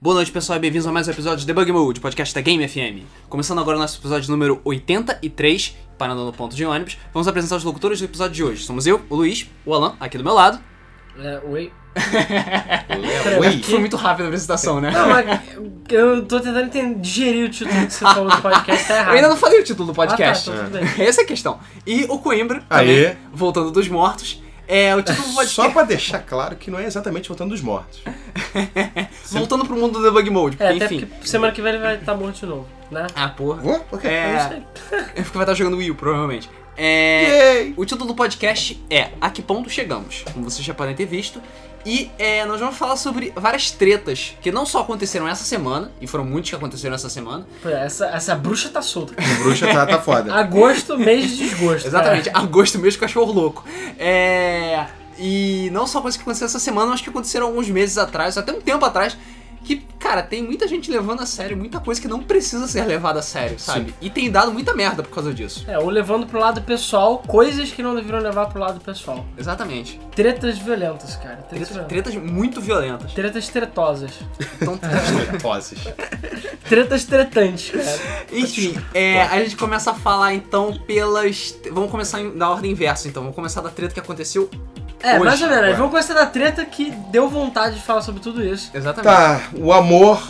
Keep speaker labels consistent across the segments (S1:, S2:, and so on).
S1: Boa noite, pessoal, e bem-vindos a mais um episódio de Debug Mode, podcast da Game FM. Começando agora o nosso episódio número 83, parando no ponto de ônibus, vamos apresentar os locutores do episódio de hoje. Somos eu, o Luiz, o Alan, aqui do meu lado.
S2: É, oi.
S1: Peraí,
S2: Oi.
S1: Foi É, tá muito rápida a apresentação, né?
S2: Não, mas eu tô tentando entender, digerir o título que você falou do podcast, tá
S1: Eu
S2: errado.
S1: ainda não falei o título do
S2: Ah, tá,
S1: podcast.
S2: então tudo bem.
S1: Essa é a questão. E o Coimbra,
S3: Aê.
S1: também, voltando dos mortos, é o título do podcast.
S3: Só pra deixar claro que não é exatamente voltando dos mortos.
S1: Voltando pro mundo do debug mode,
S2: É,
S1: porque
S2: até
S1: enfim.
S2: porque semana que vem ele vai estar morto de novo, né?
S1: Ah, porra.
S3: Ué? Por quê?
S1: É.
S2: Eu não
S1: É porque vai estar jogando Wii, U, provavelmente. É.
S3: Yay!
S1: O título do podcast é A Que Ponto Chegamos, como vocês já podem ter visto. E é, nós vamos falar sobre várias tretas que não só aconteceram essa semana, e foram muitos que aconteceram essa semana.
S2: sei. Pô, Essa, essa bruxa tá solta.
S3: A bruxa tá, tá foda.
S2: Agosto, mês de desgosto.
S1: Exatamente,
S2: É.
S1: agosto mesmo, cachorro louco. É. E não só coisas que aconteceram essa semana, mas que aconteceram alguns meses atrás, até um tempo atrás. Que, cara, tem muita gente levando a sério muita coisa que não precisa ser levada a sério, sabe? E tem dado muita merda por causa disso.
S2: É, ou levando pro lado pessoal coisas que não deveriam levar pro lado pessoal.
S1: Exatamente.
S2: Tretas violentas, cara.
S1: Tretas,
S2: Tretas, violentas.
S1: tretas muito violentas.
S2: Tretas tretosas.
S1: Então,
S3: Poses.
S2: Tretas tretantes, cara.
S1: Enfim, é, a gente começa a falar então pelas. Vamos começar em- na ordem inversa, então. Vamos começar da treta que aconteceu.
S2: É,
S1: Hoje,
S2: mais ou menos.
S1: ué.
S2: Vamos começar da treta que deu vontade de falar sobre tudo isso.
S1: Exatamente.
S3: Tá, o amor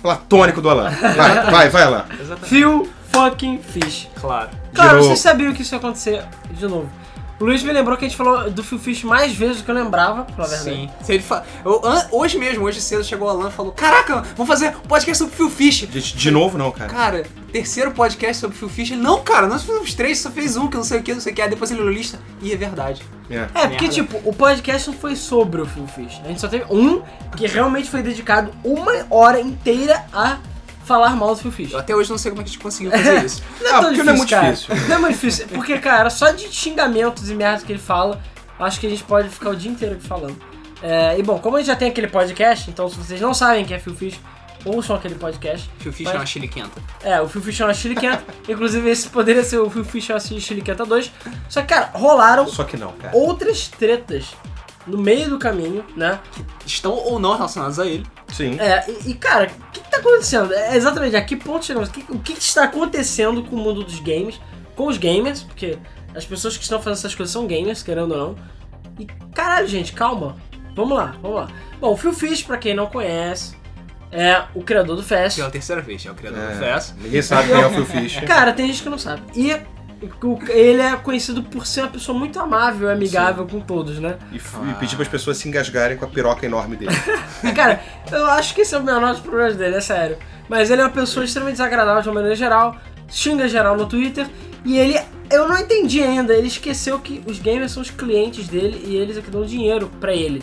S3: platônico do Alan. Vai, vai, vai lá.
S1: Exatamente.
S2: Phil fucking fish.
S1: Claro.
S2: Cara,
S3: novo.
S2: vocês sabiam que isso ia acontecer de novo. O Luiz me lembrou que a gente falou do Phil Fish mais vezes do que eu lembrava, pra falar a verdade.
S1: Sim. Se ele fa... Eu- an- Hoje mesmo, hoje cedo, chegou o Alan e falou: Caraca, vamos fazer um podcast sobre Phil Fish.
S3: Gente, de novo não, cara.
S1: Cara, terceiro podcast sobre Phil Fish. Ele, Não, cara, nós fizemos três, só fez um, que não sei o que, não sei o que. Aí depois ele olhou a lista. E é verdade.
S3: É.
S2: É, porque,
S1: Merda.
S2: tipo, o podcast não foi sobre o Phil Fish. A gente só teve um que realmente foi dedicado uma hora inteira a falar mal do Phil Fish.
S1: Eu até hoje não sei como é que a gente conseguiu fazer isso.
S3: Ah, porque não é muito
S2: cara.
S3: difícil.
S2: Não é muito difícil. Porque, cara, só de xingamentos e merdas que ele fala, acho que a gente pode ficar o dia inteiro aqui falando. É, e bom, como a gente já tem aquele podcast, então se vocês não sabem quem é Phil Fish, ouçam aquele podcast.
S1: Phil Fish
S2: Mas-
S1: é uma chiliquenta.
S2: É, o Phil Fish é uma Chiliquenta. Inclusive, esse poderia ser o Phil Fish é uma Chiliquenta 2. Só que, cara, rolaram
S3: Só que não, cara.
S2: outras tretas no meio do caminho, né?
S1: Estão ou não relacionados a ele.
S3: Sim.
S2: É, e, e, cara, o que, que tá acontecendo? É, exatamente, a que ponto chegamos? O que, o que que está acontecendo com o mundo dos games, com os gamers, porque as pessoas que estão fazendo essas coisas são gamers, querendo ou não. E, caralho, gente, calma. Vamos lá, vamos lá. Bom, o Phil Fish, pra quem não conhece, é o criador do Fast.
S1: Pela terceira vez, é o criador do
S3: É,
S1: Fest.
S3: ninguém sabe quem é o Phil Fish.
S2: Cara, tem gente que não sabe. E o- ele é conhecido por ser uma pessoa muito amável e amigável com todos, né?
S3: E, f- e pedir pras pessoas se engasgarem com a piroca enorme dele.
S2: E, Cara, eu acho que esse é o menor dos problemas dele, é sério. Mas ele é uma pessoa extremamente desagradável de uma maneira geral, xinga geral no Twitter, e ele. Eu não entendi ainda, ele esqueceu que os gamers são os clientes dele e eles é que dão dinheiro pra ele.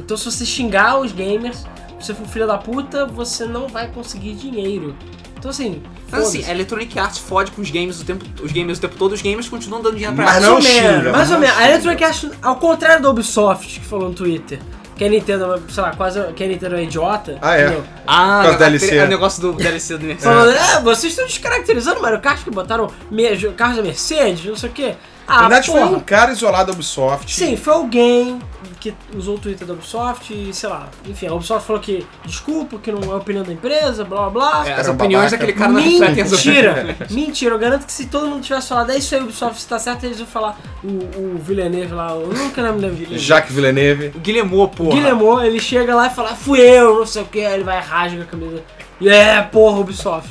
S2: Então se você xingar os gamers, se você for filho da puta, você não vai conseguir dinheiro. Então assim.
S1: Mas assim,
S2: foda-se.
S1: a Electronic Arts fode com os games o tempo, os games o tempo todo, os games continuam dando dinheiro pra
S3: Mas
S1: elas.
S3: não
S2: mais ou
S3: xinga,
S2: menos, mais ou
S3: não
S2: menos. A
S3: xinga.
S2: Electronic Arts, ao contrário da Ubisoft, que falou no Twitter, que a Nintendo, sei lá, quase que a Nintendo é idiota.
S3: Ah, é.
S2: entendeu?
S1: Ah,
S3: Por causa
S1: a-
S3: da DLC.
S1: é o negócio do DLC do Mercedes.
S2: Falando, ah, vocês estão descaracterizando o Mario Kart que botaram me- carros da Mercedes, não sei o quê.
S3: Na
S2: Ah,
S3: verdade, foi
S2: porra.
S3: um cara isolado da Ubisoft.
S2: Sim, foi alguém que usou o Twitter da Ubisoft e, sei lá, enfim, a Ubisoft falou que desculpa, que não é a opinião da empresa, blá blá blá.
S1: É,
S3: Cara,
S1: as
S3: um
S1: opiniões
S3: babaca.
S1: daquele cara não é refletem as opiniões.
S2: Mentira! Mentira, eu garanto que se todo mundo tivesse falado, é isso aí, Ubisoft, se tá certo, eles iam falar o, o Villeneuve lá, eu nunca lembro dele.
S3: Jacques Villeneuve.
S1: O Guilhermou, porra.
S2: Guilhermot, ele chega lá e fala, fui eu, não sei o que, ele vai e rasga a camisa. E é, porra, Ubisoft.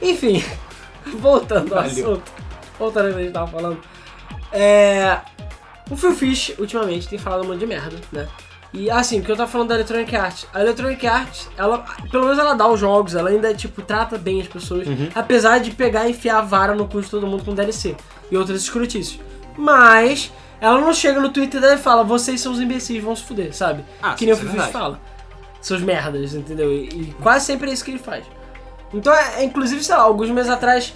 S2: Enfim, voltando ao
S1: Valeu.
S2: assunto, voltando ao que a gente tava falando. É, o Phil Fish, ultimamente, tem falado um monte de merda, né? E assim, porque eu tava falando da Electronic Arts. A Electronic Arts, ela, pelo menos ela dá os jogos, ela ainda, tipo, trata bem as pessoas,
S1: Uhum.
S2: apesar de pegar e enfiar a vara no cu de todo mundo com DLC e outras escrotices. Mas ela não chega no Twitter dela e fala, vocês são os imbecis, vão se fuder, sabe?
S1: Ah,
S2: que nem o
S1: sim,
S2: Phil
S1: isso é verdade.
S2: Fish fala. Seus merdas, entendeu? E, e quase sempre é isso que ele faz. Então, é, é, inclusive, sei lá, alguns meses atrás,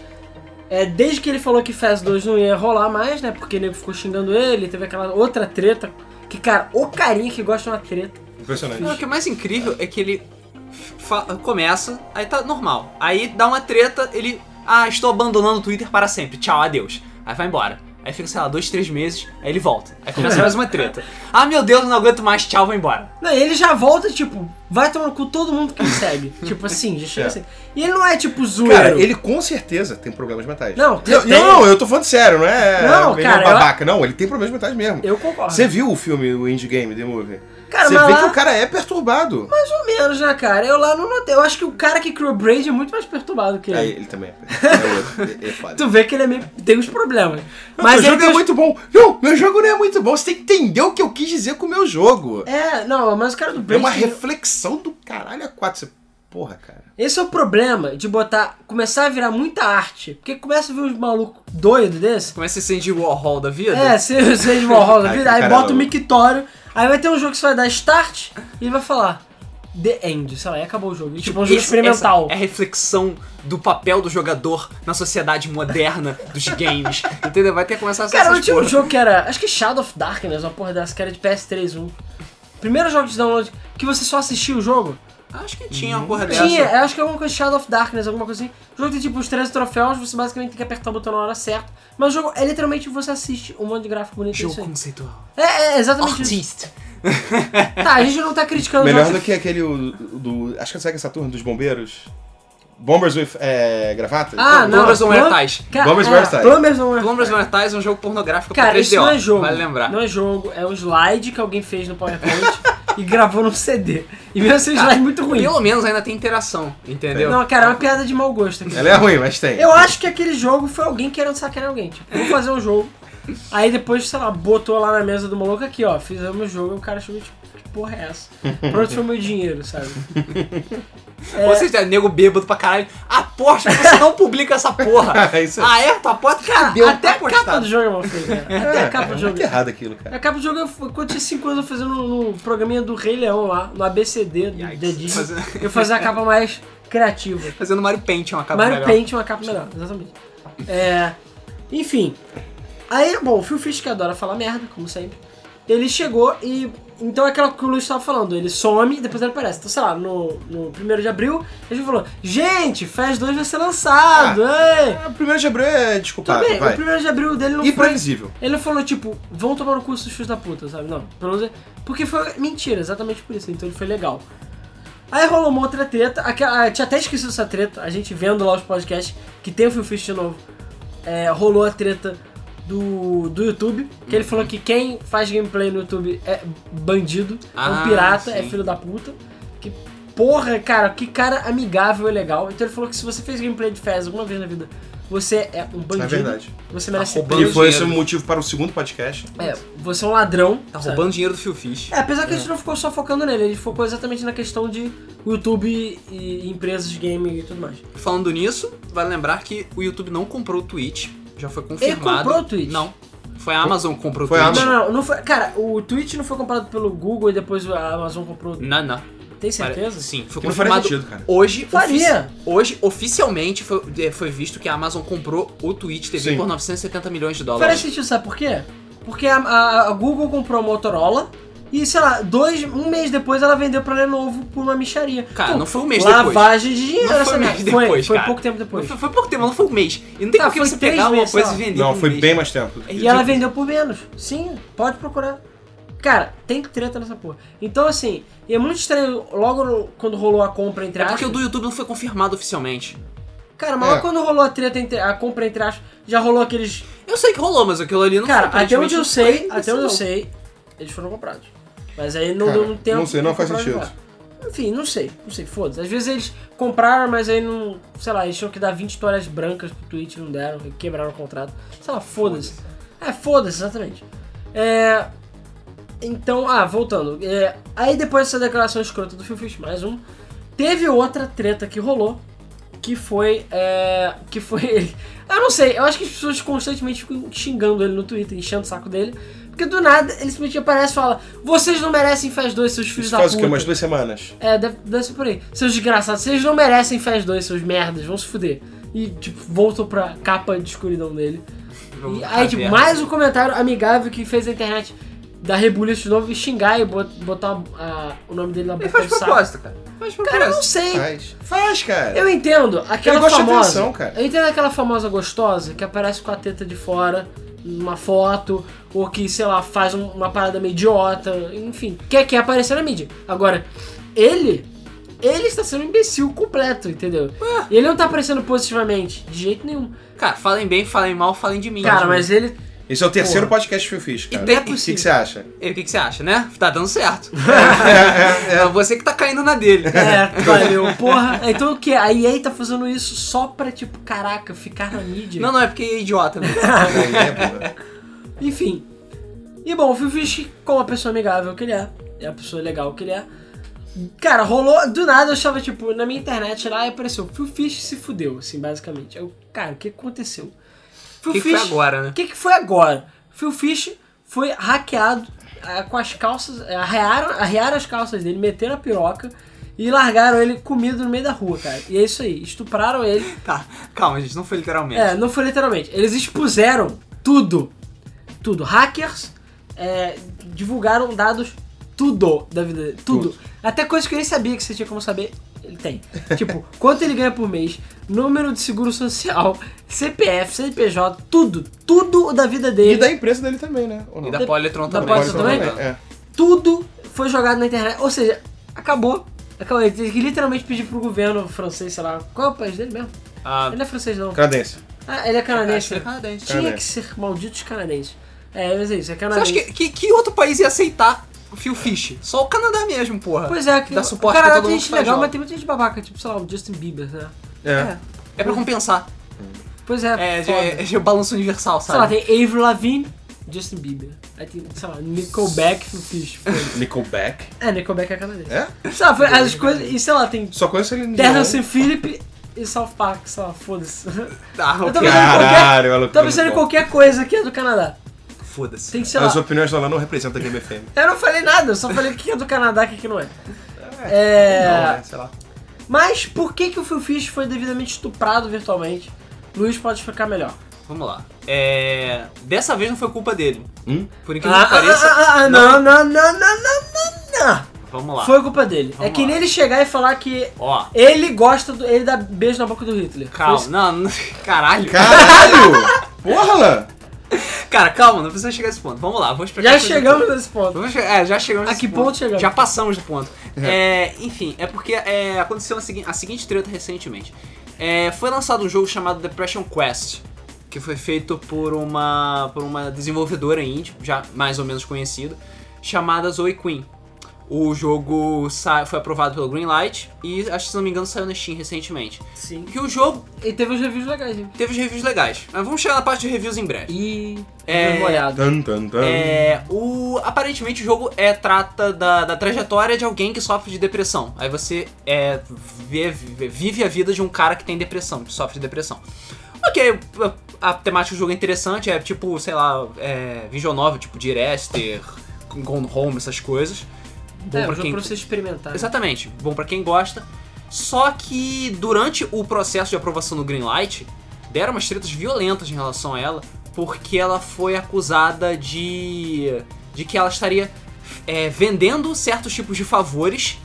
S2: é, desde que ele falou que Fast 2 não ia rolar mais, né? Porque ele ficou xingando ele, teve aquela outra treta. Que, cara, o carinha que gosta de uma treta.
S3: Impressionante.
S1: Não, o que é mais incrível é que ele fa- começa, aí tá normal. Aí dá uma treta, ele. Ah, estou abandonando o Twitter para sempre. Tchau, adeus. Aí vai embora. Aí Aí fica, sei lá, dois, três meses, aí ele volta. Aí começa mais uma treta. Ah, meu Deus, não aguento mais, tchau, vou embora.
S2: Não, e ele já volta, tipo, vai tomar no cu todo mundo que recebe. tipo assim, já chega
S3: É.
S2: assim. E ele não é tipo zoeiro.
S3: Cara, ele com certeza tem problemas mentais.
S2: Não, tem-
S3: não,
S2: tem.
S3: não, eu tô falando sério, não é.
S2: Não,
S3: ele
S2: cara,
S3: é um babaca, não, ele tem problemas mentais mesmo.
S2: Eu concordo.
S3: Você viu o filme, o Indie Game, The Movie?
S2: Cara,
S3: Você
S2: mas
S3: vê
S2: lá-
S3: que o cara é perturbado.
S2: Mais ou menos, né, cara? Eu lá não notei. Eu acho que o cara que criou o Braid é muito mais perturbado que ele.
S3: Aí, ele também é. É, outro, é, é foda.
S2: Tu vê que ele é meio... tem uns problemas.
S3: Mas
S2: Mas ele
S3: meu jogo
S2: tem
S3: é
S2: uns-
S3: muito bom. Não, meu jogo não é muito bom. Você tem que entender o que eu quis dizer com o meu jogo.
S2: É, não, mas o cara do
S3: É
S2: Braid...
S3: uma reflexão do caralho a quatro. Você... Porra, cara.
S2: Esse é o problema de botar... Começar a virar muita arte. Porque começa a vir uns malucos doidos desse.
S1: Começa a incendiar o Warhol da vida.
S2: É, se você de Warhol da
S3: Ai,
S2: vida, aí
S3: cara,
S2: bota o
S3: eu-
S2: mictório, aí vai ter um jogo que você vai dar start e ele vai falar The End, sei lá, e acabou o jogo. E, tipo, um jogo
S1: Esse-
S2: experimental.
S1: essa É a reflexão do papel do jogador na sociedade moderna dos games. entendeu? Vai ter que começar a
S2: Cara, eu
S1: essas
S2: tinha um
S1: porra.
S2: jogo que era. Acho que Shadow of Darkness, uma porra dessa, que era de PS3 1. Primeiro jogo de download que você só assistia o jogo.
S1: Acho que tinha uma porra dessa.
S2: Tinha, eu acho que é alguma coisa Shadow of Darkness, alguma coisa assim. O jogo tem tipo os 13 troféus, você basicamente tem que apertar o botão na hora certa. Mas o jogo é literalmente você assiste um monte de gráfico bonito. é isso
S1: Jogo
S2: aí.
S1: conceitual.
S2: É, é exatamente isso.
S1: Artista.
S2: Tá, a gente não tá criticando o
S3: Melhor
S2: jogo.
S3: do que aquele o- do. Acho que é Sega Saturno dos bombeiros. Bombers with é, gravata?
S2: Ah, não.
S1: Plumbers on
S2: Plum-
S1: Air Ties.
S2: Ca-
S3: Plumbers
S2: é,
S3: Wear Ties.
S2: Plumbers Wear Ties.
S1: Plumbers on Air Ties é um jogo pornográfico pra
S2: Cara,
S1: 3DO.
S2: isso não é jogo.
S1: Vale lembrar.
S2: Não é jogo, é um slide que alguém fez no PowerPoint e gravou num CD. E mesmo assim, um slide muito ruim.
S1: Pelo menos ainda tem interação, entendeu?
S2: Não, cara, é uma piada de mau gosto aqui.
S3: Ela é ruim, mas tem.
S2: Eu acho que aquele jogo foi alguém querendo sacanear alguém. Tipo, vou fazer um jogo. Aí depois, sei lá, botou lá na mesa do maluco aqui, ó. Fizemos o jogo e o cara chegou tipo, que porra é essa? Pra onde foi meu dinheiro, sabe? É.
S1: Ou seja, nego bêbado pra caralho. Aposto que você não publica essa porra.
S3: É isso aí.
S1: ah, é? Tu aposta? Cara,
S3: Deu
S1: até
S2: Até a
S1: apostar.
S2: capa do jogo é mal feita, cara. Até a capa do jogo. é
S3: é Muito errado aquilo, cara.
S2: A capa do jogo, eu, quando eu tinha 5 anos, eu fazia no, no programinha do Rei Leão lá, no ABCD do, da
S1: Yikes.
S2: Disney.
S1: Fazendo-
S2: Eu fazia a capa mais criativa.
S1: Fazendo Mario Paint é uma capa
S2: Mario
S1: melhor.
S2: Paint é uma capa melhor, exatamente. É, enfim. Aí, bom, o Phil Fish, que adora falar merda, como sempre, ele chegou e. Então é aquela que o Luiz estava falando, ele some e depois ele aparece. Então, sei lá, no, no 1 de abril, ele falou: Gente, Fast 2 vai ser lançado! ei!"
S3: Ah, o primeiro de abril é
S2: Tudo
S3: desculpável,
S2: bem,
S3: vai.
S2: o 1 de abril dele não
S3: E
S2: foi.
S3: previsível.
S2: Ele não falou, tipo, vão tomar no curso os filhos da puta, sabe? Não, pelo menos. Porque foi mentira, exatamente por isso, então ele foi legal. Aí rolou uma outra treta, aquela, eu tinha até esquecido essa treta, a gente vendo lá os podcasts, que tem o Phil Fish de novo, é, rolou a treta do, do YouTube, que ele falou que quem faz gameplay no YouTube é bandido, é
S1: Ah,
S2: um pirata, é
S1: sim.
S2: filho da puta. Que porra, cara, que cara amigável e legal. Então ele falou que se você fez gameplay de Fez alguma vez na vida, você é um bandido.
S3: É verdade.
S2: Você merece
S1: Tá
S2: ser
S1: roubando
S3: E
S2: preso.
S3: foi esse o
S1: dinheiro.
S3: motivo para o segundo podcast.
S2: É, você é um ladrão.
S1: Tá
S2: sabe?
S1: roubando dinheiro do Phil Fish.
S2: É, apesar que a gente não ficou só focando nele, ele focou exatamente na questão de YouTube e empresas de game e tudo mais.
S1: Falando nisso, vale lembrar que o YouTube não comprou o Twitch. Já foi confirmado.
S2: comprou o Twitch?
S1: Não. Foi a Amazon que comprou o
S3: Foi a
S1: Twitch.
S2: Não,
S3: Amazon.
S2: não, não foi. Cara, o Twitch não foi comprado pelo Google e depois a Amazon comprou.
S1: Não, não.
S2: Tem
S1: Pare-
S2: certeza?
S1: Sim, foi
S3: Que não faria
S1: confirmado.
S3: sentido, cara.
S1: Hoje,
S2: Faria.
S1: ofici- hoje, oficialmente, foi, eh, foi visto que a Amazon comprou o Twitch TV
S3: Sim.
S1: por 970 milhões de
S2: Faz
S1: dólares.
S2: sentido, sabe por quê? Porque a, a- a Google comprou a Motorola e, sei lá, dois, um mês depois ela vendeu pra Lenovo por uma micharia.
S1: Cara, não foi um mês depois.
S2: lavagem de dinheiro
S1: Não
S2: essa
S1: foi um mês
S2: merda. Foi,
S1: depois,
S2: foi
S1: cara.
S2: pouco tempo
S1: Não
S2: depois.
S1: Foi, foi pouco tempo, não foi um mês. E não tem
S2: Tá,
S1: por que
S2: foi
S1: você
S2: três
S1: pegar uma
S2: meses,
S1: coisa e
S2: sei lá.
S1: vender.
S3: Não,
S1: por um
S3: foi
S1: mês.
S3: bem mais tempo. do que
S2: E é um ela
S3: dito.
S2: vendeu por menos. Sim, pode procurar. Cara, tem treta nessa porra. Então, assim, e é muito estranho logo no- quando rolou a compra entre
S1: É
S2: aspas.
S1: porque o do YouTube não foi confirmado oficialmente.
S2: Cara, mas logo
S3: É.
S2: quando rolou a treta entre a compra entre aspas, já rolou aqueles.
S1: Eu sei que rolou, mas aquilo ali não
S2: Cara,
S1: foi
S2: até onde eu sei,
S1: aparentemente, um não foi
S2: até onde eu
S1: isso,
S2: sei, eles foram comprados. Mas aí não
S3: Cara,
S2: deu um tempo.
S3: não sei, não
S2: de
S3: faz
S2: comprar
S3: sentido.
S2: de volta. Enfim, não sei, não sei, foda-se. Às vezes eles compraram, mas aí não. Sei lá, eles tinham que dar 20 toalhas brancas pro Twitch, não deram, quebraram o contrato. Sei lá, foda-se. É, foda-se, exatamente. É. Então, ah, voltando. É, aí depois dessa declaração escrota do Phil Fish, mais um. Teve outra treta que rolou, que foi. é, que foi ele. Eu não sei, eu acho que as pessoas constantemente ficam xingando ele no Twitter, enchendo o saco dele. Porque do nada ele simplesmente aparece e fala: Vocês não merecem Faz 2, seus filhos
S3: Isso
S2: da
S3: faz o
S2: puta.
S3: quê? Umas duas semanas.
S2: É, deve, deve ser por aí. Seus desgraçados, vocês não merecem Faz 2, seus merdas, vão se fuder. E, tipo, voltam pra capa de escuridão dele.
S1: não. é.
S2: E aí, tipo, mais um comentário amigável que fez a internet dar rebulha de novo e xingar e bot- botar a- o nome dele na boca
S1: Ele faz
S2: do saco.
S1: propósito, cara. Faz
S2: Cara, eu não
S1: propósito.
S2: sei.
S3: Faz. Faz, cara.
S2: Eu entendo aquela
S3: Ele gosta de
S2: famosa.
S3: atenção, cara.
S2: Eu entendo aquela famosa gostosa que aparece com a teta de fora uma foto, ou que, sei lá, faz um- uma parada meio idiota, enfim, quer, quer aparecer na mídia. Agora, ele, ele está sendo um imbecil completo, entendeu?
S3: Ah.
S2: E ele não tá aparecendo positivamente, de jeito nenhum.
S1: Cara, falem bem, falem mal, falem de mim.
S2: Cara, mas ele
S3: Esse é o terceiro podcast que eu fiz, cara.
S1: E tem-
S3: o que, que você acha?
S1: E o que, que você acha, né? Tá dando certo.
S3: É, é, é.
S1: É você que tá caindo na dele.
S2: É, valeu, porra. Então o que? A EA tá fazendo isso só pra, tipo, caraca, ficar na mídia.
S1: Não, não, é porque é idiota. Né?
S3: É, é, pô.
S2: Enfim. E bom, o Phil Fish, como a pessoa amigável que ele é, é a pessoa legal que ele é. Cara, rolou, do nada eu estava, tipo, na minha internet lá e apareceu, Phil Fish se fudeu, assim, basicamente. Eu, cara, o que aconteceu?
S1: O
S2: Phil
S1: que, que foi agora, né?
S2: O que, que foi agora? Phil Fish foi hackeado ah, com as calças, eh, arrearam, arrearam as calças dele, meteram a piroca e largaram ele comido no meio da rua, cara. E é isso aí, estupraram ele.
S1: Tá, calma, gente, não foi literalmente.
S2: É, não foi literalmente. Eles expuseram tudo. Tudo. Hackers é, divulgaram dados tudo da vida dele. Tudo.
S3: Tudo.
S2: Até coisas que eu nem sabia que você tinha como saber. Ele tem. Tipo, quanto ele ganha por mês, número de seguro social, CPF, CNPJ, tudo. Tudo o da vida dele.
S3: E da empresa dele também, né? Ou não?
S1: E da Polytron
S2: Da
S1: também.
S2: Polytron também?
S3: É.
S2: tudo foi jogado na internet. Ou seja, acabou. Acabou. Ele teve que literalmente pedir pro governo francês, sei lá. Qual é o país dele mesmo?
S1: Ah,
S2: Ele não é francês, não.
S3: Cadência.
S2: Ah, ele é
S1: acho
S2: canadense.
S1: que
S2: né?
S1: é canadense.
S2: Tinha
S3: Canadense.
S2: que ser malditos canadenses. É, mas é isso, é
S1: Você
S2: canadense.
S1: acha que, que, que outro país ia aceitar o Phil Fish? Só o Canadá mesmo, porra.
S2: Pois é, que
S1: Dá suporte
S2: o
S1: pra
S2: Canadá
S1: todo
S2: tem
S1: mundo
S2: gente
S1: que faz
S2: legal,
S1: jogo.
S2: mas tem muita gente babaca, tipo, sei lá, o Justin Bieber, né?
S3: É.
S1: É pra compensar.
S2: Pois é,
S1: É, de,
S2: foda.
S1: é de balanço universal,
S2: sei lá,
S1: sabe?
S2: tem Avril Lavigne, Justin Bieber. Aí tem, sei lá, Nickelback, Phil Fish. foda-se.
S3: Nickelback.
S2: é, Nickelback é canadense.
S3: É?
S2: Sei lá, foi as coisas, e sei lá, tem
S3: Só conheço ele no
S2: Terrence and Philip e South Park, sei lá, foda-se.
S1: Ah,
S2: Eu tô
S1: ok.
S2: pensando-
S3: Caralho, ela
S2: Tô pensando em qualquer coisa aqui é do Canadá.
S1: Foda-se.
S2: Tem que, sei lá,
S3: As opiniões dela não representam a Game FM.
S2: eu não falei nada, eu só falei o que é do Canadá e o que que não é.
S3: Não, né? Sei lá.
S2: Mas por que, que o Phil Fish foi devidamente estuprado virtualmente? Luiz pode explicar melhor.
S1: Vamos lá. É... Dessa vez não foi culpa dele.
S3: Hum?
S1: Por incrível que pareça.
S2: ah, ah, não, não, não, não, não, não, não.
S1: Vamos lá.
S2: Foi culpa dele. é
S1: Vamos
S2: que
S1: lá.
S2: nem ele chegar e falar que
S1: Ó,
S2: ele gosta do. Ele dá beijo na boca do Hitler.
S1: calma.
S2: Foi
S1: Não, não- caralho.
S3: Caralho! Porra, Lan!
S1: Cara, calma, não precisa chegar a esse ponto. Vamos lá, vou
S2: isso.
S1: explicar.
S2: Já
S1: a coisa
S2: chegamos
S1: toda.
S2: nesse ponto.
S1: Vamos che- É, já chegamos
S2: A
S1: nesse
S2: que ponto chegamos?
S1: Já passamos do ponto. É, enfim, é porque é, aconteceu a, segui- a seguinte treta recentemente. É, foi lançado um jogo chamado Depression Quest, que foi feito por uma, por uma desenvolvedora indie, já mais ou menos conhecida, chamada Zoe Queen. O jogo sa- foi aprovado pelo Greenlight e, acho que se não me engano, saiu na Steam recentemente.
S2: Sim.
S1: Que o jogo
S2: E teve uns reviews legais, hein?
S1: teve os reviews legais, mas vamos chegar na parte de reviews em breve.
S2: E.
S1: É,
S2: É... molhado.
S3: Tan, tan, tan.
S1: É, o, aparentemente o jogo é trata da, da trajetória de alguém que sofre de depressão. Aí você é, vê- vê- vive a vida de um cara que tem depressão, que sofre de depressão. Ok, a, a temática do jogo é interessante, é tipo, sei lá, é, Vision Novel, tipo Direster, Gone Home, essas coisas. Bom
S2: É,
S1: pra
S2: um jogo
S1: quem-
S2: pra você experimentar.
S1: Exatamente, bom pra quem gosta. Só que durante o processo de aprovação do Greenlight, deram umas tretas violentas em relação a ela, porque ela foi acusada de de que ela estaria é, vendendo certos tipos de favores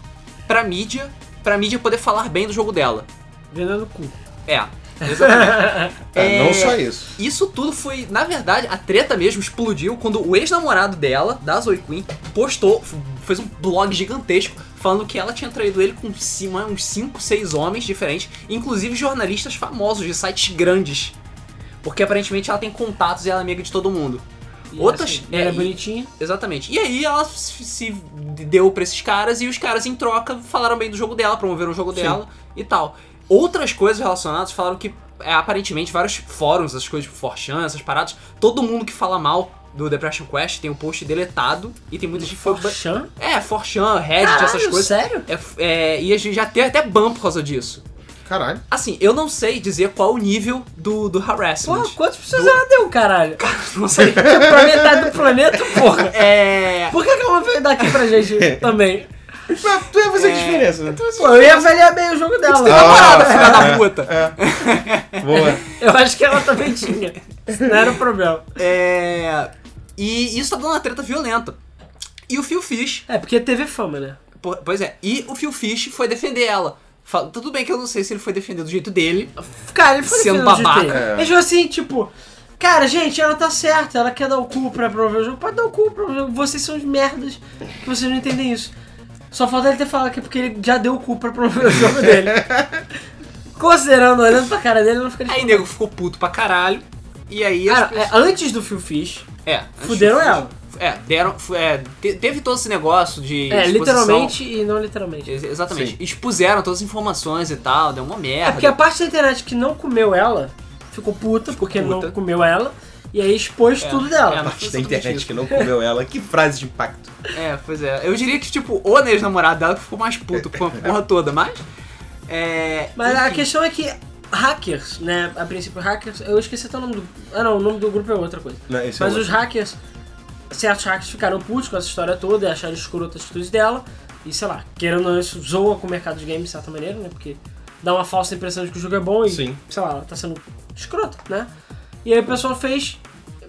S1: pra mídia, pra mídia poder falar bem do jogo dela.
S2: né? Vendendo cu.
S1: É. Exatamente.
S3: É, Não
S1: é.
S3: só isso.
S1: Isso tudo foi, na verdade, a treta mesmo explodiu quando o ex-namorado dela, da Zoe Queen, postou, f- fez um blog gigantesco falando que ela tinha traído ele com ci- mais uns 5, 6 homens diferentes, inclusive jornalistas famosos de sites grandes. Porque aparentemente ela tem contatos e ela é amiga de todo mundo.
S2: E
S1: Outras-
S2: assim, Era
S1: é, e-
S2: bonitinho.
S1: Exatamente. E aí ela se se deu pra esses caras e os caras, em troca, falaram bem do jogo dela, promoveram o jogo
S3: Sim.
S1: dela e tal. Outras coisas relacionadas falaram que, é, aparentemente, vários fóruns, essas coisas tipo 4chan, essas paradas, todo mundo que fala mal do Depression Quest tem um post deletado e tem muita gente que foi. ban-
S2: Forchan?
S1: É, 4chan, Reddit, essas coisas.
S2: Sério?
S1: É, f- é, e a gente já teve até ban por causa disso.
S3: Caralho.
S1: Assim, eu não sei dizer qual o nível do, do harassment.
S2: Porra, quantas pessoas ela deu, caralho?
S1: Não sei.
S2: pra metade do planeta, porra.
S1: É.
S2: Por que, que ela veio daqui pra gente também?
S3: Mas tu ia fazer
S2: É.
S3: que diferença, né?
S2: Pô, eu ia avaliar bem o jogo dela.
S1: Namorada,
S3: Ah,
S1: filha da
S3: é.
S1: puta.
S3: É. Boa.
S2: Eu acho que ela também tinha. Isso não era o problema.
S1: É. E isso tá dando uma treta violenta. E o Phil Fish.
S2: É, porque teve fama, né?
S1: po- Pois é, e o Phil Fish foi defender ela. tá Fala- Tudo bem que eu não sei se ele foi defender do jeito dele.
S2: Cara, ele foi
S1: Sendo
S2: defendendo o
S1: babaca.
S2: GTA.
S3: É.
S2: Ele falou assim, tipo... Cara, gente, ela tá certa, ela quer dar o cu pra promover o jogo. Pode dar o cu pra promover. Vocês são os merdas que vocês não entendem isso. Só falta ele ter falado que é porque ele já deu o cu pra promover o jogo dele. Considerando, olhando pra cara dele, eu não ficaria.
S1: Aí nego ficou puto pra caralho. E aí as
S2: Cara,
S1: pessoas-
S2: é, antes do Phil Fish,
S1: É,
S2: fuderam
S1: antes-
S2: ela.
S1: É, deram. fu- é, te- teve todo esse negócio de.
S2: É,
S1: exposição.
S2: literalmente e não literalmente.
S1: Ex- Exatamente.
S3: Sim.
S1: Expuseram todas as informações e tal, deu uma
S2: É
S1: merda.
S2: porque a parte da internet que não comeu ela ficou puta porque
S1: puta.
S2: não comeu ela e aí expôs
S1: É,
S2: tudo dela.
S1: é,
S3: A
S1: mas-
S3: parte da internet que não comeu ela. Que frase de impacto.
S1: É, pois é. Eu diria que, tipo, o ex-namorado dela que ficou mais puto com a porra toda, mas. É.
S2: Mas a
S1: enfim.
S2: questão é que hackers, né? A princípio, hackers. Eu esqueci até o nome do. Ah, não, o nome do grupo é outra coisa.
S3: Não, esse é
S2: Mas
S3: o
S2: os hackers, certos hackers ficaram putos com essa história toda e acharam escroto as atitudes dela. E sei lá, querendo ou não, isso zoa com o mercado de games de certa maneira, né? Porque dá uma falsa impressão de que o jogo é bom e,
S3: Sim.
S2: sei lá, ela tá sendo escrota, né? E aí o pessoal fez.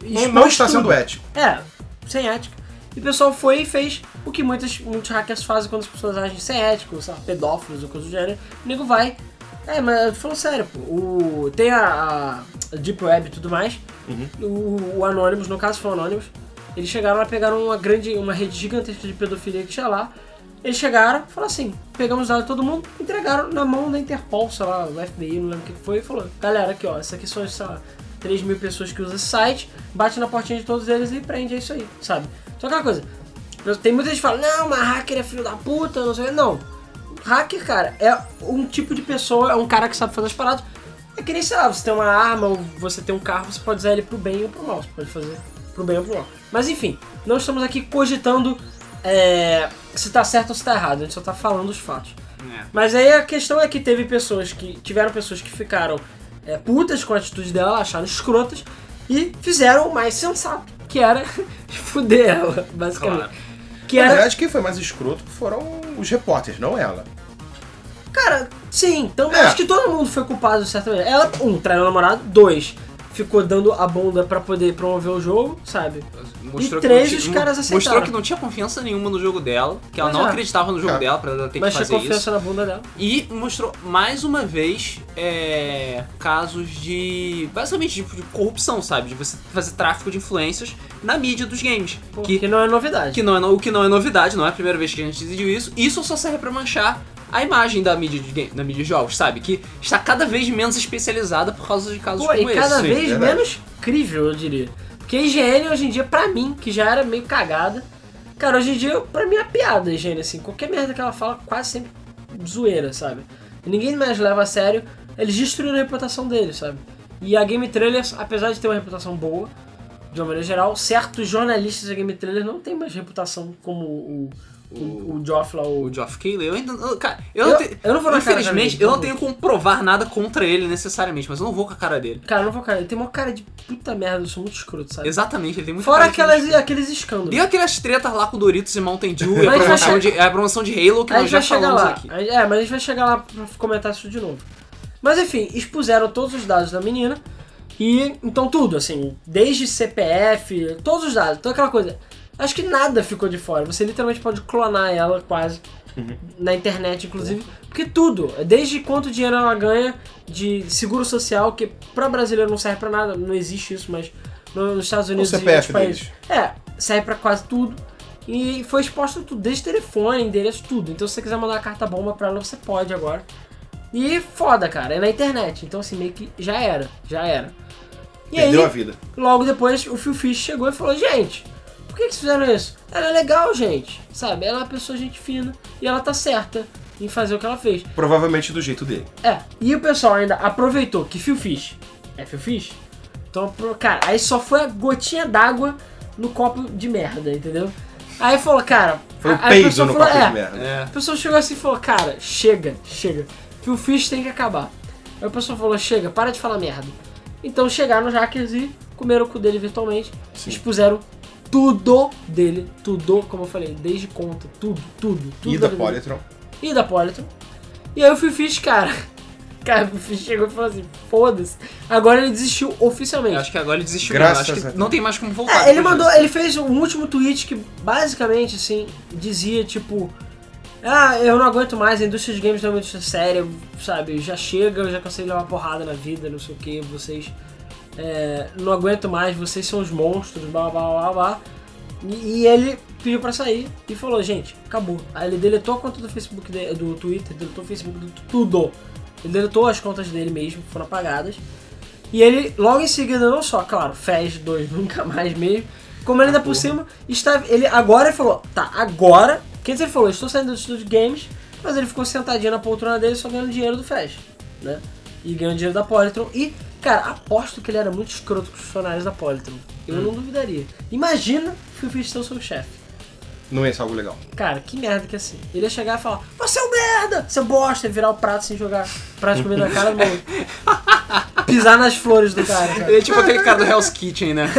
S3: Não, não
S2: expôs
S3: está
S2: tudo.
S3: sendo ético.
S2: É, sem ética. E o pessoal foi e fez o que muitas, muitos hackers fazem quando as pessoas agem sem ético, sei lá, pedófilos ou coisa do gênero. O nego vai. É, mas falando sério, pô, o, tem a, a Deep Web e tudo mais. O, o Anonymous, no caso foi o Anonymous, eles chegaram lá, pegaram uma grande, uma rede gigantesca de pedofilia que tinha lá. Eles chegaram, falaram assim, pegamos dados de todo mundo, entregaram na mão da Interpol, sei lá, do FBI, não lembro o que que foi, e falou, galera, aqui ó, essa aqui são, sei lá, 3 mil pessoas que usam esse site, bate na portinha de todos eles e prende, é isso aí, sabe? Só aquela coisa, tem muita gente que fala, não, mas hacker é filho da puta, não sei o que, não. Hacker, cara, é um tipo de pessoa, é um cara que sabe fazer as paradas, é que nem, sei lá, você tem uma arma ou você tem um carro, você pode usar ele pro bem ou pro mal, você pode fazer pro bem ou pro mal. Mas enfim, não estamos aqui cogitando é, se tá certo ou se tá errado, a gente só tá falando os fatos.
S1: É.
S2: Mas aí a questão é que teve pessoas que. Tiveram pessoas que ficaram é, putas com a atitude dela, acharam escrotas, e fizeram o mais sensato, que era fuder ela, basicamente.
S1: Claro.
S2: Que
S3: Na
S2: era.
S3: verdade, quem foi mais escroto foram os repórteres, não ela.
S2: Cara, sim, então
S3: É.
S2: acho que todo mundo foi culpado de certa maneira. Ela, um, traiu o namorado, dois, ficou dando a bunda pra poder promover o jogo, sabe?
S1: Mostrou
S2: E três,
S1: que não
S2: os
S1: tinha-
S2: caras
S1: Mostrou
S2: aceitaram.
S1: que não tinha confiança nenhuma no jogo dela, que ela
S2: Pois
S1: não
S2: é.
S1: acreditava no jogo
S3: É.
S1: dela pra ela ter
S2: Mas
S1: que
S2: tinha
S1: fazer
S2: confiança
S1: isso.
S2: na bunda dela.
S1: E mostrou mais uma vez é, casos de. basicamente tipo, de, de corrupção, sabe? De você fazer tráfico de influências na mídia dos games.
S2: Pô,
S1: que
S2: Que, não é novidade.
S1: Que não é no- o que não é novidade, não é a primeira vez que a gente decidiu isso. Isso só serve pra manchar a imagem da mídia de, game, da mídia de jogos, sabe? Que está cada vez menos especializada por causa de casos
S2: Pô,
S1: como
S2: e cada
S1: esse. É
S3: sim,
S2: vez
S3: verdade.
S2: menos crível, eu diria. Porque a higiene hoje em dia, pra mim, que já era meio cagada, cara, hoje em dia, pra mim é piada a higiene, assim. Qualquer merda que ela fala, quase sempre zoeira, sabe? E ninguém mais leva a sério. Eles destruíram a reputação dele, sabe? E a Game Trailers, apesar de ter uma reputação boa, de uma maneira geral, certos jornalistas da Game Trailers não tem mais reputação como o, o, o, o Joff lá, o
S1: O Geoff Keighley, eu ainda. eu- cara, eu, não
S2: Eu-
S1: tenho.
S2: eu não vou na cara
S1: Infelizmente,
S2: dele,
S1: eu não
S2: por
S1: tenho como provar nada contra ele necessariamente, mas eu não vou com a cara dele.
S2: Cara, eu não vou cara, ele tem uma cara de puta merda, eu sou muito escroto, sabe?
S1: Exatamente, ele tem muito
S2: Fora aquelas, aqueles escândalos.
S1: Deu aquelas tretas lá com Doritos e Mountain Dew e a
S2: Mas vai
S1: promoção,
S2: chegar-
S1: de, a promoção de Halo que
S2: a
S1: nós
S2: gente
S1: já
S2: vai chegar
S1: falamos
S2: lá.
S1: aqui.
S2: A- É, mas a gente vai chegar lá pra comentar isso de novo. Mas enfim, expuseram todos os dados da menina. E então tudo, assim, desde CPF, todos os dados, toda aquela coisa. Acho que nada ficou de fora. Você literalmente pode clonar ela quase. Na internet, inclusive. Porque tudo, desde quanto dinheiro ela ganha de seguro social, que pra brasileiro não serve pra nada, não existe isso, mas no- nos Estados Unidos e
S3: CPF
S2: outros países.
S3: deles.
S2: É, serve pra quase tudo. E foi exposto tudo, desde telefone, endereço, tudo. Então se você quiser mandar uma carta bomba pra ela, você pode agora. E foda, cara, é na internet. Então assim, meio que já era, já era. E
S3: Perdeu
S2: aí,
S3: a vida.
S2: logo depois, o Phil Fish chegou e falou, gente, por que, que vocês fizeram isso? Ela é legal, gente, sabe? Ela é uma pessoa gente fina e ela tá certa em fazer o que ela fez.
S3: Provavelmente do jeito dele.
S2: É, e o pessoal ainda aproveitou que Phil Fish é Phil Fish. Então, pro- cara, aí só foi a gotinha d'água no copo de merda, entendeu? Aí falou, cara.
S3: Foi
S2: a-
S3: o
S2: aí a
S3: peido
S2: pessoa
S3: no
S2: falou,
S3: copo
S2: é,
S3: de merda.
S1: É.
S2: A pessoa chegou assim e falou, cara, chega, chega. Phil Fish tem que acabar. Aí a pessoa falou, chega, para de falar merda. Então chegaram os hackers e comeram o cu dele virtualmente. Expuseram tudo dele, tudo, como eu falei, desde conta, tudo, tudo, tudo.
S3: E da
S2: dele
S3: Polytron.
S2: e da Politon. E aí o Phil Fish, cara. Cara, o Phil Fish chegou e falou assim: foda-se. Agora ele desistiu
S1: Eu
S2: oficialmente.
S1: acho que agora ele desistiu.
S3: Graças
S1: mesmo, acho
S3: a
S1: que
S3: Deus.
S1: não tem mais como voltar.
S2: É, ele
S1: depois
S2: mandou,
S1: disso.
S2: ele fez um último tweet que basicamente assim dizia tipo. Ah, eu não aguento mais, a indústria de games não é uma indústria séria, sabe? Já chega, eu já cansei de levar porrada na vida, não sei o que, vocês é, não aguento mais, vocês são os monstros, blá blá blá blá. blá. E, e ele pediu pra sair e falou, gente, acabou. Aí ele deletou a conta do Facebook, de- do Twitter, deletou o Facebook, do tudo. Ele deletou as contas dele mesmo, foram apagadas. E ele, logo em seguida, não só, claro, fez dois nunca mais mesmo, como ele ainda por cima, está, ele agora ele falou, tá, agora, que antes ele falou, estou saindo do estúdio de games, mas ele ficou sentadinho na poltrona dele só ganhando dinheiro do Fez, né? E ganhando dinheiro da Polytron. E, cara, aposto que ele era muito escroto com os funcionários da Polytron. Eu não duvidaria. Imagina que o Fez seu chefe.
S3: Não é isso algo legal.
S2: Cara, que merda que é assim. Ele ia chegar e falar, você é um merda! Você bosta, e virar o prato sem jogar prato de comida na cara do maluco. Pisar nas flores do cara, cara.
S1: Ele é tipo aquele cara do Hell's Kitchen, né?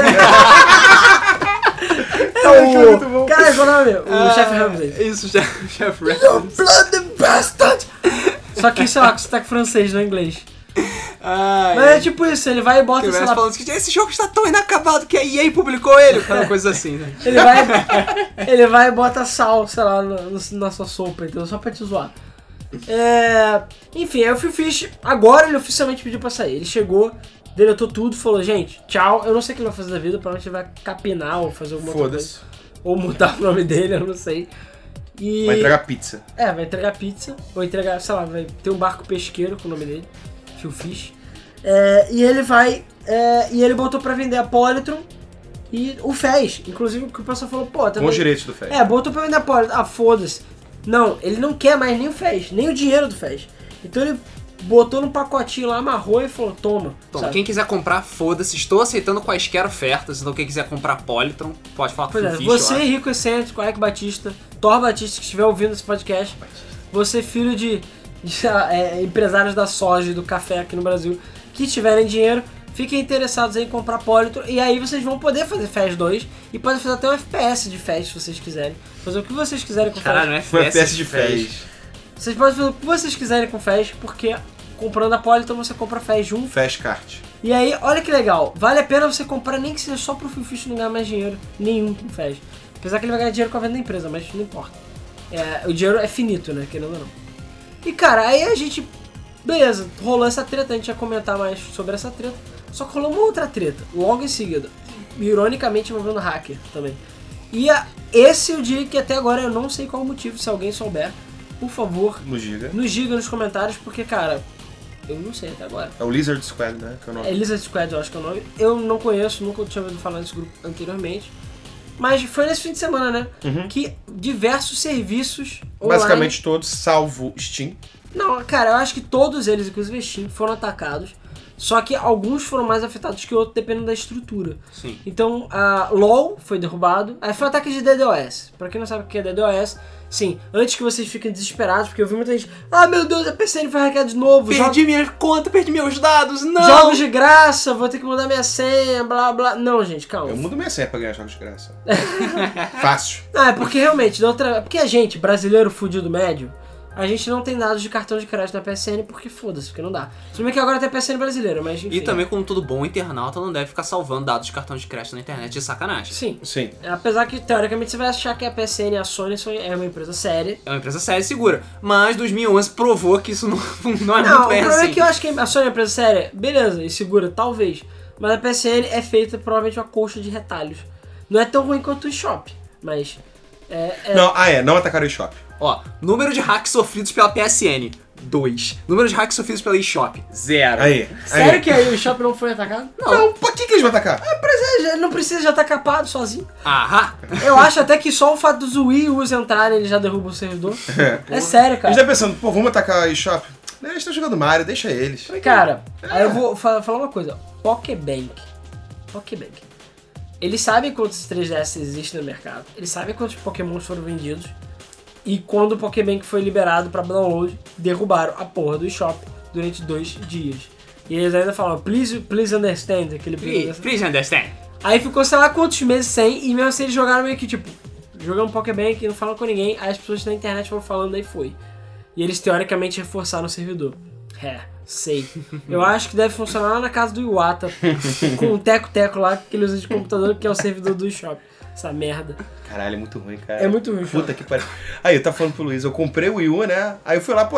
S2: É o...
S3: muito bom.
S2: Cara, qual é o nome? O chefe
S1: Ah,
S2: Ramsey.
S1: Isso, Chef, chef Ramsey.
S2: bloody bastard! Só que, sei lá, com sotaque francês, não é inglês.
S1: Ai,
S2: Mas é tipo isso, ele vai e bota,
S1: que
S2: sei
S1: vai
S2: lá,
S1: falando que esse jogo está tão inacabado que a EA publicou ele. Uma coisa assim, né?
S2: ele vai, ele vai e bota sal, sei lá, no- no- na sua sopa, entendeu? Só pra te zoar. É, enfim, aí o Phil Fish, agora ele oficialmente pediu pra sair. Ele chegou, deletou tudo, falou, gente, tchau, eu não sei o que ele vai fazer da vida, provavelmente ele vai capinar ou fazer alguma outra coisa.
S3: Foda-se.
S2: Ou mudar o nome dele, eu não sei. E...
S3: Vai entregar pizza.
S2: É, vai entregar pizza, ou entregar, sei lá, vai ter um barco pesqueiro com o nome dele, Phil Fish. É, e ele vai. é, e ele botou pra vender a Polytron e o Fez. Inclusive, que o pessoal falou, pô,
S3: Com
S2: também.
S3: os direitos do Fed.
S2: É, botou pra vender a Polytron. Ah, foda-se. Não, ele não quer mais nem o Fez, nem o dinheiro do Fez. Então ele botou num pacotinho lá, amarrou e falou, toma.
S1: Então,
S2: sabe?
S1: quem quiser comprar, foda-se. Estou aceitando quaisquer ofertas. Então, quem quiser comprar Polytron, pode falar com
S2: Pois
S1: o
S2: é,
S1: Fish,
S2: você,
S1: eu acho.
S2: Rico Excêntrico, Eric Batista, Thor Batista, que estiver ouvindo esse podcast, você, filho de, de, ah, é, empresários da soja e do café aqui no Brasil, que tiverem dinheiro, fiquem interessados em comprar Politron, e aí vocês vão poder fazer FES 2 e podem fazer até um FPS de FES se vocês quiserem. Fazer o que vocês quiserem com
S1: Caralho,
S2: FES.
S1: é
S3: Foi uma
S1: FPS
S3: peça de Fez.
S2: Vocês podem fazer o que vocês quiserem com FES, porque comprando a Politron você compra FES junto.
S3: Fez kart.
S2: E aí, olha que legal, vale a pena você comprar nem que seja só pro Fifish não ganhar mais dinheiro nenhum com o Fez. Apesar que ele vai ganhar dinheiro com a venda da empresa, mas não importa. É, o dinheiro é finito, né? Querendo ou não. E cara, aí a gente. Beleza, rolou essa treta, a gente ia comentar mais sobre essa treta. Só que rolou uma outra treta, logo em seguida. Ironicamente envolvendo hacker também. E a- esse é o dia que até agora eu não sei qual o motivo, se alguém souber, por favor,
S3: No Giga.
S2: nos diga nos comentários, porque cara, eu não sei até agora.
S3: É o Lizard Squad, né? Que é o nome.
S2: É Lizard Squad, eu acho que é o nome. Eu não conheço, nunca tinha ouvido falar desse grupo anteriormente. Mas foi nesse fim de semana, né?
S3: Uhum.
S2: Que diversos serviços online...
S3: Basicamente todos, salvo Steam.
S2: Não, cara, eu acho que todos eles, inclusive Steam, foram atacados. Só que alguns foram mais afetados que outros, dependendo da estrutura.
S1: Sim.
S2: Então, a LoL foi derrubado. Aí foi um ataque de DDoS. Pra quem não sabe o que é DDoS, sim, antes que vocês fiquem desesperados, porque eu vi muita gente... Ah, meu Deus, a PCN foi hackeada de novo. joga-
S1: Perdi minha conta, perdi meus dados, não!
S2: Jogos de graça, vou ter que mudar minha senha, blá blá. Não, gente, calma.
S3: Eu mudo minha senha pra ganhar jogos de graça. Fácil.
S2: Ah, é porque realmente, da outra. é Porque a gente, brasileiro fudido médio, a gente não tem dados de cartão de crédito na PSN porque foda-se, porque não dá. Se bem que agora tem a PSN brasileira, mas enfim.
S1: E também, como todo bom internauta, não deve ficar salvando dados de cartão de crédito na internet de sacanagem.
S2: Sim.
S3: Sim.
S2: Apesar que, teoricamente, você vai achar que a PSN e a Sony são, é uma empresa séria.
S1: É uma empresa séria e segura. Mas 2011 provou que isso não, não é
S2: Não, o
S1: muito bem
S2: problema
S1: assim.
S2: é que eu acho que a Sony é uma empresa séria, beleza, e segura, talvez. Mas a PSN é feita provavelmente uma colcha de retalhos. Não é tão ruim quanto o eShop, mas. É, é-
S3: Não, ah é, não atacaram o eShop.
S1: Ó, número de hacks sofridos pela PSN, 2. Número de hacks sofridos pela eShop, 0.
S3: Aí.
S2: Sério
S3: aí.
S2: que aí o eShop não Ah, foi atacado?
S3: Não, pra que, que eles vão atacar?
S2: Ele não precisa é, já estar capado sozinho.
S1: Ahá!
S2: Eu acho até que só o fato dos Wii U's entrarem, ele já derruba o servidor. É sério,
S3: A
S2: cara.
S3: gente tá pensando, pô, vamos atacar o eShop? Né, Eles estão jogando Mario, deixa eles.
S2: Cara, aí eu vou fa- falar uma coisa. Pokébank. Pokébank. Eles sabem quantos 3DS existem no mercado. Eles sabem quantos Pokémons foram vendidos. E quando o Pokébank foi liberado pra download, derrubaram a porra do eShop durante dois dias. E eles ainda falam, please, please understand aquele
S1: Please, please understand.
S2: Aí ficou sei lá quantos meses sem, e mesmo assim eles jogaram meio que tipo, jogando Pokébank e não falando com ninguém, aí as pessoas na internet foram falando aí foi. E eles teoricamente reforçaram o servidor. É, sei. Eu acho que deve funcionar lá na casa do Iwata, com um teco-teco lá que ele usa de computador, que é o servidor do shop. Essa merda.
S3: Caralho, é muito ruim, cara.
S2: É muito ruim.
S3: Puta que pariu. Aí, eu tava falando pro Luiz, eu comprei o Wii U, né? Aí eu fui lá, pô,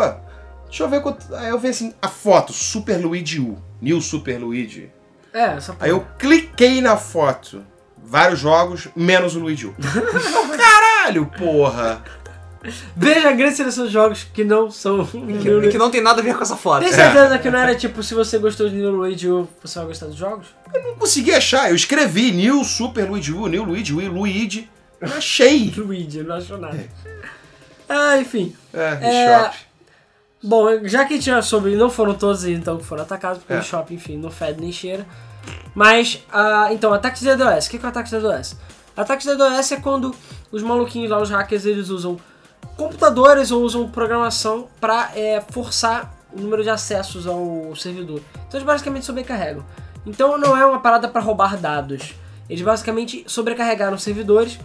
S3: deixa eu ver quanto... Aí eu vi assim, a foto, Super Luigi U. New Super Luigi.
S2: cara. É, essa porra.
S3: Aí eu cliquei na foto. Vários jogos, menos o Luigi. Caralho, porra!
S2: Veja a grande seleção de jogos que não são.
S3: é
S1: Que, que não tem nada a ver com essa foto.
S2: Tem certeza que não era tipo, se você gostou de New Luigi, você vai gostar dos jogos?
S3: Não consegui achar. Eu escrevi New Super Luigi U, New Luigi U, Luigi. Não achei.
S2: Luigi, não achou nada. Ah, enfim.
S3: É, eShop.
S2: Bom, já que a gente já soube, não foram todos então que foram atacados, porque
S3: É.
S2: o shopping, enfim, não fede nem cheira. Mas, ah, então, ataque de DDoS. O que que é o ataque de DDoS? Ataque de DDoS é quando os maluquinhos lá, os hackers, eles usam computadores ou usam programação pra é, forçar o número de acessos ao servidor. Então eles basicamente sobrecarregam. Então não é uma parada pra roubar dados. Eles basicamente sobrecarregaram os servidores,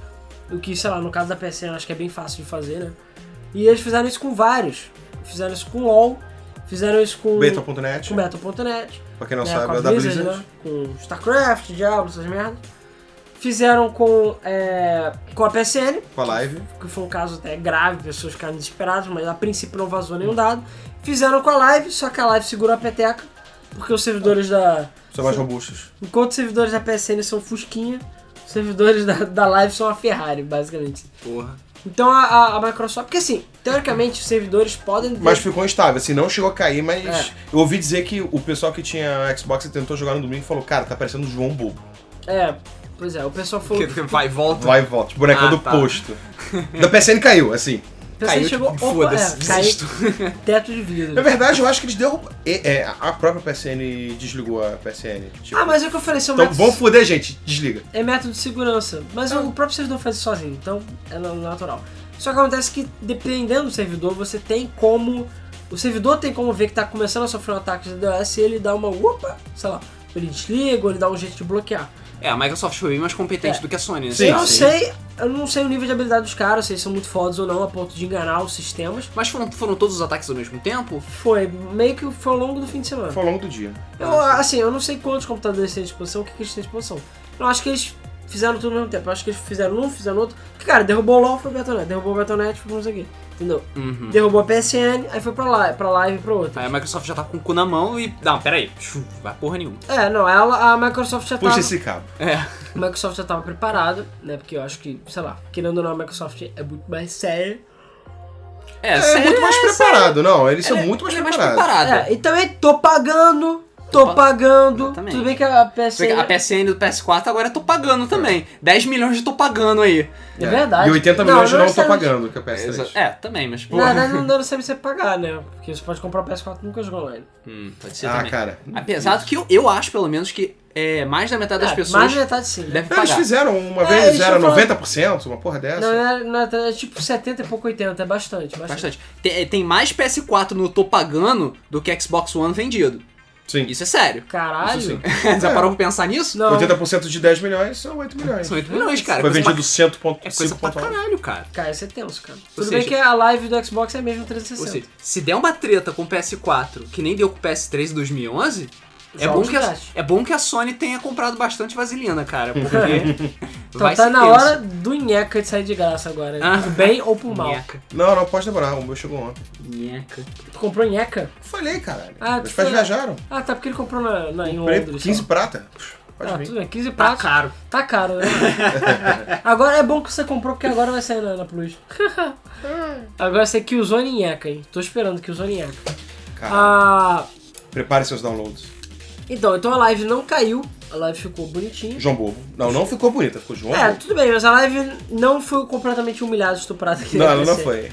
S2: o que, sei lá, no caso da PSN eu acho que é bem fácil de fazer, né? E eles fizeram isso com vários. Fizeram isso com LOL, fizeram isso com
S3: Beta.net.
S2: com Battle.net,
S3: Pra quem não
S2: né,
S3: sabe,
S2: com
S3: é
S2: a
S3: da
S2: Blizzard,
S3: Blizzard.
S2: né, com StarCraft, Diablo, essas merdas. Fizeram com, é, com a PSN,
S3: Com a live.
S2: que foi um caso até grave, pessoas ficaram desesperadas, mas a princípio não vazou nenhum dado. Fizeram com a live, só que a live segurou a peteca, porque os servidores da.
S3: São mais robustos.
S2: Enquanto os servidores da PSN são Fusquinha, os servidores da, da live são a Ferrari, basicamente.
S1: Porra.
S2: Então a, a- a Microsoft. Porque assim, teoricamente os servidores podem.
S3: Mas ficou instável, assim, não chegou a cair, mas
S2: É.
S3: eu ouvi dizer que o pessoal que tinha Xbox e tentou jogar no domingo falou, cara, tá parecendo o João Bobo.
S2: É, pois é, o pessoal falou.
S1: Que, que vai e volta.
S3: Vai e volta, tipo, bonecão
S1: Ah,
S3: do
S1: tá.
S3: posto. Da PSN caiu, assim.
S2: O pessoal
S1: Caiu,
S2: chegou.
S1: tipo,
S2: opa,
S1: foda-se,
S2: é, caiu
S1: desisto.
S3: né?
S2: teto de
S3: Na
S2: vidro.
S3: verdade, eu acho que eles derrubaram. É, é, a própria PSN desligou a PSN. tipo.
S2: Ah, mas é o que eu falei, são
S3: Então Ah.
S2: métodos-
S3: vão foder, gente, desliga.
S2: é método de segurança. Mas o próprio servidor faz isso sozinho, então é na- natural. Só que acontece que, dependendo do servidor, você tem como. O servidor tem como ver que tá começando a sofrer um ataque de DOS e ele dá uma. Opa! Sei lá. Ele desliga ou ele dá um jeito de bloquear.
S1: É, a Microsoft foi bem mais competente do que a Sony, né?
S3: Sim.
S2: eu não sei. Eu não sei o nível de habilidade dos caras, se eles são muito fodas ou não, a ponto de enganar os sistemas.
S1: Mas foram, foram todos os ataques ao mesmo tempo?
S2: Foi, meio que foi ao longo do fim de semana.
S3: Foi ao longo do dia.
S2: Eu, assim, eu não sei quantos computadores têm à disposição, o que, que eles têm à disposição. Eu acho que eles fizeram tudo ao mesmo tempo. Eu acho que eles fizeram um, fizeram outro. Porque, cara, derrubou o LOL, foi o Betonet. Derrubou o Betonet, foi pra não sei o quê. Entendeu?
S1: Uhum.
S2: Derrubou a PSN, aí foi pra lá, pra live e pra outra.
S1: Aí a Microsoft já tá com o cu na mão e. Não, peraí. Chu, Vai porra nenhuma.
S2: É, não, ela, a Microsoft já
S3: Puxa
S2: tava,
S3: esse cabo.
S1: É.
S2: a Microsoft já tava preparada, né? Porque eu acho que, sei lá, querendo ou não, a Microsoft é muito mais séria.
S1: É,
S3: É,
S1: sério,
S3: muito mais
S1: é,
S3: preparado, não. Eles são
S1: Ela é-
S3: muito mais
S1: ela é mais
S3: preparados.
S1: preparada.
S2: É, e também tô pagando, tô
S1: pa-
S2: pagando.
S1: Exatamente.
S2: Tudo bem que a
S1: Você vê que
S2: PSN...
S1: A PSN do PS4 agora eu tô pagando também. 10 milhões eu tô pagando aí.
S2: É verdade.
S3: E 80
S2: Não,
S3: milhões eu
S2: não
S3: não, tô
S2: necessariamente-
S3: pagando, que é o PS3.
S1: Exa- É, também, mas
S2: Na
S1: porra.
S2: verdade, não dá pra você pagar, né? Porque você pode comprar o PS4 e nunca jogou online.
S1: Hum, pode ser
S3: Ah,
S1: também.
S3: cara.
S1: Apesar do que eu, eu acho, pelo menos, que é, mais da metade das
S2: Ah,
S1: pessoas
S2: Mais da metade sim. né?
S1: deve
S3: Eles
S1: pagar.
S3: fizeram uma
S2: É,
S3: vez,
S2: eles
S3: era
S2: estão
S3: 90%, uma porra dessa.
S2: Não, é, não é, é tipo 70 e pouco 80, é bastante, bastante.
S1: assim. Bastante. Tem, é, tem mais PS4 no tô pagando do que Xbox One vendido.
S3: Sim.
S1: Isso é sério.
S2: Caralho.
S3: Isso sim.
S1: Já parou pra pensar nisso?
S2: é. Não.
S3: 80% de 10 milhões são 8 milhões.
S1: São 8 milhões, cara.
S3: Foi
S1: Coisa
S3: vendido
S1: pra-
S3: 100.5.
S1: É coisa pra caralho, cara.
S2: Cara, isso é tenso, cara.
S1: Ou
S2: Tudo
S1: seja-
S2: bem que a live do Xbox é mesmo
S1: Ou
S2: 360.
S1: seja, se der uma treta com o PS4, que nem deu com o PS3 em 2011, é
S2: Jogos
S1: bom, que a,
S2: grátis.
S1: é bom que a Sony tenha comprado bastante vaselina, cara, porque
S2: então
S1: vai
S2: tá
S1: ser
S2: na
S1: tenso.
S2: hora do nheca de sair de graça agora.
S1: Ah.
S2: Por bem ou por mal.
S1: Nheca,
S3: Não, não, pode demorar. O meu chegou ontem.
S1: nheca.
S2: Tu comprou nheca?
S3: Falei, caralho.
S2: Ah,
S3: Meus
S2: tu
S3: pais
S2: foi-
S3: viajaram.
S2: Ah, tá, porque ele comprou na, na, em
S3: Comprei
S2: Londres. né?
S3: 15
S2: ó.
S3: prata. Puxa, Pode
S2: ah,
S3: vir.
S2: tudo bem, 15
S1: Tá
S2: pratos.
S1: caro.
S2: Tá caro, né? agora é bom que você comprou, porque agora vai sair na, na Plus. agora você Killzone em nheca, hein? Tô esperando Killzone em nheca.
S3: Cara,
S2: Ah...
S3: prepare seus downloads.
S2: Então, então a live não caiu, a live ficou bonitinha.
S3: João Bobo. Não, não ficou bonita, ficou João
S2: É,
S3: Bobo.
S2: tudo bem, mas a live não foi completamente humilhada, estuprada aqui. né,
S3: Não, ela não foi.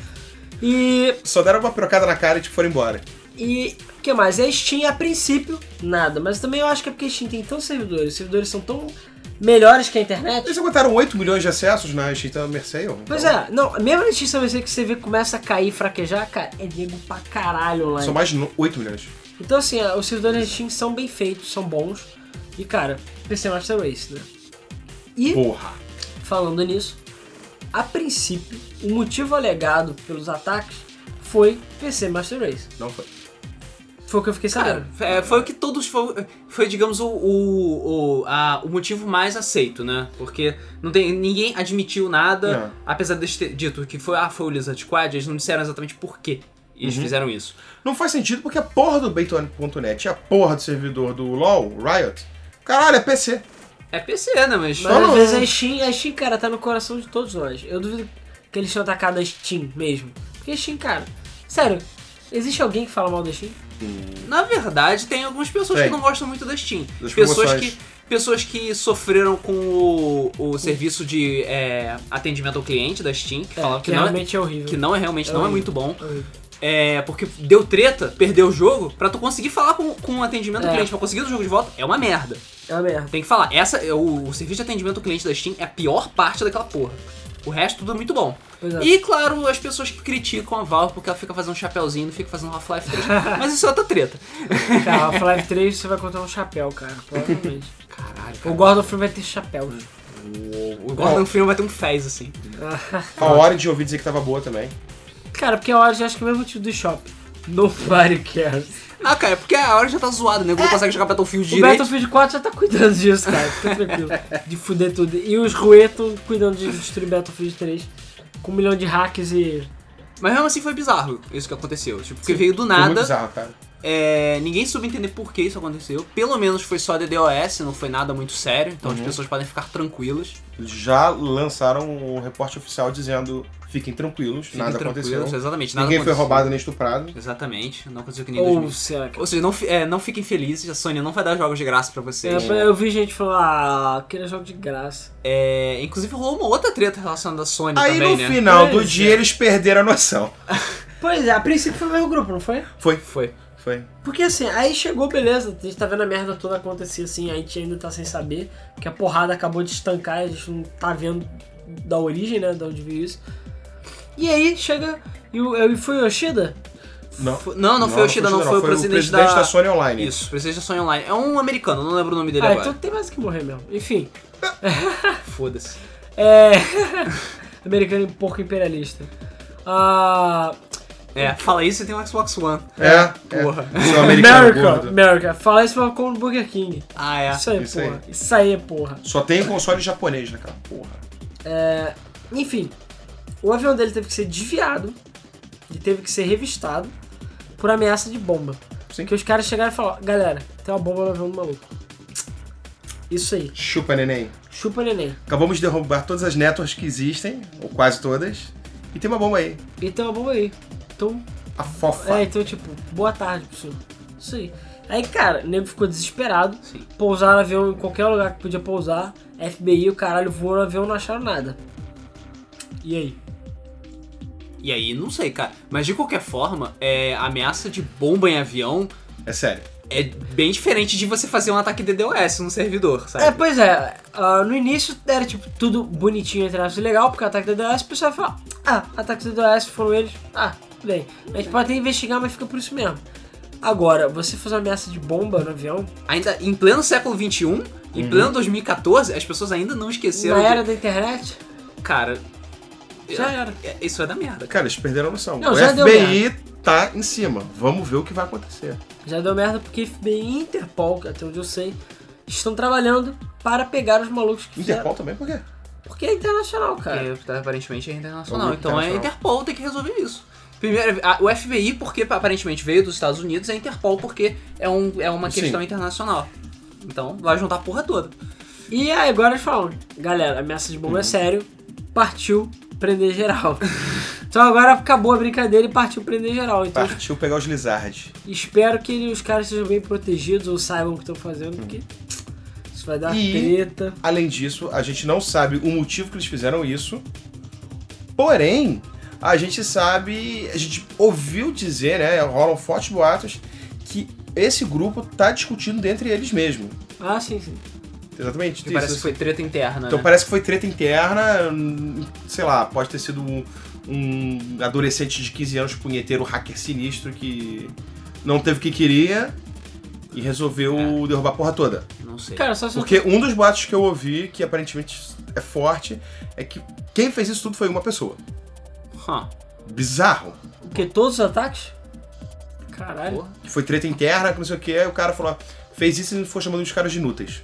S2: E.
S3: Só deram uma pirocada na cara e tipo, foram embora.
S2: E. O que mais? E a Steam, a princípio, nada. Mas também eu acho que é porque a Steam tem tantos servidores, os servidores são tão melhores que a internet.
S3: Eles botaram 8 milhões de acessos na Chita Mersey.
S2: Pois é, não, mesmo na Steam você que você vê que começa a cair, fraquejar, cara, é nego pra caralho
S1: é.
S2: online.
S3: São mais de no- 8 milhões.
S2: Então assim, os servidores da Steam são bem feitos, são bons. E cara, PC Master Race, né? E.
S3: Porra.
S2: Falando nisso, a princípio, o motivo alegado pelos ataques foi PC Master Race.
S3: Não foi.
S2: Foi o que eu fiquei sabendo.
S1: Cara, é, foi o que todos. Foi, foi digamos, o, o, o, a- o motivo mais aceito, né? Porque não tem, ninguém admitiu nada,
S3: Não.
S1: apesar de ter dito que foi, ah, foi o Lizard Squad, eles não disseram exatamente por quê eles
S3: Uhum.
S1: fizeram isso.
S3: Não faz sentido porque a porra do Beiton.net e a porra do servidor do LoL, Riot, Caralho, é PC.
S1: É PC, né? Mas.
S2: Mas
S3: Só
S2: às
S3: não-
S2: vezes a Steam, a Steam, cara, tá no coração de todos nós. Eu duvido que eles tenham atacado a Steam mesmo. Porque a Steam, cara, sério, existe alguém que fala mal da Steam?
S1: Na verdade, tem algumas pessoas
S3: Tem.
S1: que não gostam muito da Steam.
S3: Das
S1: pessoas
S3: promoções.
S1: que pessoas que sofreram com o, o serviço de é, atendimento ao cliente da Steam, que
S2: É,
S1: falavam
S2: que
S1: que, não é,
S2: realmente é horrível.
S1: que não é realmente
S2: É
S1: não é
S2: horrível.
S1: muito bom.
S2: É horrível.
S1: É, porque deu treta, perdeu o jogo, pra tu conseguir falar com, com o atendimento ao
S2: É.
S1: cliente, pra conseguir o jogo de volta, é uma merda.
S2: É uma merda.
S1: Tem que falar, essa é o, o serviço de atendimento ao cliente da Steam é a pior parte daquela porra. O resto tudo é muito bom.
S2: Pois é.
S1: E claro, as pessoas que criticam a Valve porque ela fica fazendo um chapéuzinho, não fica fazendo Half-Life 3. Mas isso é outra treta.
S2: Cara, Half-Life 3 você vai contar um chapéu, cara, provavelmente.
S1: Caralho,
S2: o
S1: cara.
S2: Gordon Freeman vai ter chapéu.
S1: É. O Gordon Freeman vai ter um fez assim.
S3: A
S1: Uhum.
S3: hora de ouvir dizer que tava boa também.
S2: Cara, porque a Origin acho que é o mesmo tipo do shopping. Nobody cares.
S1: Não, cara, é porque a hora já tá zoada, né? O não consegue jogar Battlefield
S2: É. O
S1: direito.
S2: Battlefield 4 já tá cuidando disso, cara. Fica tranquilo. De fuder tudo. E os Rue tão cuidando de destruir Battlefield 3. Com um milhão de hacks e.
S1: Mas mesmo assim foi bizarro isso que aconteceu. Tipo, porque
S2: Sim.
S1: veio do
S3: Foi muito
S1: nada.
S3: bizarro, cara.
S1: É, ninguém soube entender por que isso aconteceu. Pelo menos foi só DDoS, não foi nada muito sério. Então as
S3: Uhum.
S1: pessoas podem ficar tranquilas.
S3: Já lançaram um reporte oficial dizendo fiquem tranquilos,
S1: Fiquem
S3: nada
S1: tranquilas,
S3: aconteceu.
S1: Exatamente, nada
S3: Ninguém foi
S1: aconteceu.
S3: roubado nem estuprado.
S1: Exatamente, não aconteceu que nem
S2: Ou
S1: 2000.
S2: será que.
S1: Ou seja, não, fi- é, não fiquem felizes, a Sony não vai dar jogos de graça pra vocês.
S2: É, eu vi gente falar, ah, aquele é jogo de graça.
S1: É, inclusive rolou uma outra treta relacionada à Sony
S3: Aí
S1: também,
S3: no
S1: né?
S3: final do
S2: Pois
S3: dia
S2: é.
S3: eles perderam a noção.
S2: Pois é, a princípio foi o mesmo grupo, não foi?
S3: Foi,
S1: Foi.
S3: foi.
S2: Porque assim, aí chegou, beleza, a gente tá vendo a merda toda acontecer assim, a gente ainda tá sem saber, que a porrada acabou de estancar, a gente não tá vendo da origem, né, de onde veio isso. E aí chega, e, o- e foi o Yoshida? Ah,
S3: Não.
S1: Foi- Não, não, foi o Shida, não, foi, o presidente,
S3: presidente da Sony Online.
S1: Isso, o presidente da Sony Online. É um americano, não lembro o nome dele
S2: Ah,
S1: agora.
S2: então tem mais que morrer mesmo. Enfim,
S1: Foda-se.
S2: é. Americano e pouco imperialista. Ah.
S1: É, fala isso e tem um Xbox One.
S3: É,
S1: Porra.
S3: é. Sou americano
S2: America,
S3: gordo.
S2: America, fala isso pra como Burger King.
S1: Ah, é.
S2: Isso aí,
S3: isso
S2: porra. Isso aí, porra.
S3: Só tem console japonês naquela porra.
S2: É, enfim, o avião dele teve que ser desviado e teve que ser revistado por ameaça de bomba.
S3: Sim.
S2: Que os caras chegaram e falaram, galera, tem uma bomba no avião do maluco. Isso aí,
S3: Chupa, neném.
S2: chupa neném.
S3: Acabamos de derrubar todas as networks que existem, ou quase todas, e tem uma bomba aí.
S2: E tem uma bomba aí. Então,
S3: A fofa.
S2: é, então tipo, boa tarde pro senhor. Isso aí. Aí, cara, o nego ficou desesperado,
S1: Sim.
S2: pousaram o avião em qualquer lugar que podia pousar, FBI, o caralho, voou no avião não acharam nada. E aí?
S1: E aí, não sei, cara. Mas de qualquer forma, é, a ameaça de bomba em avião
S3: É sério.
S1: é bem diferente de você fazer um ataque DDoS num servidor, sabe?
S2: É, pois é. ah, no início era, tipo, tudo bonitinho, entre aspas, legal, porque o ataque da DDoS, o pessoal fala, ah, ataque da DDoS foram eles, ah, tudo bem. A gente pode até investigar, mas fica por isso mesmo. Agora, você fazer uma ameaça de bomba no avião,
S1: Ainda em pleno século XXI, em pleno 2014, as pessoas ainda não esqueceram.
S2: na
S1: de-
S2: era da internet,
S1: Cara,
S2: já era.
S1: é- isso é da merda. cara.
S3: Cara, eles perderam a noção.
S2: Não,
S3: o
S2: já deu
S3: FBI tá em cima. Vamos ver o que vai acontecer.
S2: Já deu merda porque FBI e Interpol, até onde eu sei, estão trabalhando para pegar os malucos que fizeram.
S3: Interpol também, por quê?
S2: Porque é internacional, cara.
S1: Porque aparentemente é internacional.
S3: Ou
S1: Então é
S3: internacional.
S1: Interpol tem que resolver isso. Primeiro, a- o FBI, porque aparentemente veio dos Estados Unidos, é a Interpol, porque é, um, é uma
S3: Sim.
S1: questão internacional. Então vai juntar a porra toda.
S2: E aí agora eles falam, galera, ameaça de bomba
S3: Uhum.
S2: é sério, partiu prender geral. então agora acabou a brincadeira e partiu prender geral. Então
S3: Partiu Tá, pegar os Lizard.
S2: espero que os caras sejam bem protegidos ou saibam o que estão fazendo, porque isso vai dar
S3: Uhum. E-
S2: treta.
S3: Além disso, a gente não sabe o motivo que eles fizeram isso. Porém, a gente sabe, a gente ouviu dizer, né, rolam fortes boatos que esse grupo tá discutindo dentre eles mesmo.
S2: Ah, sim, sim.
S3: Exatamente.
S1: Que
S3: isso.
S1: parece que foi treta interna.
S3: Então
S1: né?
S3: parece que foi treta interna, hum, sei lá, pode ter sido um, um adolescente de 15 anos punheteiro, hacker sinistro que não teve o que queria e resolveu
S1: É.
S3: derrubar a porra toda.
S1: Não sei.
S2: Cara, só se
S3: Porque um dos boatos que eu ouvi, que aparentemente é forte, é que quem fez isso tudo foi uma pessoa.
S1: Hã,
S3: Bizarro.
S2: o quê? Todos os ataques? Caralho.
S1: porra.
S3: Que foi treta interna, que não sei o que, aí o cara falou, ó, fez isso e foi chamando os caras de inúteis.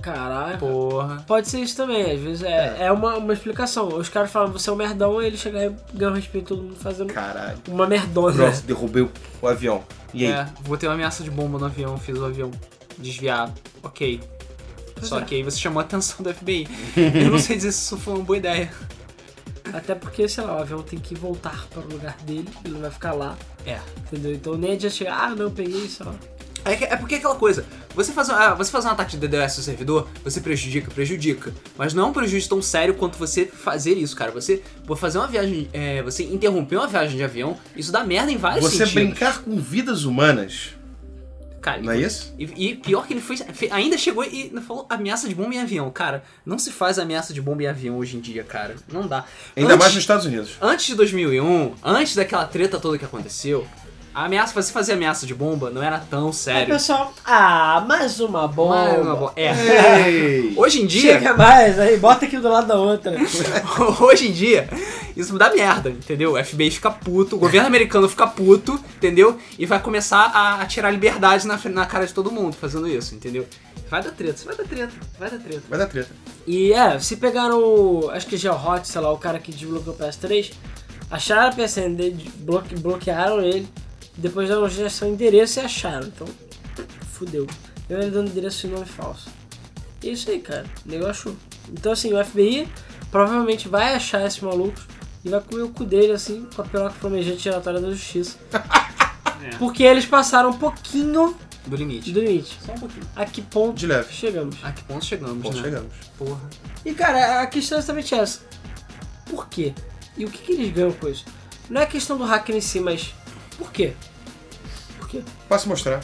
S2: Caralho.
S1: Porra.
S2: Pode ser isso também, às vezes é, é. uma, uma explicação. Os caras falam, você é um merdão, e ele chega aí e ganha o respeito de todo mundo fazendo
S3: Caralho.
S2: uma merdona.
S3: Pronto, derrubei o, o avião. E aí?
S1: É, vou ter uma ameaça de bomba no avião, fiz o avião desviar. Ok. Só
S2: é.
S1: que aí você chamou a atenção do FBI. Eu não sei dizer se isso foi uma boa ideia.
S2: Até porque, sei lá, o avião tem que voltar para o lugar dele, ele não vai ficar lá,
S1: É.
S2: entendeu? Então nem adianta chegar, ah, não, peguei só.
S1: É, que- é porque é aquela coisa, você faz, um- ah, você faz um ataque de DDoS no servidor, você prejudica, prejudica. Mas não é um prejuízo tão sério quanto você fazer isso, cara. Você pô, fazer uma viagem, é, você interromper uma viagem de avião, isso dá merda em vários
S3: Você
S1: sentidos.
S3: brincar com vidas humanas,
S1: Cara,
S3: não é isso?
S1: e, e pior que ele foi, fe- ainda chegou e falou ameaça de bomba em avião. Cara, não se faz ameaça de bomba em avião hoje em dia, cara. Não dá.
S3: Ainda
S1: Antes-
S3: mais nos Estados Unidos.
S1: Antes de 2001, antes daquela treta toda que aconteceu, a ameaça, você fazer ameaça de bomba não era tão
S2: Aí,
S1: sério.
S2: pessoal, ah, mais uma bomba.
S1: Mas, uma bo- é.
S3: Ei!
S1: Hoje em dia,
S2: Chega mais, aí bota aqui do lado da outra.
S1: hoje em dia, isso dá merda, entendeu? O FBI fica puto, o governo americano fica puto, entendeu? E vai começar a, a tirar liberdade na, fre- na cara de todo mundo fazendo isso, entendeu? Vai dar treta, isso vai dar treta, vai dar treta.
S3: Vai dar treta.
S2: E é, se pegaram o. Acho que já é o Hot, sei lá, o cara que desbloqueou o PS3, acharam a PSN dele, bloque, bloquearam ele, depois deram sugestão de endereço e acharam. Então, fudeu. Eu ele dando endereço e nome falso. E é isso aí, cara. O negócio achou. Então assim, o FBI provavelmente vai achar esse maluco e vai comer o cu dele, assim, com a piroca flamejante giratória da justiça.
S1: É.
S2: Porque eles passaram um pouquinho
S1: Do limite.
S2: do limite.
S1: Só um pouquinho.
S2: A que ponto
S3: De leve.
S2: chegamos?
S1: A que ponto chegamos,
S3: Bom,
S1: né?
S3: chegamos.
S1: Porra.
S2: E cara, a questão é exatamente essa. Por quê? E o que, que eles ganham com isso? Não é questão do hacker em si, mas por quê? Por quê?
S3: Posso mostrar?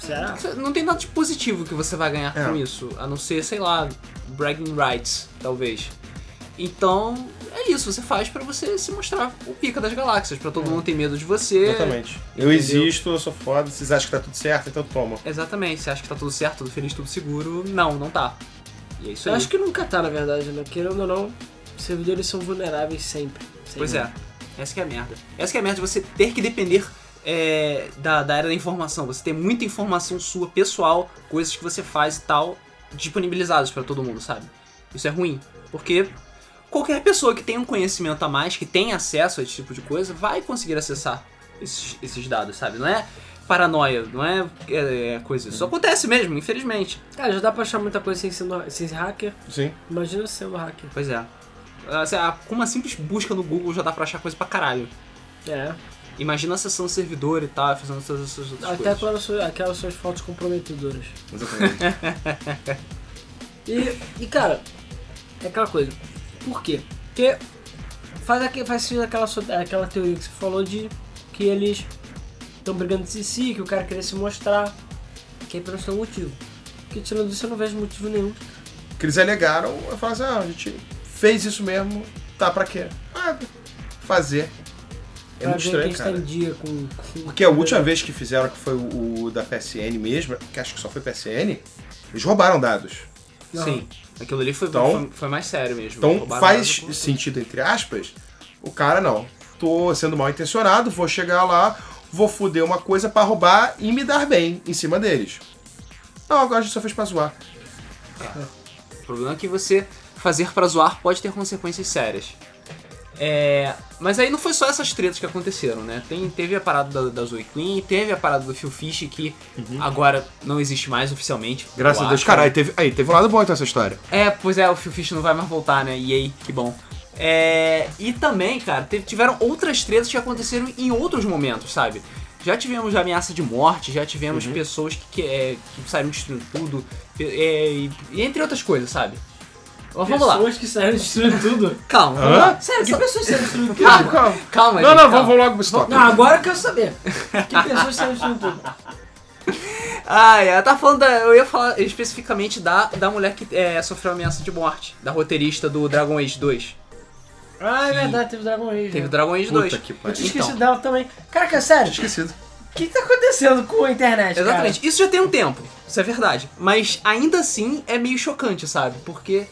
S2: Será?
S1: Ah, Não tem nada de positivo que você vai ganhar
S3: É.
S1: com isso, a não ser, sei lá, bragging rights, talvez. Então, é isso, você faz pra você se mostrar o pica das galáxias, pra todo mundo ter medo de você.
S3: É. Exatamente.
S1: Entendeu?
S3: Eu existo, eu sou foda, vocês acham que tá tudo certo, então toma.
S1: Exatamente, você acha que tá tudo certo, tudo feliz, tudo seguro. Não, não tá. E é isso
S2: Eu
S1: aí.
S2: acho que nunca tá, na verdade, né? Querendo ou não, servidores são vulneráveis sempre. sempre.
S1: Pois é, essa que é a merda. Essa que é a merda de você ter que depender é, da, da era da informação. Você ter muita informação sua, pessoal, coisas que você faz e tal, disponibilizadas pra todo mundo, sabe? Isso é ruim, porque qualquer pessoa que tenha um conhecimento a mais, que tenha acesso a esse tipo de coisa, vai conseguir acessar esses, esses dados, sabe? Não é paranoia, não é, é, é coisa. Isso acontece mesmo, infelizmente.
S2: Cara, já dá pra achar muita coisa sem ser, no- sem ser hacker.
S3: Sim.
S2: Imagina sendo hacker.
S1: Pois é. Assim, a- Com uma simples busca no Google já dá pra achar coisa pra caralho.
S2: É.
S1: Imagina acessando o servidor e tal, fazendo todas essas outras
S2: Até
S1: coisas.
S2: quando su- aquelas suas fotos comprometedoras.
S3: Exatamente.
S2: E, e cara, é aquela coisa. Por quê? Porque faz, aque- faz sentido aquela, so- aquela teoria que você falou de que eles estão brigando entre si, que o cara queria se mostrar, que aí pra não ser um motivo. Porque tirando isso eu não vejo motivo nenhum.
S3: que eles alegaram, eu falo assim, ah, a gente fez isso mesmo, tá pra quê? Ah, fazer. É
S2: pra
S3: muito
S2: ver que a
S3: estranho,
S2: gente tá
S3: cara.
S2: em dia com. com
S3: Porque a última vez que fizeram, que foi o, o da PSN mesmo, que acho que só foi PSN, eles roubaram dados.
S2: Não.
S1: Sim, aquilo ali foi,
S3: Então-
S1: foi, foi mais sério mesmo.
S3: Então
S1: Roubaram
S3: faz
S1: nada com-
S3: sentido, entre aspas, o cara não. Tô sendo mal intencionado, vou chegar lá, vou foder uma coisa pra roubar e me dar bem em cima deles. Não, agora a gente só fez pra zoar.
S1: O problema é que você fazer pra zoar pode ter consequências sérias. É, mas aí não foi só essas tretas que aconteceram, né? Tem, teve a parada da, da Zoe Queen, teve a parada do Phil Fish, que agora não existe mais oficialmente.
S3: Uhum. Graças
S1: eu
S3: a Deus.
S1: acho.
S3: Caralho, teve, aí, teve um lado bom então essa história.
S1: É, pois é, o Phil Fish não vai mais voltar, né? E aí, que bom. É, e também, cara, teve- tiveram outras tretas que aconteceram em outros momentos, sabe? Já tivemos ameaça de morte, já tivemos
S3: Uhum.
S1: pessoas que, que, é, que saíram destruindo tudo, é, e, e entre outras coisas, sabe? Mas vamos lá,
S2: Pessoas que saíram destruindo tudo.
S1: calma, vamos lá.
S3: Hã?
S1: Sério,
S2: Que
S1: só-
S2: pessoas saíram destruindo tudo?
S1: Calma,
S3: Calma.
S1: calma,
S3: um
S1: gente,
S3: Não, não,
S1: calma.
S3: vamos, vamos logo pro stop.
S2: Não, agora eu quero saber. Que pessoas saíram destruindo tudo?
S1: Ah, é, tá falando da, eu ia falar especificamente da, da mulher que é, sofreu ameaça de morte, da roteirista do Dragon Age 2.
S2: Ah, é verdade, teve Dragon Age.
S1: Teve
S2: né?
S1: Dragon Age 2.
S3: Puta que
S2: Eu
S3: pariu.
S2: tinha
S1: Então.
S2: esquecido dela também. Caraca, sério,
S3: Esquecido.
S2: o que tá acontecendo com a internet? cara?
S1: Exatamente. Isso já tem um tempo, isso é verdade. Mas ainda assim é meio chocante, sabe? Porque,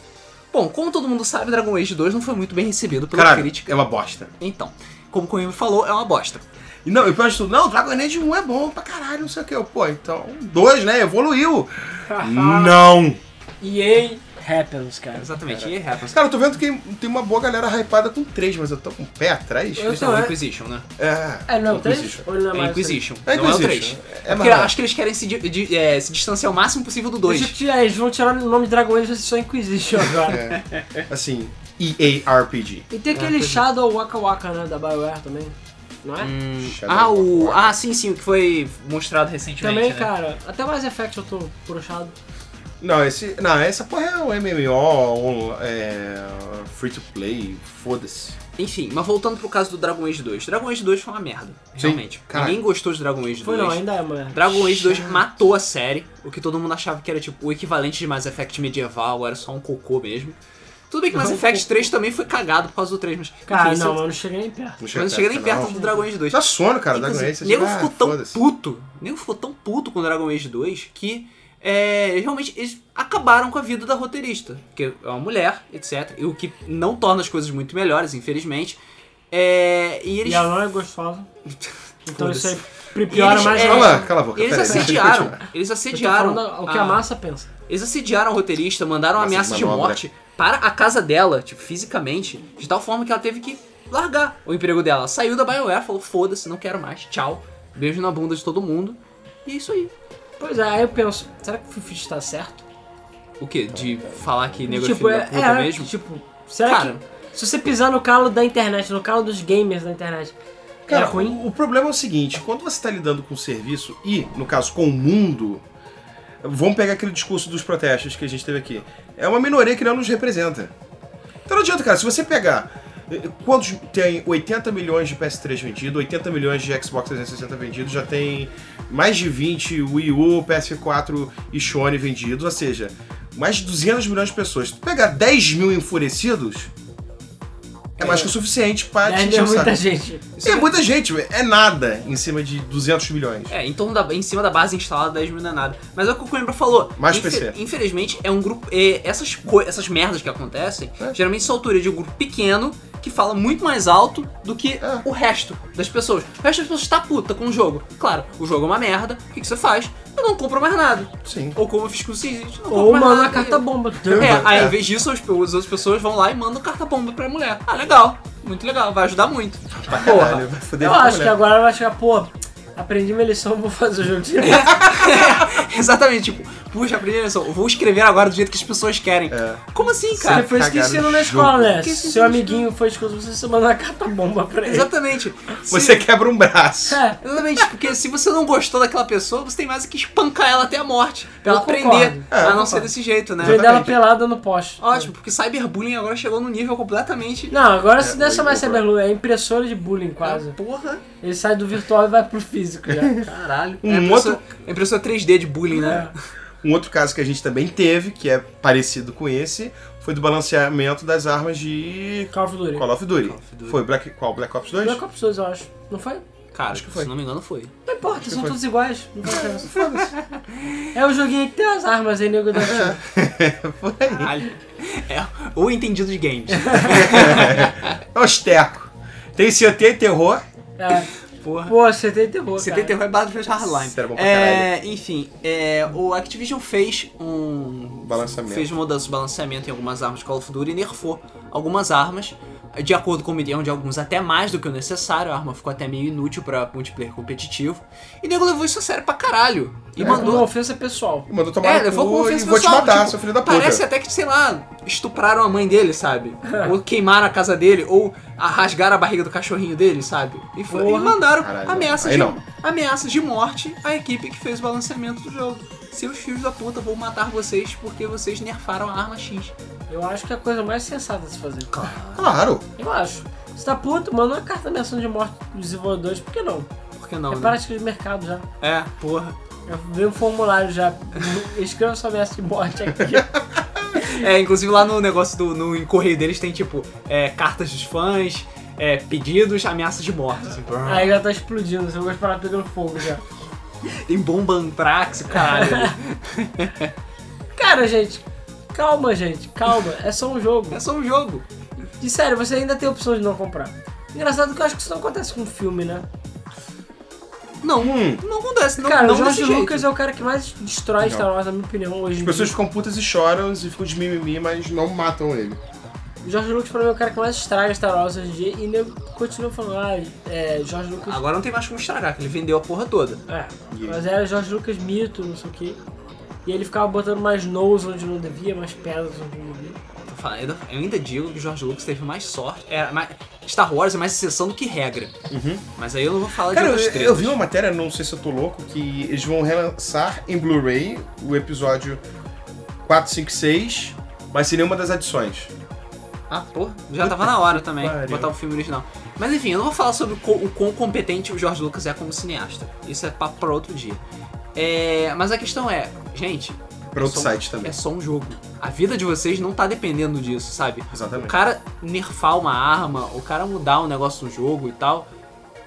S1: bom, como todo mundo sabe, Dragon Age 2 não foi muito bem recebido pela
S3: Caralho,
S1: crítica.
S3: é uma bosta.
S1: Então, como o Coimbra falou, é uma bosta.
S3: E não, e pior de tudo, não, Dragon Age 1 é bom pra caralho, não sei o que. Pô, então, dois, né? Evoluiu. não.
S2: EA happens, cara.
S1: Exatamente, É, e Happens.
S3: Cara, eu tô vendo que tem uma boa galera hypada com três, mas eu tô com o pé atrás.
S2: Eu-
S1: Eles não,
S2: é-
S1: Inquisition, né?
S3: É.
S2: É, não,
S3: Inquisition.
S2: 3? Ou ele não é
S1: É
S2: mais
S1: Inquisition.
S3: É
S1: Não é o
S3: Inquisition.
S1: 3.
S3: É
S1: porque
S3: mais-
S1: acho que eles querem se, di- de- é, se distanciar o máximo possível do 2.
S2: três? Deixa eu tirar- Eles vão tirar o nome de Dragon Age e vai ser só Inquisition agora.
S3: Assim, EARPG.
S2: E tem aquele Shadow Waka Waka, né, da Bioware também, não é?
S3: Shadow
S1: Ah, o.
S3: Warfare.
S1: Ah, sim, sim, o que foi mostrado recentemente.
S2: também,
S1: né?
S2: cara, até mais Effect eu tô puxado.
S3: Não, esse, não, essa porra é o MMO, on- é, free to play, foda-se.
S1: Enfim, mas voltando pro caso do Dragon Age 2. Dragon Age 2 foi uma merda,
S3: Sim,
S1: realmente.
S3: caralho.
S1: Ninguém gostou de Dragon Age 2.
S2: Foi não, ainda é, mulher.
S1: Dragon Age 2 matou a série, o que todo mundo achava que era tipo o equivalente de Mass Effect medieval, era só um cocô mesmo. Tudo bem que Mass
S2: Não,
S1: Effect
S2: é um cocô.
S1: 3 também foi cagado por causa do 3, mas. enfim,
S2: Cara, não,
S1: isso- é
S2: eu não cheguei nem perto.
S1: mas não chega nem perto do Dragon Age 2.
S3: Dá sono, Tá cara, Dragon
S1: Inclusive,
S3: Age. você
S1: O nego
S3: chega,
S1: ficou
S3: ah,
S1: tão
S3: foda-se.
S1: puto, o nego ficou tão puto com Dragon Age 2 que é, eles realmente eles acabaram com a vida da roteirista, que é uma mulher, etc. E o que não torna as coisas muito melhores, infelizmente. É, e eles
S2: E ela não é gostosa. Então
S1: Foda-se.
S2: isso aí piora
S1: eles-
S2: mais
S1: é,
S3: Cala, cala a boca,
S1: E eles
S3: peraí, deixa ele
S1: assediaram,
S3: continuar.
S1: eles
S2: Eu tô falando
S1: assediaram.
S2: o que a massa pensa.
S1: Eles assediaram o roteirista, mandaram
S3: Massa de
S1: ameaças de
S3: manobra.
S1: morte para a casa dela, tipo, fisicamente, de tal forma que ela teve que largar o emprego dela. Ela Saiu da BioWare, falou: foda-se, não quero mais, tchau. Beijo na bunda de todo mundo. E é isso aí.
S2: Pois é, aí eu penso, será que o Fifi está certo?
S1: O quê? De falar que nego
S2: tipo,
S1: é filho da puta
S2: é,
S1: mesmo?
S2: tipo, será
S1: Cara.
S2: que se você pisar no calo da internet, no calo dos gamers da internet,
S3: Cara,
S2: é ruim?
S3: o, o problema é o seguinte, quando você tá lidando com o serviço e, no caso, com o mundo, vamos pegar aquele discurso dos protestos que a gente teve aqui. É uma minoria que não nos representa. Então não adianta, cara, se você pegar eh, quantos tem 80 milhões de PS3 vendido, 80 milhões de Xbox 360 vendido, já tem mais de 20 Wii U, PS4 e Sony vendidos, ou seja, mais de 200 milhões de pessoas. Se tu pegar 10 mil enfurecidos, é mais que o suficiente para te
S2: Deve
S3: encher
S2: ter
S3: o saco.
S2: É, muita gente.
S3: Isso é muita gente, ué. é nada em cima de 200 milhões.
S1: É, em torno da, em cima da base instalada 10 mil não é nada. Mas é o que o Coimbra falou.
S3: Mais PC.
S1: Infelizmente, é um grupo. é, essas, co- essas merdas que acontecem,
S3: É.
S1: geralmente são autoria de um grupo pequeno que fala muito mais alto do que
S3: É.
S1: o resto das pessoas. O resto das pessoas tá puta com o jogo. Claro, o jogo é uma merda, o que, que você faz? Eu não compro mais nada.
S3: Sim.
S1: Ou como eu fiz com o Cisnes, não compro
S2: Ou
S1: mais
S2: manda
S1: nada.
S2: uma carta bomba.
S1: É, aí
S3: É.
S1: em vez disso, as, as outras pessoas vão lá e mandam carta bomba pra mulher. Ah, legal. Muito legal, vai ajudar muito.
S3: Pra
S1: Porra.
S3: caralho, vai foder
S2: Eu
S3: com a
S2: acho que
S3: mulher.
S1: é
S2: agora vai chegar, pô, aprendi minha lição, vou fazer o jogo de novo.
S1: Exatamente, tipo, puxa, aprendi a lição. Eu vou escrever agora do jeito que as pessoas querem.
S3: É.
S1: Como assim,
S2: Você
S1: cara?
S2: foi
S3: cagaram
S2: esquecido na
S3: no
S2: escola,
S3: jogo.
S2: né?
S1: Esqueci
S2: Seu
S1: na
S2: amiguinho foi esquecido, você mandou uma carta bomba pra ele.
S1: Exatamente.
S3: Você quebra um braço.
S2: É,
S1: Exatamente, porque se você não gostou daquela pessoa, você tem mais é que espancar ela até a morte. Pra
S2: Eu
S1: ela
S2: concordo.
S1: aprender
S3: É, eu
S1: a não
S3: concordo.
S1: ser desse jeito, né?
S2: veio dela
S3: Exatamente.
S2: pelada no poste.
S1: Ótimo, porque cyberbullying agora chegou num nível completamente.
S2: Não, agora se
S3: É,
S2: dessa
S3: eu
S2: mais
S3: concordo.
S2: cyberlua, é impressora de bullying quase.
S1: Ah, Porra.
S2: Ele sai do virtual e vai pro físico já.
S1: Caralho.
S3: Um
S1: é a impressora, é a impressora 3D de bullying, né?
S2: É.
S3: Um outro caso que a gente também teve, que é parecido com esse, foi do balanceamento das armas de
S2: Call of Duty.
S3: Call of Duty.
S1: Call of Duty.
S3: Foi Black, qual? Black Ops 2?
S2: Black Ops 2, eu acho. Não foi?
S1: Cara,
S3: Acho que foi.
S1: se não me engano, foi.
S2: Não importa, são
S3: foi.
S2: todos iguais. Não faz diferença. É o joguinho que tem as armas aí,
S3: É.
S2: nego da China.
S3: Foi aí.
S1: Caralho. É, ou entendido de games.
S3: É o esterco. Tem CT e terror.
S2: É.
S1: Porra.
S2: Pô, você tem terror.
S1: Você
S2: cara.
S1: tem terror é base de Hardline.
S3: Isso era bom pra
S1: É, enfim, é, o Activision fez um.
S3: Balanceamento.
S1: Fez mudança de balanceamento em algumas armas de Call of Duty e nerfou algumas armas. De acordo com a opinião de alguns, até mais do que o necessário. A arma ficou até meio inútil pra multiplayer competitivo. E o nego levou isso a sério pra caralho. E
S2: É
S1: mandou.
S2: Uma ofensa pessoal.
S3: E mandou tomar
S1: É,
S3: no
S1: levou
S3: cu
S1: com
S3: e
S1: ofensa
S3: vou te
S1: pessoal,
S3: matar,
S1: tipo,
S3: seu filho da puta.
S1: Parece até que, sei lá, estupraram a mãe dele, sabe? ou queimaram a casa dele, ou a- rasgaram a barriga do cachorrinho dele, sabe? E, foi, e
S2: Porra.
S1: mandaram
S3: Caralho,
S1: ameaças,
S3: aí
S1: de,
S3: não.
S1: ameaças de morte à equipe que fez o balanceamento do jogo. Seus filhos da puta, vou matar vocês porque vocês nerfaram a arma X.
S2: Eu acho que é a coisa mais sensata a se fazer.
S3: Claro.
S2: Eu acho. Você tá puto, manda uma carta ameaçando de morte dos desenvolvedores, por que não?
S1: Por que não,
S2: é
S1: né?
S2: prática de mercado já.
S1: É, porra.
S2: Já veio um formulário já. Escreva sua ameaça de morte aqui.
S1: É, inclusive lá no negócio do no em correio deles tem, tipo, é, cartas dos fãs, é, pedidos, ameaças de morte. assim, brrr.
S2: Aí já tá explodindo, você vai parar pegando fogo já.
S1: Tem bomba antrax, caralho.
S2: Cara, gente, calma, gente, calma. É só um jogo.
S1: é só um jogo.
S2: E sério, você ainda tem a opção de não comprar. Engraçado que eu acho que isso não acontece com filme, né?
S1: Não,
S3: Hum.
S1: não acontece. Não,
S2: cara,
S1: não
S2: o George
S1: desse jeito.
S2: Lucas
S3: um
S2: é o cara que mais destrói
S3: Não.
S2: Star Wars, na minha opinião, hoje.
S3: As
S2: em
S3: pessoas
S2: dia.
S3: ficam putas e choram e ficam de mimimi, mas não matam ele.
S2: O George Lucas, pra mim, é o cara que mais estraga Star Wars hoje em dia. E nego continua falando, ah, é, George Lucas.
S1: Agora não tem mais como estragar, que ele vendeu a porra toda.
S2: É,
S3: E aí?
S2: mas era Jorge Lucas mito, não sei o que. E ele ficava botando mais nose onde não devia, mais pedras onde não devia.
S1: Tô falando, Eu ainda- eu ainda digo que o George Lucas teve mais sorte. É, mais- Star Wars é mais exceção do que regra. Mas aí eu não vou falar Tá
S3: Cara,
S1: de
S3: eu,
S1: outras
S3: eu
S1: tretas.
S3: vi um- uma matéria, não sei se eu tô louco, que eles vão relançar em Blu-ray o episódio 456, mas seria uma das adições.
S1: Ah, porra, já tava na hora também
S3: pariu.
S1: botar o filme original. Mas enfim, eu não vou falar sobre o co- o quão competente o George Lucas é como cineasta. Isso é papo pra outro dia. É, mas a questão é, gente,
S3: Pra outro
S1: Som-
S3: site também.
S1: é só um jogo. A vida de vocês não tá dependendo disso, sabe? O
S3: Exatamente.
S1: cara nerfar uma arma, o cara mudar um negócio no jogo e tal,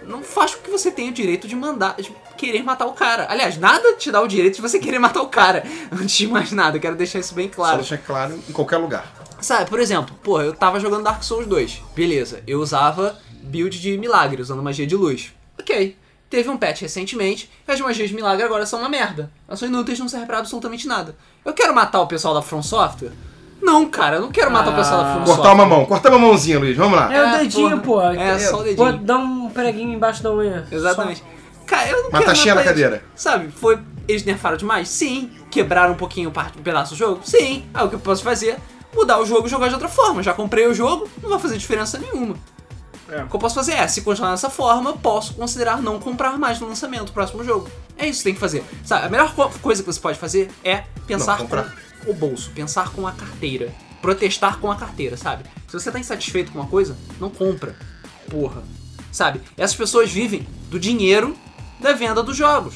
S1: não faz com que você tenha o direito de mandar, de querer matar o cara. Aliás, nada te dá o direito de você querer matar o cara. Antes de mais nada, eu quero deixar isso bem
S3: Só
S1: claro.
S3: deixar claro em qualquer lugar.
S1: Sabe, por exemplo, pô, eu tava jogando Dark Souls 2. Beleza, eu usava build de milagre, usando magia de luz. Ok. Teve um patch recentemente, e as magias de milagre agora são uma merda. Elas são inúteis, não servem pra absolutamente nada. Eu quero matar o pessoal da From Software? Não, cara, eu não quero matar o pessoal da From
S3: Cortar
S1: Software.
S3: uma mão, cortar uma mãozinha, Luiz, vamos lá.
S2: É, o dedinho, pô.
S1: porra. É, só o dedinho.
S2: Pô, dá um preguinho embaixo da unha.
S1: Exatamente. Cara, eu não
S3: Uma
S1: quero
S3: taxinha na
S1: matar eles.
S3: cadeira.
S1: Sabe, foi. Eles nerfaram demais? Sim. Quebraram um pouquinho parte, um pedaço do jogo? Sim. Aí o que eu posso fazer? Mudar o jogo e jogar de outra forma. Já comprei o jogo, não vai fazer diferença nenhuma.
S2: É.
S1: O que eu posso fazer é, se continuar dessa forma, posso considerar não comprar mais no lançamento do próximo jogo. É isso que tem que fazer. Sabe, a melhor co- coisa que você pode fazer é pensar
S3: Não,
S1: com
S3: comprar.
S1: o bolso, pensar com a carteira. Protestar com a carteira, sabe? Se você tá insatisfeito com uma coisa, não compra. Porra. Sabe? Essas pessoas vivem do dinheiro da venda dos jogos.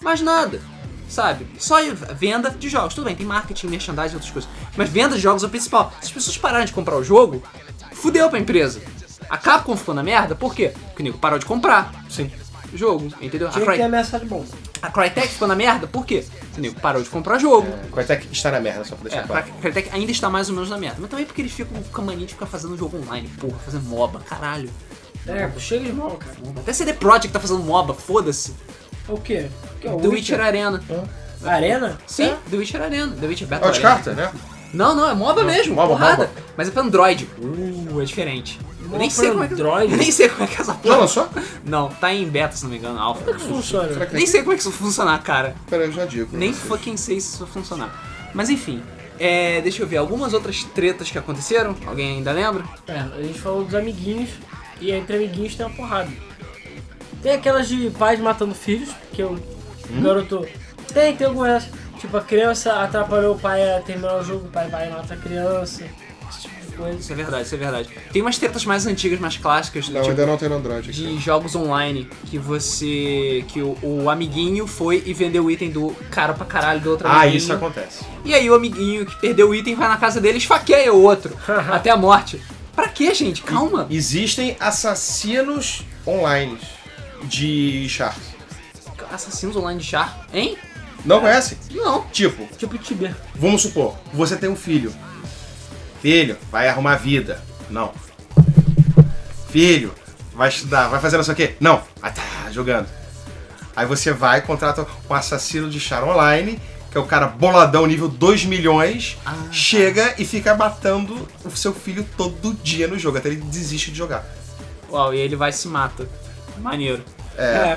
S1: Mais nada. Sabe? Só venda de jogos. Tudo bem, tem marketing, merchandising, outras coisas. Mas venda de jogos é o principal. Se as pessoas pararem de comprar o jogo, fudeu pra empresa. A Capcom ficou na merda, por quê? Porque o nego parou de comprar
S3: Sim.
S1: jogo, entendeu? A,
S2: Tinha que ter
S1: Cry...
S2: ameaçado de bom.
S1: a Crytek ficou na merda, por quê? Porque o nego parou de comprar jogo.
S3: Coitec É, está na merda, só
S1: É,
S3: pra deixar
S1: a
S3: claro.
S1: Crytek ainda está mais ou menos na merda. Mas também porque eles ficam com a mania de ficar fazendo jogo online, porra, fazendo MOBA, caralho.
S2: É, pô, chega de mal, cara. É
S1: Até CD Projekt tá fazendo MOBA, foda-se.
S2: O quê? O quê? O É.
S1: The Witcher Arena.
S2: Arena?
S1: Sim, The Witcher Arena. The Witcher Battle
S3: É o de
S1: Arena.
S3: carta, né?
S1: Não, não, é MOBA mesmo,
S3: MOBA,
S1: porrada.
S3: MOBA.
S1: Mas é pra Android. Uh, é diferente. Eu nem
S2: pra
S1: sei como é que...
S2: Android?
S1: Nem sei como é que essa
S3: Já
S1: porra...
S3: lançou?
S1: Não, tá em beta, se não me engano, alfa.
S2: Como é que funciona?
S3: Será que
S1: Nem sei como é que isso vai funcionar, cara.
S3: Pera, eu já digo. pra
S1: Nem
S3: vocês.
S1: fucking sei se isso vai funcionar. Mas enfim, é, deixa eu ver. Algumas outras tretas que aconteceram? Alguém ainda lembra?
S2: É, a gente falou dos amiguinhos. E entre amiguinhos tem uma porrada. Tem aquelas de pais matando filhos, porque o garoto. Tem, tem algumas. Tipo, a criança atrapalhou o pai a terminar o jogo, o pai vai e mata a criança. Esse tipo de coisa.
S1: Isso é verdade, isso é verdade. Tem umas tretas mais antigas, mais clássicas,
S3: Não,
S1: tipo,
S3: ainda não tem no Android aqui.
S1: de jogos online, que você. que o, o amiguinho foi e vendeu o item do cara pra caralho do outro
S3: Ah,
S1: amiguinho.
S3: isso acontece.
S1: E aí o amiguinho que perdeu o item vai na casa dele e esfaqueia o outro. até a morte. Pra quê, gente? Calma.
S3: Existem assassinos online de char.
S1: Assassinos online de char, hein? É.
S3: Não conhece?
S1: Não.
S3: Tipo,
S2: Tipo Tibia.
S3: vamos supor, você tem um filho. Filho, vai arrumar vida. Não. Filho, vai estudar, vai fazer não sei o quê. Não. Ah, tá, jogando. Aí você vai e contrata um assassino de char online, que é o cara boladão, nível 2 milhões,
S1: Ah.
S3: chega e fica matando o seu filho todo dia no jogo, até ele desiste de jogar.
S1: Uau, e ele vai e se mata. Maneiro.
S2: É.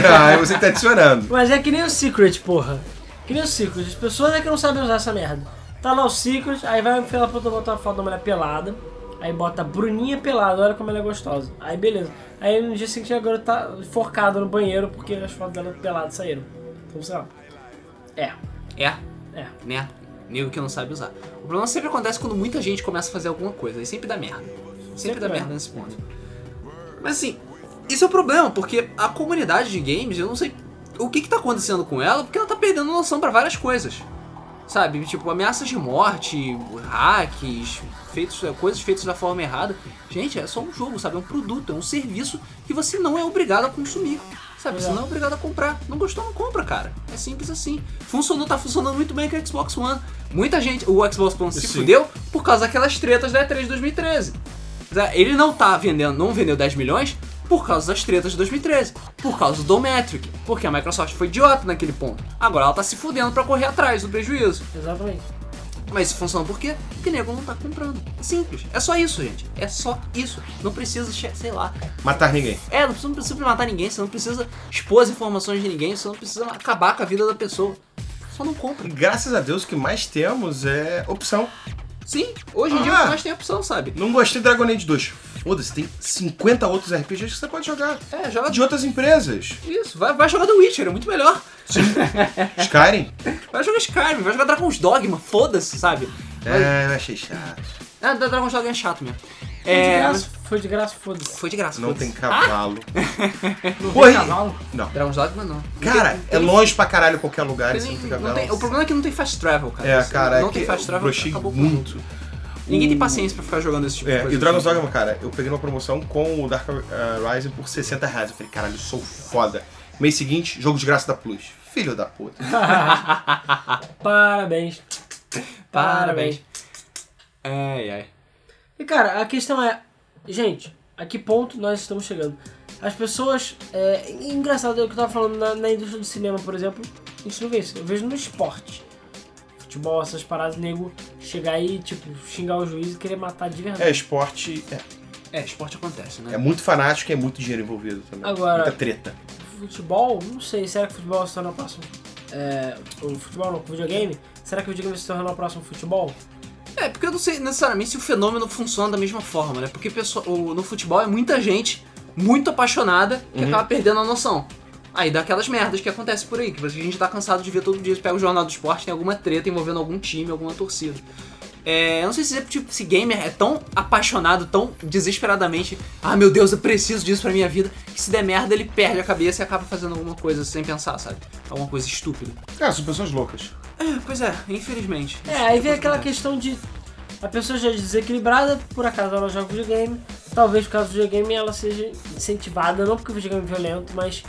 S3: não, aí você tá adicionando.
S2: Mas é que nem o Secret, porra. Que nem o Secret. As pessoas é que não sabem usar essa merda. Tá lá o Secret, aí vai pela puta botar uma foto da mulher pelada. Aí bota a Bruninha pelada, olha como ela é gostosa. Aí beleza. Aí no dia seguinte agora tá forcada no banheiro porque as fotos dela pelada saíram. Então sei lá. É,
S1: É,
S2: é.
S1: né? Nego que não sabe usar. O problema sempre acontece quando muita gente começa a fazer alguma coisa. E sempre dá merda. Sempre,
S2: Sempre
S1: dá
S2: dá.
S1: merda nesse ponto. Mas assim, isso é o problema, porque a comunidade de games, eu não sei o que, que tá acontecendo com ela, porque ela tá perdendo noção pra várias coisas. Sabe? Tipo, ameaças de morte, hacks, feitos, coisas feitas da forma errada. Gente, é só um jogo, sabe? É um produto, é um serviço que você não é obrigado a consumir. Sabe? Você
S2: Exato.
S1: não é obrigado a comprar. Não gostou, não compra, cara. É simples assim. Funcionou, tá funcionando muito bem com o Xbox One. Muita gente, o Xbox One se
S3: Sim.
S1: fudeu é, por causa daquelas tretas da E3 de 2013. Ele não tá vendendo, não vendeu 10 milhões Por causa das tretas de 2013, por causa do Metric, porque a Microsoft foi idiota naquele ponto. Agora ela tá se fudendo pra correr atrás do prejuízo.
S2: Exatamente.
S1: Mas isso funciona por quê? Porque nego não tá comprando. É simples. É só isso, gente. É só isso. Não precisa, che- sei lá.
S3: Matar ninguém.
S1: É, não precisa, não precisa matar ninguém, você não precisa expor as informações de ninguém, você não precisa acabar com a vida da pessoa. Só não compra.
S3: Graças a Deus o que mais temos é opção.
S1: Sim, hoje em dia
S3: Ah.
S1: o que mais tem opção, sabe?
S3: Não gostei de Dragon Age 2. Foda-se, tem 50 outros RPGs que você pode jogar. Tá
S1: É, joga
S3: De outras empresas.
S1: isso, vai, vai jogar The Witcher, é muito melhor.
S3: Skyrim?
S1: Vai jogar Skyrim, vai jogar Dragon's Dogma, foda-se, sabe?
S3: É, eu achei chato.
S1: Ah, da- Dragon's Dogma é chato mesmo.
S2: Foi de
S1: É,
S2: graça, foi de graça, foda-se.
S1: mas foi de graça.
S3: Não
S1: foda-se.
S3: tem cavalo.
S2: Não
S3: Porra,
S2: tem cavalo.
S3: Não.
S1: Dragon's Dogma não.
S3: Cara, é longe pra caralho qualquer lugar,
S1: Tem
S3: assim,
S1: nem-
S3: não tem
S1: não
S3: cavalo.
S1: tem- o problema é que não tem fast travel, cara.
S3: É,
S1: Você
S3: cara,
S1: não
S3: é
S1: tem
S3: que
S1: fast
S3: eu
S1: travel,
S3: brochei
S1: acabou com o jogo.
S3: muito.
S1: Ninguém tem
S3: O-
S1: paciência pra ficar jogando esse tipo de
S3: É,
S1: coisa.
S3: e o Dragon's Dogma, cara, eu peguei uma promoção com o Dark eh, Rising por 60 reais. Eu falei, caralho, eu sou foda. Mês seguinte, jogo de graça da Plus. Filho da puta.
S2: Parabéns.
S3: é
S1: Parabéns. É, Ai, ai.
S2: E cara, a questão é, gente, a que ponto nós estamos chegando? As pessoas. É, e engraçado é o que eu tava falando na, na indústria do cinema, por exemplo. A gente não vê isso. Eu vejo no esporte. Futebol, essas paradas, nego chegar aí, tipo, xingar o juiz e querer matar de verdade.
S3: É, esporte é,
S1: É, esporte acontece, né?
S3: é muito fanático e é muito dinheiro envolvido também.
S2: Agora-
S3: Muita treta.
S2: Futebol, não sei, será que o futebol se torna o próximo? É, o futebol não, o videogame? Será que o videogame se torna o próximo futebol?
S1: É, porque eu não sei necessariamente se o fenômeno funciona da mesma forma, né? Porque pessoa- o- no futebol é muita gente muito apaixonada que acaba perdendo a noção. Aí dá aquelas merdas que acontecem por aí, que a gente tá cansado de ver todo dia. Você pega o jornal do esporte, tem alguma treta envolvendo algum time, alguma torcida. É, eu não sei se, tipo, se gamer é tão apaixonado, tão desesperadamente, ah meu Deus, eu preciso disso pra minha vida, que se der merda ele perde a cabeça e acaba fazendo alguma coisa sem pensar, sabe? Alguma coisa estúpida.
S3: Cara, são pessoas loucas.
S1: É, pois é, infelizmente.
S2: É, aí vem
S1: Isso
S2: aquela
S1: acontece.
S2: questão de a pessoa já é desequilibrada, por acaso ela joga videogame, talvez por causa do videogame ela seja incentivada, não porque o videogame é violento, mas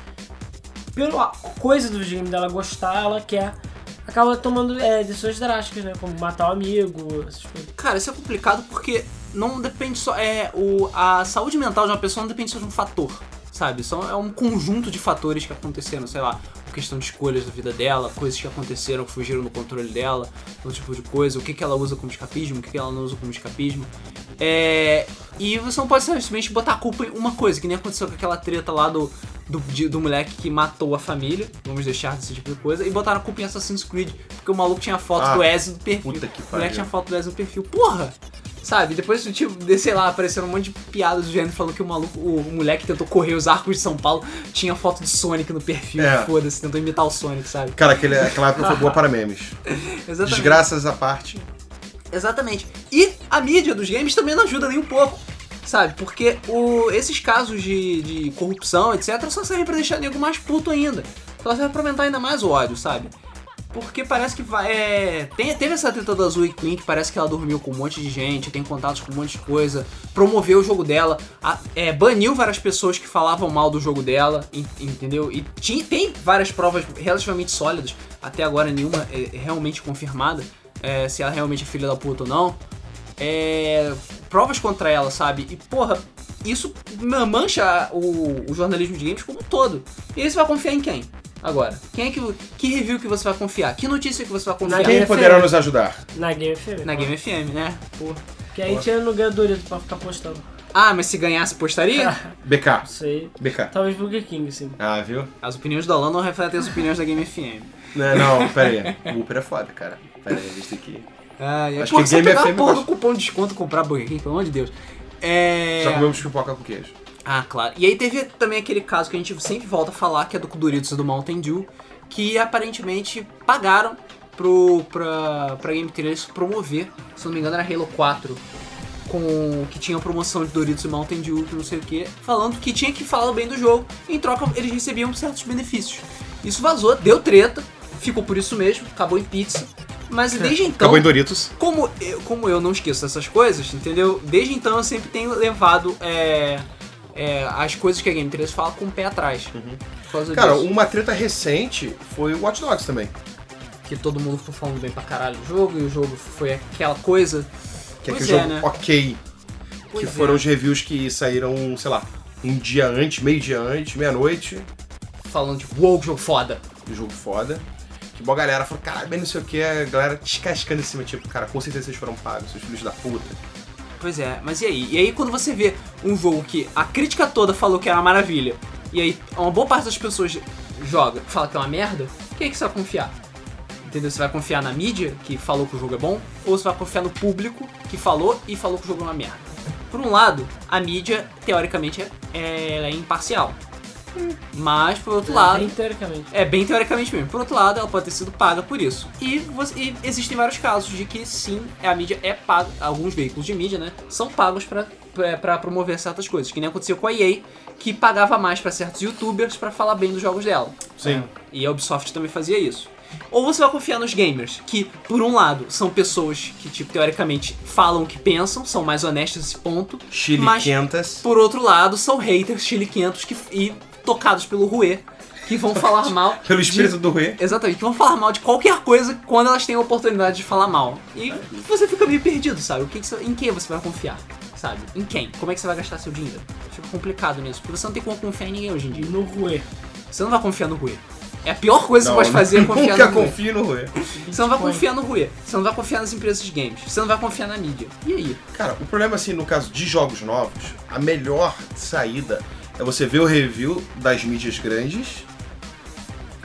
S2: pela coisa do videogame dela gostar, ela quer, acaba tomando é, decisões drásticas, né? Como matar um amigo, essas coisas.
S1: Cara, isso é complicado porque não depende só. É, o, a saúde mental de uma pessoa não depende só de um fator, sabe? São, é um conjunto de fatores que aconteceram, sei lá, questão de escolhas da vida dela, coisas que aconteceram, que fugiram do controle dela, um tipo de coisa, o que, que ela usa como escapismo, o que, que ela não usa como escapismo. É, e você não pode simplesmente botar a culpa em uma coisa, que nem aconteceu com aquela treta lá do, do, de- do moleque que matou a família, vamos deixar desse tipo de coisa, e botaram a culpa em Assassin's Creed, porque o maluco tinha foto
S3: Ah,
S1: do Ezio do perfil.
S3: puta que
S1: o moleque
S3: pariu.
S1: tinha foto do Ezio no perfil. Porra! Sabe, depois, tipo, de- sei lá, apareceram um monte de piadas do gênero falando que o maluco, o, moleque tentou correr os arcos de São Paulo, tinha foto de Sonic no perfil,
S3: É.
S1: foda-se, tentou imitar o Sonic, sabe?
S3: Cara, aquele, aquela época foi boa para memes.
S1: Exatamente.
S3: Desgraças à parte.
S1: Exatamente. E a mídia dos games também não ajuda nem um pouco. Sabe? Porque o- esses casos de, de corrupção, etc., só servem pra deixar o nego mais puto ainda. Só serve pra aumentar ainda mais o ódio, sabe? Porque parece que vai. É, tem, teve essa treta da Zoe Queen, que parece que ela dormiu com um monte de gente, tem contatos com um monte de coisa, promoveu o jogo dela, a- é, baniu várias pessoas que falavam mal do jogo dela, en- entendeu? E ti- tem várias provas relativamente sólidas, até agora nenhuma é, realmente confirmada, é, se ela realmente é filha da puta ou não. É, provas contra ela, sabe? E porra, isso ma- mancha o, o jornalismo de games como um todo. E aí você vai confiar em quem? Agora, quem é que, que review que você vai confiar? Que notícia que você vai confiar?
S2: Game
S3: Quem
S2: FM.
S3: poderá nos ajudar?
S2: Na Game FM.
S1: Na Game FM, né? Porra.
S2: Que a gente não ganha Doritos pra ficar postando.
S1: Ah, mas se ganhasse, postaria?
S3: BK.
S2: Isso aí.
S3: BK.
S2: Talvez Burger King, assim. sim.
S3: Ah, viu?
S1: As opiniões do Alan não refletem as opiniões da Game FM.
S3: Não, Né, não, pera aí. O Uber é foda, cara. Pera aí, a gente tem que...
S1: Ah, e
S3: Acho
S1: pô,
S3: que
S1: você
S3: Game
S1: pegar a
S3: FM
S1: porra do
S3: gosta-
S1: cupom de desconto e comprar Burger King, pelo amor de Deus. É...
S3: Já comemos pipoca com queijo.
S1: Ah, claro. E aí teve também aquele caso que a gente sempre volta a falar, que é do Doritos e do Mountain Dew, que aparentemente pagaram pro, pra, pra Game Trailers promover, se não me engano era Halo 4, com, que tinha promoção de Doritos e Mountain Dew, que não sei o que, falando que tinha que falar bem do jogo, em troca eles recebiam certos benefícios. Isso vazou, deu treta, ficou por isso mesmo, acabou em pizza, mas desde então...
S3: É, Acabou em Doritos.
S1: Como eu, como eu não esqueço essas coisas, entendeu? Desde então eu sempre tenho levado é, é, as coisas que a Game 3 fala com o pé atrás. Por causa
S3: Cara,
S1: disso.
S3: uma treta recente foi o Watch Dogs também. um-
S1: Que todo mundo ficou falando bem pra caralho do jogo, e o jogo foi aquela coisa.
S3: Que é
S1: Pois
S3: aquele
S1: é,
S3: jogo
S1: né?
S3: ok.
S1: Pois
S3: que
S1: é.
S3: foram os reviews que saíram, sei lá, um dia antes, meio dia antes, meia-noite,
S1: Falando de wow, jogo foda.
S3: do jogo foda. Que uma galera falou, caralho, mas não sei o que, a galera descascando em cima, tipo, cara, com certeza vocês foram pagos, seus filhos da puta.
S1: Pois é, mas e aí? E aí quando você vê um jogo que a crítica toda falou que era uma maravilha, e aí uma boa parte das pessoas joga, fala que é uma merda, quem é que você vai confiar? Entendeu? Você vai confiar na mídia, que falou que o jogo é bom, ou você vai confiar no público, que falou e falou que o jogo é uma merda. Por um lado, a mídia, teoricamente, é, é- ela é imparcial. Mas, por outro lado,
S2: Bem teoricamente.
S1: é bem teoricamente mesmo. Por outro lado, ela pode ter sido paga por isso. E, você- e existem vários casos de que sim, a mídia é paga, alguns veículos de mídia, né, são pagos pra pra- pra promover certas coisas, que nem aconteceu com a EA, que pagava mais pra certos youtubers pra falar bem dos jogos dela.
S3: Sim.
S1: E a Ubisoft também fazia isso. Ou você vai confiar nos gamers, que, por um lado, são pessoas que, tipo, teoricamente falam o que pensam, são mais honestas nesse ponto,
S3: Chile
S1: Mas-
S3: quentas.
S1: por outro lado, são haters chiliquentos que, e tocados pelo ruê, que vão falar mal.
S3: Pelo
S1: de-
S3: espírito do Rui.
S1: Exatamente, que vão falar mal de qualquer coisa quando elas têm a oportunidade de falar mal. E você fica meio perdido, sabe? O que que você- em quem você vai confiar? Sabe? Em quem? Como é que você vai gastar seu dinheiro? Fica complicado nisso, porque você não tem como confiar em ninguém hoje em dia.
S2: No Rui.
S1: Você não vai confiar no Rui. É a pior coisa
S3: Não, né?
S1: que você pode fazer é confiar
S3: Nunca
S1: no Rui.
S3: confio no Rui.
S1: Você não vai confiar no Rui. Você não vai confiar nas empresas de games. Você não vai confiar na mídia. E aí?
S3: Cara, o problema, assim, no caso de jogos novos, a melhor saída é você ver o review das mídias grandes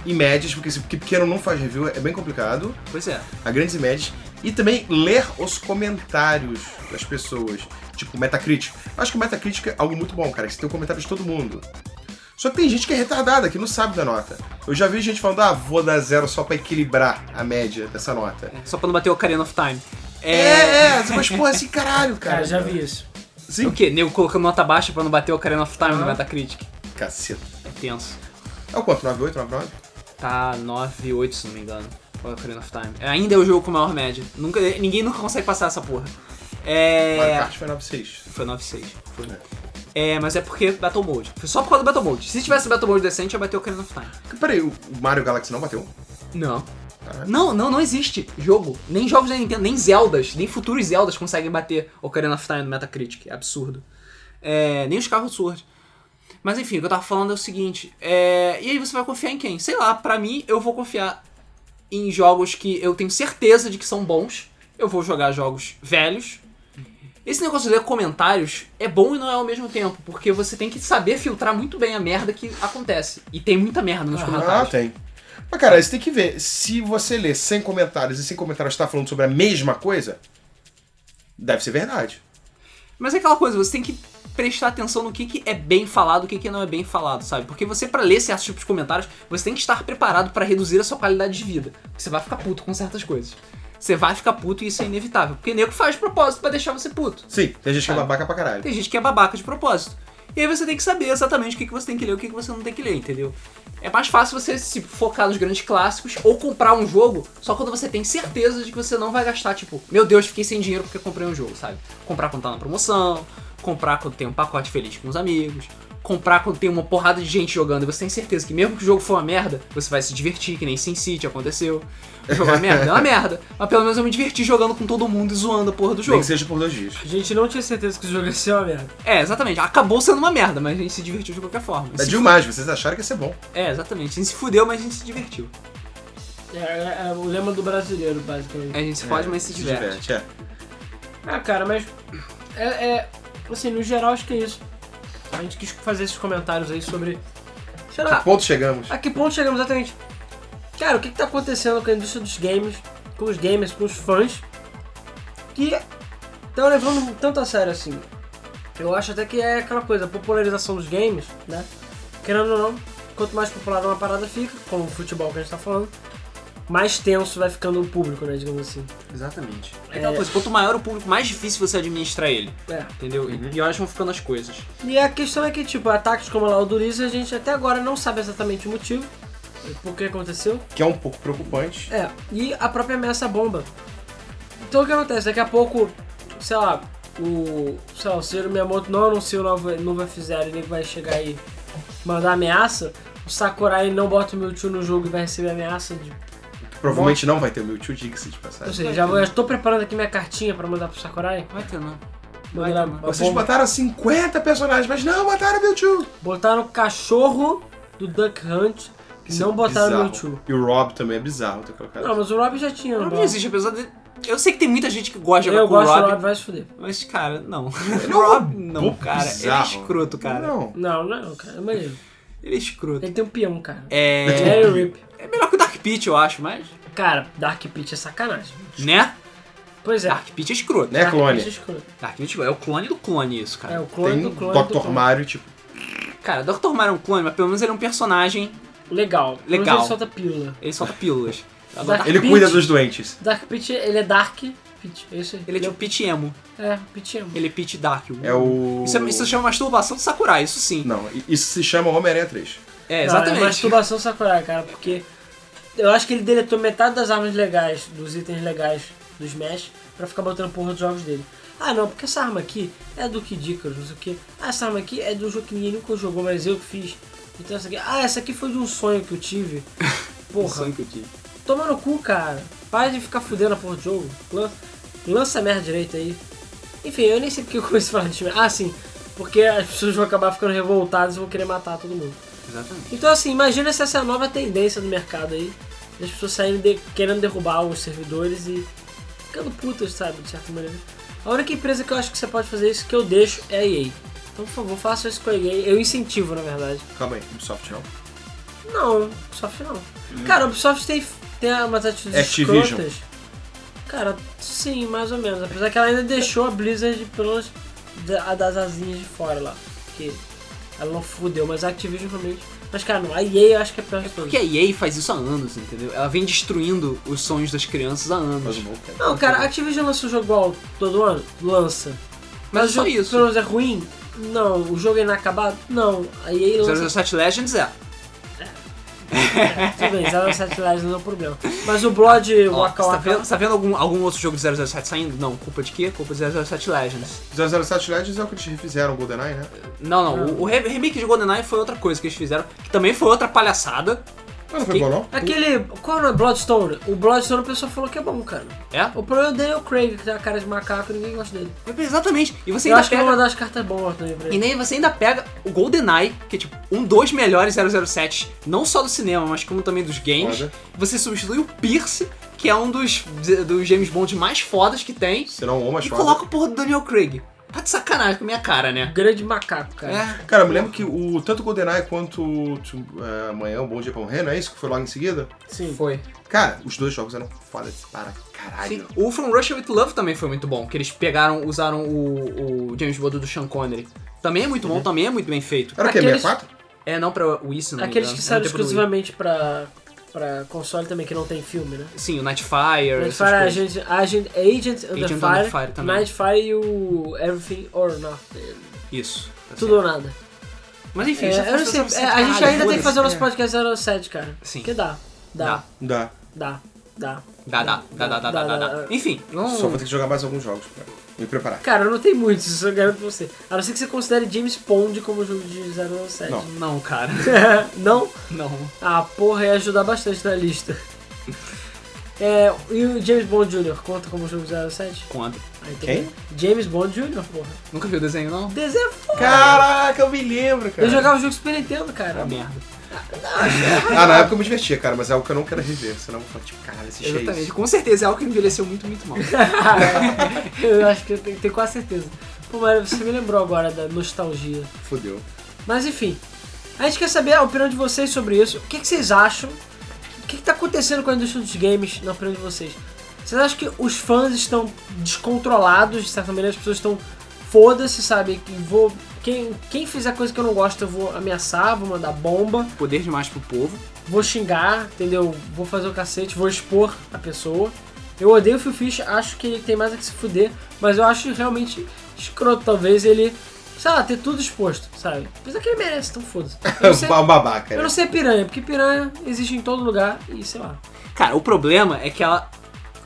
S3: e médias, porque, se- porque pequeno não faz review, é bem complicado.
S1: Pois é.
S3: a grandes e médias, e também ler os comentários das pessoas, tipo Metacritic. Eu acho que o Metacritic é algo muito bom, cara, que você tem o comentário de todo mundo. Só que tem gente que é retardada, que não sabe da nota. Eu já vi gente falando, ah, vou dar zero só pra equilibrar a média dessa nota.
S1: É, Só pra não bater o Ocarina of Time.
S3: É,
S1: É.
S3: é, você mas porra, assim, caralho, cara.
S2: Cara, já vi isso.
S1: O
S3: Sim.
S1: quê? Nego colocando nota baixa pra não bater o Ocarina of Time no
S2: Ah.
S1: Metacritic.
S3: Caceta.
S1: É tenso.
S3: É o quanto? 98, 99?
S1: Tá 9,8 se não me engano. O Ocarina of Time. Ainda é o jogo com maior média. Nunca, ninguém nunca consegue passar essa porra.
S3: Mario
S1: É.
S3: Kart foi 96.
S1: Foi 9,6. Foi. É, mas é porque Battle Mode. Foi só por causa do Battle Mode. Se tivesse Battle Mode decente, ia bater o Ocarina of Time.
S3: Peraí, o Mario Galaxy não bateu?
S1: Não.
S3: Caralho.
S1: Não, não, não existe jogo. Nem jogos da Nintendo, nem Zeldas, nem futuros Zeldas conseguem bater Ocarina of Time no Metacritic. É absurdo. É, nem os carros Sword. Mas enfim, o que eu tava falando é o seguinte. é, e aí você vai confiar em quem? Sei lá, pra mim, eu vou confiar em jogos que eu tenho certeza de que são bons. Eu vou jogar jogos velhos. Esse negócio de ler comentários é bom e não é ao mesmo tempo, porque você tem que saber filtrar muito bem a merda que acontece. E tem muita merda nos
S2: Ah,
S3: Ah,
S1: comentários.
S3: tem. Mas, cara, você tem que ver. Se você lê 100 comentários e 100 comentários tá falando sobre a mesma coisa, deve ser verdade.
S1: Mas é aquela coisa, você tem que prestar atenção no que, que é bem falado, o que, que não é bem falado, sabe? Porque você, pra ler certos tipos de comentários, você tem que estar preparado pra reduzir a sua qualidade de vida. Porque você vai ficar puto com certas coisas. Você vai ficar puto e isso é inevitável. Porque nego faz de propósito pra deixar você puto.
S3: Sim, tem gente que é
S1: Sabe.
S3: babaca pra caralho.
S1: Tem gente que é babaca de propósito. E aí você tem que saber exatamente o que, que você tem que ler e o que, que você não tem que ler, entendeu? É mais fácil você se focar nos grandes clássicos ou comprar um jogo só quando você tem certeza de que você não vai gastar, tipo, meu Deus, fiquei sem dinheiro porque comprei um jogo, sabe? Comprar quando tá na promoção, comprar quando tem um pacote feliz com os amigos, comprar quando tem uma porrada de gente jogando e você tem certeza que mesmo que o jogo for uma merda, você vai se divertir, que nem Sin City aconteceu. O jogo é uma merda, é uma merda. Mas pelo menos eu me diverti jogando com todo mundo e zoando a porra do
S3: Nem
S1: jogo.
S3: que seja por dois dias.
S2: A gente não tinha certeza que o jogo ia ser uma merda.
S1: É, exatamente. Acabou sendo uma merda, mas a gente se divertiu de qualquer forma.
S3: É
S1: Se-
S3: demais, vocês acharam que ia ser bom.
S1: É, exatamente. A gente se fudeu, mas a gente se divertiu.
S2: É, é- é o lema do brasileiro, basicamente.
S1: A gente se fode, mas se diverte.
S3: é.
S2: Ah, cara, mas. É, é- Assim, no geral, acho que é isso. A gente quis fazer esses comentários aí sobre. Sei lá, Ah,
S3: Que ponto chegamos?
S2: a que ponto chegamos exatamente? Cara, o que, que tá acontecendo com a indústria dos games, com os gamers, com os fãs, que estão levando tanto a sério assim? Eu acho até que é aquela coisa, a popularização dos games, né? Querendo ou não, quanto mais popular uma parada fica, como o futebol que a gente tá falando, mais tenso vai ficando o público, né? Digamos assim.
S1: Exatamente. É aquela
S2: É.
S1: coisa, quanto maior o público, mais difícil você administrar ele.
S2: É.
S1: Entendeu? E E elas vão ficando as coisas.
S2: E a questão é que, tipo, ataques como lá o do Ulisses, a gente até agora não sabe exatamente o motivo, por que aconteceu.
S3: Que é um pouco preocupante.
S2: É, e a própria ameaça bomba. Então o que acontece? Daqui a pouco, sei lá, o. Sei lá, o Ciro Miyamoto não anuncia o novo, novo F0 ele vai chegar aí mandar ameaça. O Sakurai não bota o Mewtwo no jogo e vai receber ameaça de.
S3: Tá Provavelmente não vai ter o Mewtwo, diga-se de
S2: Ou
S3: passagem.
S2: seja, já, vou- já estou preparando aqui minha cartinha pra mandar pro Sakurai.
S1: Vai ter, não.
S2: Mandaram-
S3: Vocês botaram 50 personagens, mas não botaram Mewtwo.
S2: Botaram o cachorro do Duck Hunt e
S3: Isso
S2: não
S3: é
S2: botaram o
S3: bizarro.
S2: Mewtwo.
S3: E o Rob também é bizarro ter colocado.
S2: Não, mas o Rob já tinha.
S1: O Rob
S2: né?
S1: não existe, apesar de. Eu sei que tem muita gente que gosta de jogar
S2: Eu
S1: com o
S2: gosto do
S1: Rob,
S2: Rob, vai se fuder.
S1: mas, cara, não.
S3: Não,
S1: Rob, não,
S3: pouco
S1: cara. Ele é
S3: bizarro.
S1: escroto, cara.
S3: Não.
S2: Não, não, cara, é maneiro.
S1: Ele é escroto.
S2: Ele tem um peão, cara.
S1: É.
S2: Jerry Rip.
S1: É melhor que o Dark Pit, eu acho, mas.
S2: Cara, Dark Pit é sacanagem.
S1: Né?
S2: Pois é.
S1: Dark Pit é escroto.
S3: Né,
S2: Dark
S3: clone? Ah,
S2: Pit é escroto.
S1: Dark Pit é o clone do clone, isso, cara.
S2: É o clone
S3: Tem
S2: do clone do
S3: Dr.
S2: clone.
S3: Mario, tipo,
S1: Cara, Dr. Mario é um clone, mas pelo menos ele é um personagem.
S2: Legal. Pelo menos
S1: Legal.
S2: Ele solta pílula.
S1: Ele solta pílulas.
S2: Dark
S3: ele
S2: Pit.
S3: cuida dos doentes.
S2: Dark Pit, ele é Dark Pit. É isso aí.
S1: Ele é tipo Pit emo.
S2: É, Pit é um-
S1: Ele é Pit Dark.
S3: É o.
S1: Isso, é- isso se chama masturbação do Sakurai, isso sim.
S3: Não, i- isso se chama Homem-Aranha 3.
S1: É,
S2: Cara,
S1: exatamente.
S2: é masturbação Sakurai, cara, porque eu acho que ele deletou metade das armas legais, dos itens legais do Smash, pra ficar botando porra dos jogos dele. Ah não, porque essa arma aqui é do Kid Icarus, não sei o que. Ah, essa arma aqui é do jogo que ninguém nunca jogou, mas eu que fiz. Então essa aqui. Ah, essa aqui foi de um sonho que eu tive. Porra,
S1: Sangue que eu tive.
S2: toma no cu, cara. Para de ficar fudendo a porra do jogo. Lan- Lança a merda direita aí. Enfim, eu nem sei porque eu comecei a falar de Smash. Ah, sim. Porque as pessoas vão acabar ficando revoltadas e vão querer matar todo mundo.
S1: Exatamente.
S2: Então assim, imagina se essa é a nova tendência do mercado aí, das pessoas saindo de- querendo derrubar os servidores e ficando putas, sabe, de certa maneira. A única empresa que eu acho que você pode fazer isso, que eu deixo, é a EA. Então, por favor, faça isso com a EA. Eu incentivo, na verdade.
S3: Calma aí, Ubisoft não.
S2: Não, Ubisoft não. Cara, a Ubisoft tem, tem umas atitudes
S3: Activision.
S2: escrotas. Cara, sim, mais ou menos. Apesar que ela ainda deixou a Blizzard pelas da- das asinhas de fora lá. Porque ela não fudeu, mas a Activision realmente... Mas, cara, não. A EA eu acho que é a pior de todas.
S1: Porque a EA faz isso há anos, entendeu? Ela vem destruindo os sonhos das crianças há
S3: Mas
S1: anos.
S3: o Volcano.
S2: Não, cara, a Activision lança o jogo igual todo ano? Lança.
S1: Mas
S2: o
S1: só
S2: jogo
S1: isso.
S2: pelo menos é ruim? Não. O jogo é inacabado? Não. A EA lança.
S1: 007 Legends é.
S2: Tudo bem, 07 Lives não é um problema. Mas o Blood
S1: Ó,
S2: Waka
S1: você tá
S2: Waka.
S1: vendo, você tá vendo algum, algum outro jogo de 007 saindo? Não, culpa de quê? Culpa de 007 Legends.
S3: 007 Legends é o que eles refizeram, o GoldenEye, né?
S1: Não, não, o, o re- remake de GoldenEye foi outra coisa que eles fizeram, que também foi outra palhaçada.
S3: Mas não foi bom, não?
S2: Aquele. Qual é o nome? Bloodstone? O Bloodstone o pessoal falou que é bom, cara.
S1: É?
S2: O problema dele é o Craig, que tem a cara de macaco e ninguém gosta dele.
S1: Exatamente. E você
S2: Eu
S1: ainda
S2: acho que eu
S1: pega...
S2: vou mandar as cartas boas também pra
S1: E
S2: ele.
S1: nem você ainda pega o GoldenEye, que é tipo um dos melhores 007, não só do cinema, mas como também dos games.
S3: Foda.
S1: Você substitui o Pierce, que é um dos, dos James Bond mais fodas que tem,
S3: Se não, uma
S1: e
S3: foda.
S1: coloca o porra do Daniel Craig. Tá de sacanagem com a minha cara, né?
S2: Grande macaco, cara.
S1: É.
S3: Cara, eu me lembro que o, tanto o GoldenEye quanto o Tu- é, Amanhã, um Bom Dia pra Morrer, não é isso que foi logo em seguida?
S2: Sim.
S1: Foi.
S3: Cara, os dois jogos eram foda para caralho.
S1: Sim. O From Russia with Love também foi muito bom, que eles pegaram, usaram o, o James Bond do Sean Connery. Também é muito
S3: Uhum.
S1: bom, também é muito bem feito.
S3: Era o quê?
S2: Aqueles-
S3: 64?
S1: É, não pra Wii, se não me
S2: Aqueles
S1: engano.
S2: que
S1: É
S2: saíram
S1: no tempo do Wii.
S2: exclusivamente pra, pra console também, que não tem filme, né?
S1: Sim, o Nightfire.
S2: Night
S1: essas
S2: Fire,
S1: coisas.
S2: Agent, Agent, Agent Under
S1: Agent
S2: Fire,
S1: Under Fire também. É.
S2: Night Fire e o Everything or Nothing.
S1: Isso. tá
S2: Tudo ou nada.
S1: Mas enfim,
S2: É,
S1: já assim,
S2: eu não sei, é, a gente ainda tem que fazer o nosso podcast 07, cara.
S1: é. Sim.
S2: Que dá. Dá.
S3: Dá.
S2: Dá. Dá.
S1: Dá, dá, dá, dá, dá, dá, dá, dá. Enfim, não.
S3: Só vou ter que jogar mais alguns jogos pra me preparar.
S2: Cara, não tem muitos, isso eu garanto pra você. A não ser que você considere James Pond como jogo de 007.
S3: Não.
S1: Não, cara.
S2: não?
S1: Não.
S2: Ah, porra, ia ajudar bastante na lista. É, e o James Bond Jr. conta como jogo de 07?
S1: Quando?
S2: Ah, então-
S3: Quem?
S2: James Bond Jr., porra.
S1: Nunca viu o desenho, não?
S2: Desenho é foda.
S3: Caraca, eu me lembro, cara.
S2: Eu jogava o jogo Super Nintendo, cara.
S1: Ah, merda.
S3: Ah, na época eu me divertia, cara, mas é algo que eu não quero rever. Senão eu vou falar, tipo, caralho, esse cheio.
S1: Exatamente. Com certeza é algo que envelheceu muito, muito mal.
S2: eu acho que eu tenho, tenho quase certeza. Pô, mas você me lembrou agora da nostalgia.
S3: Fodeu.
S2: Mas enfim, a gente quer saber a opinião de vocês sobre isso. O que, que vocês acham? O que, que tá acontecendo com a indústria dos games, na opinião de vocês? Vocês acham que os fãs estão descontrolados, de certa maneira, as pessoas estão foda-se, sabe? Que vou. Quem, quem fizer coisa que eu não gosto, eu vou ameaçar, vou mandar bomba,
S1: Poder demais pro povo.
S2: vou xingar, entendeu? Vou fazer o cacete, vou expor a pessoa. Eu odeio o Phil Fish, acho que ele tem mais a que se fuder, mas eu acho realmente escroto, talvez ele, sei lá, ter tudo exposto, sabe? Apesar que ele merece, então foda-se. Eu não sei-
S3: Um babaca,
S2: eu
S3: né?
S2: não sei piranha, porque piranha existe em todo lugar e sei lá.
S1: Cara, o problema é que ela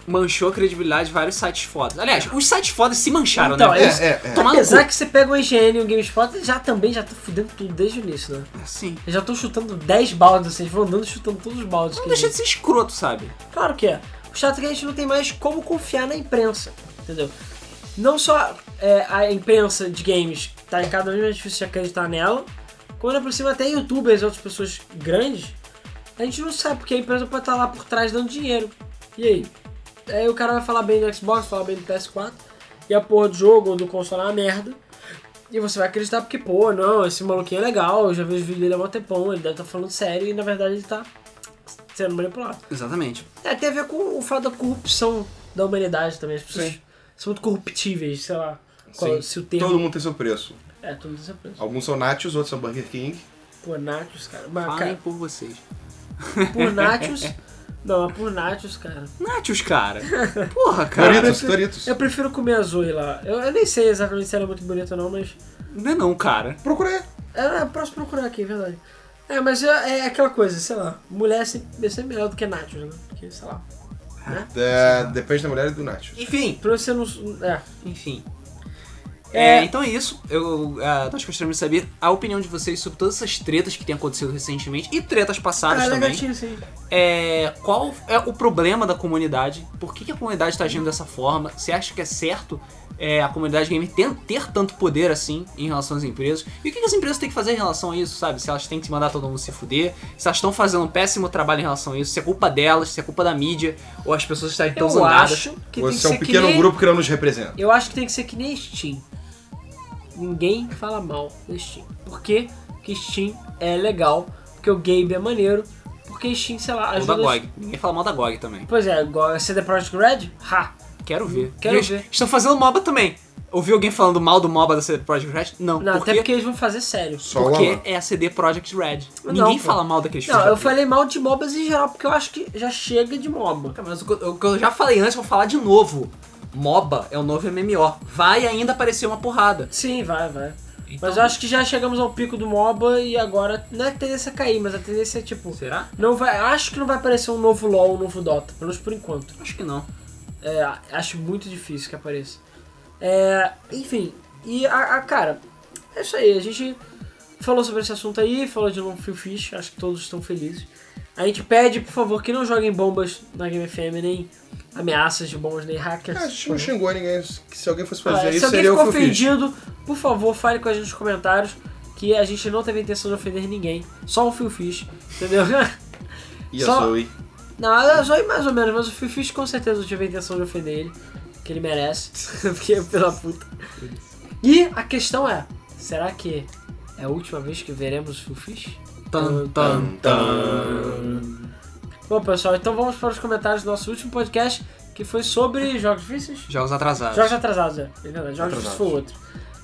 S1: manchou a credibilidade de vários sites fodas. Aliás, os sites fodas se mancharam,
S2: Então,
S1: né?
S2: é-
S3: É, é, é.
S1: Tomar no
S2: Apesar
S1: cu.
S2: que você pega um o IGN e o GameSpot, já também já tá fudendo tudo desde o início, né?
S1: Sim.
S2: Eles já estão chutando 10 baldes, assim, eles vão andando chutando todos os baldes.
S1: Não
S2: que
S1: deixa de
S2: existe.
S1: ser escroto, sabe?
S2: Claro que é. O chato é que a gente não tem mais como confiar na imprensa, entendeu? Não só é, a imprensa de games tá cada vez mais difícil de acreditar nela, quando aproxima até youtubers e outras pessoas grandes, a gente não sabe porque a empresa pode estar lá por trás dando dinheiro. E aí? Aí o cara vai falar bem do Xbox, falar bem do PS4, e a porra do jogo ou do console é uma merda. E você vai acreditar porque, pô, não, esse maluquinho é legal, eu já vi os vídeos dele há um tempão, ele deve estar falando sério e na verdade ele tá sendo manipulado.
S1: Exatamente.
S2: É, tem a ver com o fato da corrupção da humanidade também. As pessoas
S3: Sim.
S2: são muito corruptíveis, sei lá.
S3: Sim.
S2: Qual, se o termo.
S3: Todo mundo tem seu preço.
S2: É, todo mundo tem essa preço.
S3: Alguns são Nachos, outros são Burger King.
S2: Por Nachos, cara. Mas,
S1: Falem
S2: Ah, cara,
S1: por vocês.
S2: por Nachos. Não, é por Nachos, cara.
S1: Nachos, cara. Porra, cara.
S3: Doritos, Doritos.
S2: Eu prefiro comer a Zoe lá. Eu, eu nem sei exatamente se ela é muito bonita ou não, mas.
S1: Não é não, cara.
S3: Procurei.
S2: É, eu posso procurar aqui, é verdade. É, mas é, é aquela coisa, sei lá. Mulher é sempre, é sempre melhor do que Nachos, né? Porque, sei lá. né?
S3: É, depende da mulher e do Nachos.
S1: Enfim,
S2: Pra você não. É.
S1: enfim.
S2: É.
S1: É, então é isso. Eu, ah, nós gostaríamos de saber a opinião de vocês sobre todas essas tretas que têm acontecido recentemente e tretas passadas
S2: Ah, ela é
S1: também.
S2: gatinha, sim.
S1: É, qual é o problema da comunidade? Por que, que a comunidade está agindo dessa forma? Você acha que é certo é, a comunidade gamer ter, ter tanto poder assim em relação às empresas? E o que, que as empresas têm que fazer em relação a isso, sabe? Se elas têm que mandar todo mundo se fuder, se elas estão fazendo um péssimo trabalho em relação a isso, se é culpa delas, se é culpa da mídia, ou as pessoas estarem tão
S2: Eu
S1: zangadas.
S2: acho que tem que
S3: Então Você é
S2: ser
S3: um
S2: que
S3: pequeno
S2: nem-
S3: grupo que não nos representa.
S2: Eu acho que tem que ser que nem Steam. Ninguém fala mal do Steam. Por quê? Porque Steam é legal, porque o Gabe é maneiro, porque Steam, sei lá,
S1: Ou É da
S2: ajuda...
S1: GOG. Ninguém fala mal da GOG também.
S2: Pois é, igual a CD Projekt Red, ha!
S1: Quero ver.
S2: Quero
S1: Eles
S2: ver.
S1: Estão fazendo MOBA também. Ouviu alguém falando mal do MOBA da CD Projekt Red? Não,
S2: Não,
S1: porque,
S2: até porque eles vão fazer sério.
S3: Só o
S1: porque
S3: Alan.
S1: é a CD Projekt Red.
S2: Não,
S1: Ninguém
S2: pô.
S1: fala mal daqueles filhos
S2: Não,
S1: da
S2: eu
S1: puta.
S2: falei mal de MOBAs em geral, porque eu acho que já chega de MOBA.
S1: Cara, Mas o que eu- o que eu já falei antes, vou falar de novo. MOBA é o novo MMO. Vai ainda aparecer uma porrada.
S2: Sim, vai, vai.
S1: Então-
S2: Mas eu acho que já chegamos ao pico do MOBA e agora não é a tendência a cair, mas a tendência é tipo.
S1: Será?
S2: Não vai, acho que não vai aparecer um novo LoL, um novo Dota, pelo menos por enquanto.
S1: Acho que não.
S2: É, acho muito difícil que apareça. É, enfim, e a, a- cara, é isso aí. A gente falou sobre esse assunto aí, falou de um Phil Fish, acho que todos estão felizes. A gente pede, por favor, que não joguem bombas na Game FM, nem ameaças de bombas, nem hackers.
S3: Ah, a gente não
S2: por favor.
S3: xingou ninguém. Se alguém fosse
S2: Ah,
S3: fazer
S2: se
S3: isso,
S2: alguém
S3: seria o
S2: ficou
S3: que eu fiz.
S2: ofendido, por favor, fale com a gente nos comentários que a gente não teve a intenção de ofender ninguém, só o Phil Fish, entendeu?
S3: E a
S2: Só-
S3: Zoe.
S2: Não, eu zoei mais ou menos, mas o Fifi com certeza eu tive a intenção de ofender ele, que ele merece, porque pela puta. E a questão é, será que é a última vez que veremos o Fifi?
S1: Tan, tan, tan.
S2: Bom, pessoal, então vamos para os comentários do nosso último podcast, que foi sobre jogos difíceis?
S1: Jogos atrasados.
S2: Jogos atrasados, é. É verdade, jogos
S3: Atrasados.
S2: difíceis foi outro.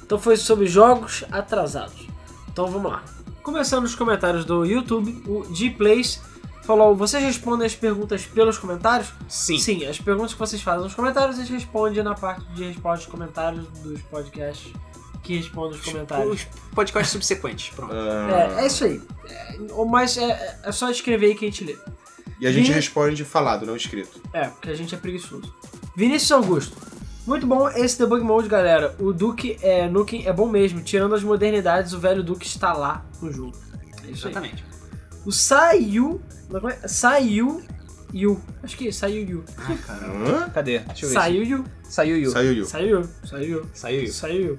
S2: Então foi sobre jogos atrasados. Então vamos lá. Começando nos comentários do YouTube, o G-Plays falou, vocês respondem as perguntas pelos comentários?
S1: Sim.
S2: Sim, as perguntas que vocês fazem nos comentários, a gente responde na parte de resposta de comentários dos podcasts que respondem os comentários.
S1: Tipo, Os podcasts subsequentes. Pronto.
S2: É, é isso aí. É, ou mais, é, é só escrever aí que a gente lê.
S3: E a gente
S2: E-
S3: responde falado, não escrito.
S2: É, porque a gente é preguiçoso. Vinícius Augusto. Muito bom esse debug mode, galera. O Duke é, Nukem é bom mesmo. Tirando as modernidades, o velho Duke está lá no jogo. É isso aí.
S1: Exatamente.
S2: O Saiu... como é? Saiu... Yu. Acho que é Saiu Yu.
S1: Ah, caramba.
S3: Hã?
S1: Cadê? Deixa eu ver.
S2: Saiu Yu.
S1: se- Saiu Yu.
S3: Saiu Yu.
S2: Saiu Yu. Saiu Yu.
S1: Saiu Yu.
S2: Saiu.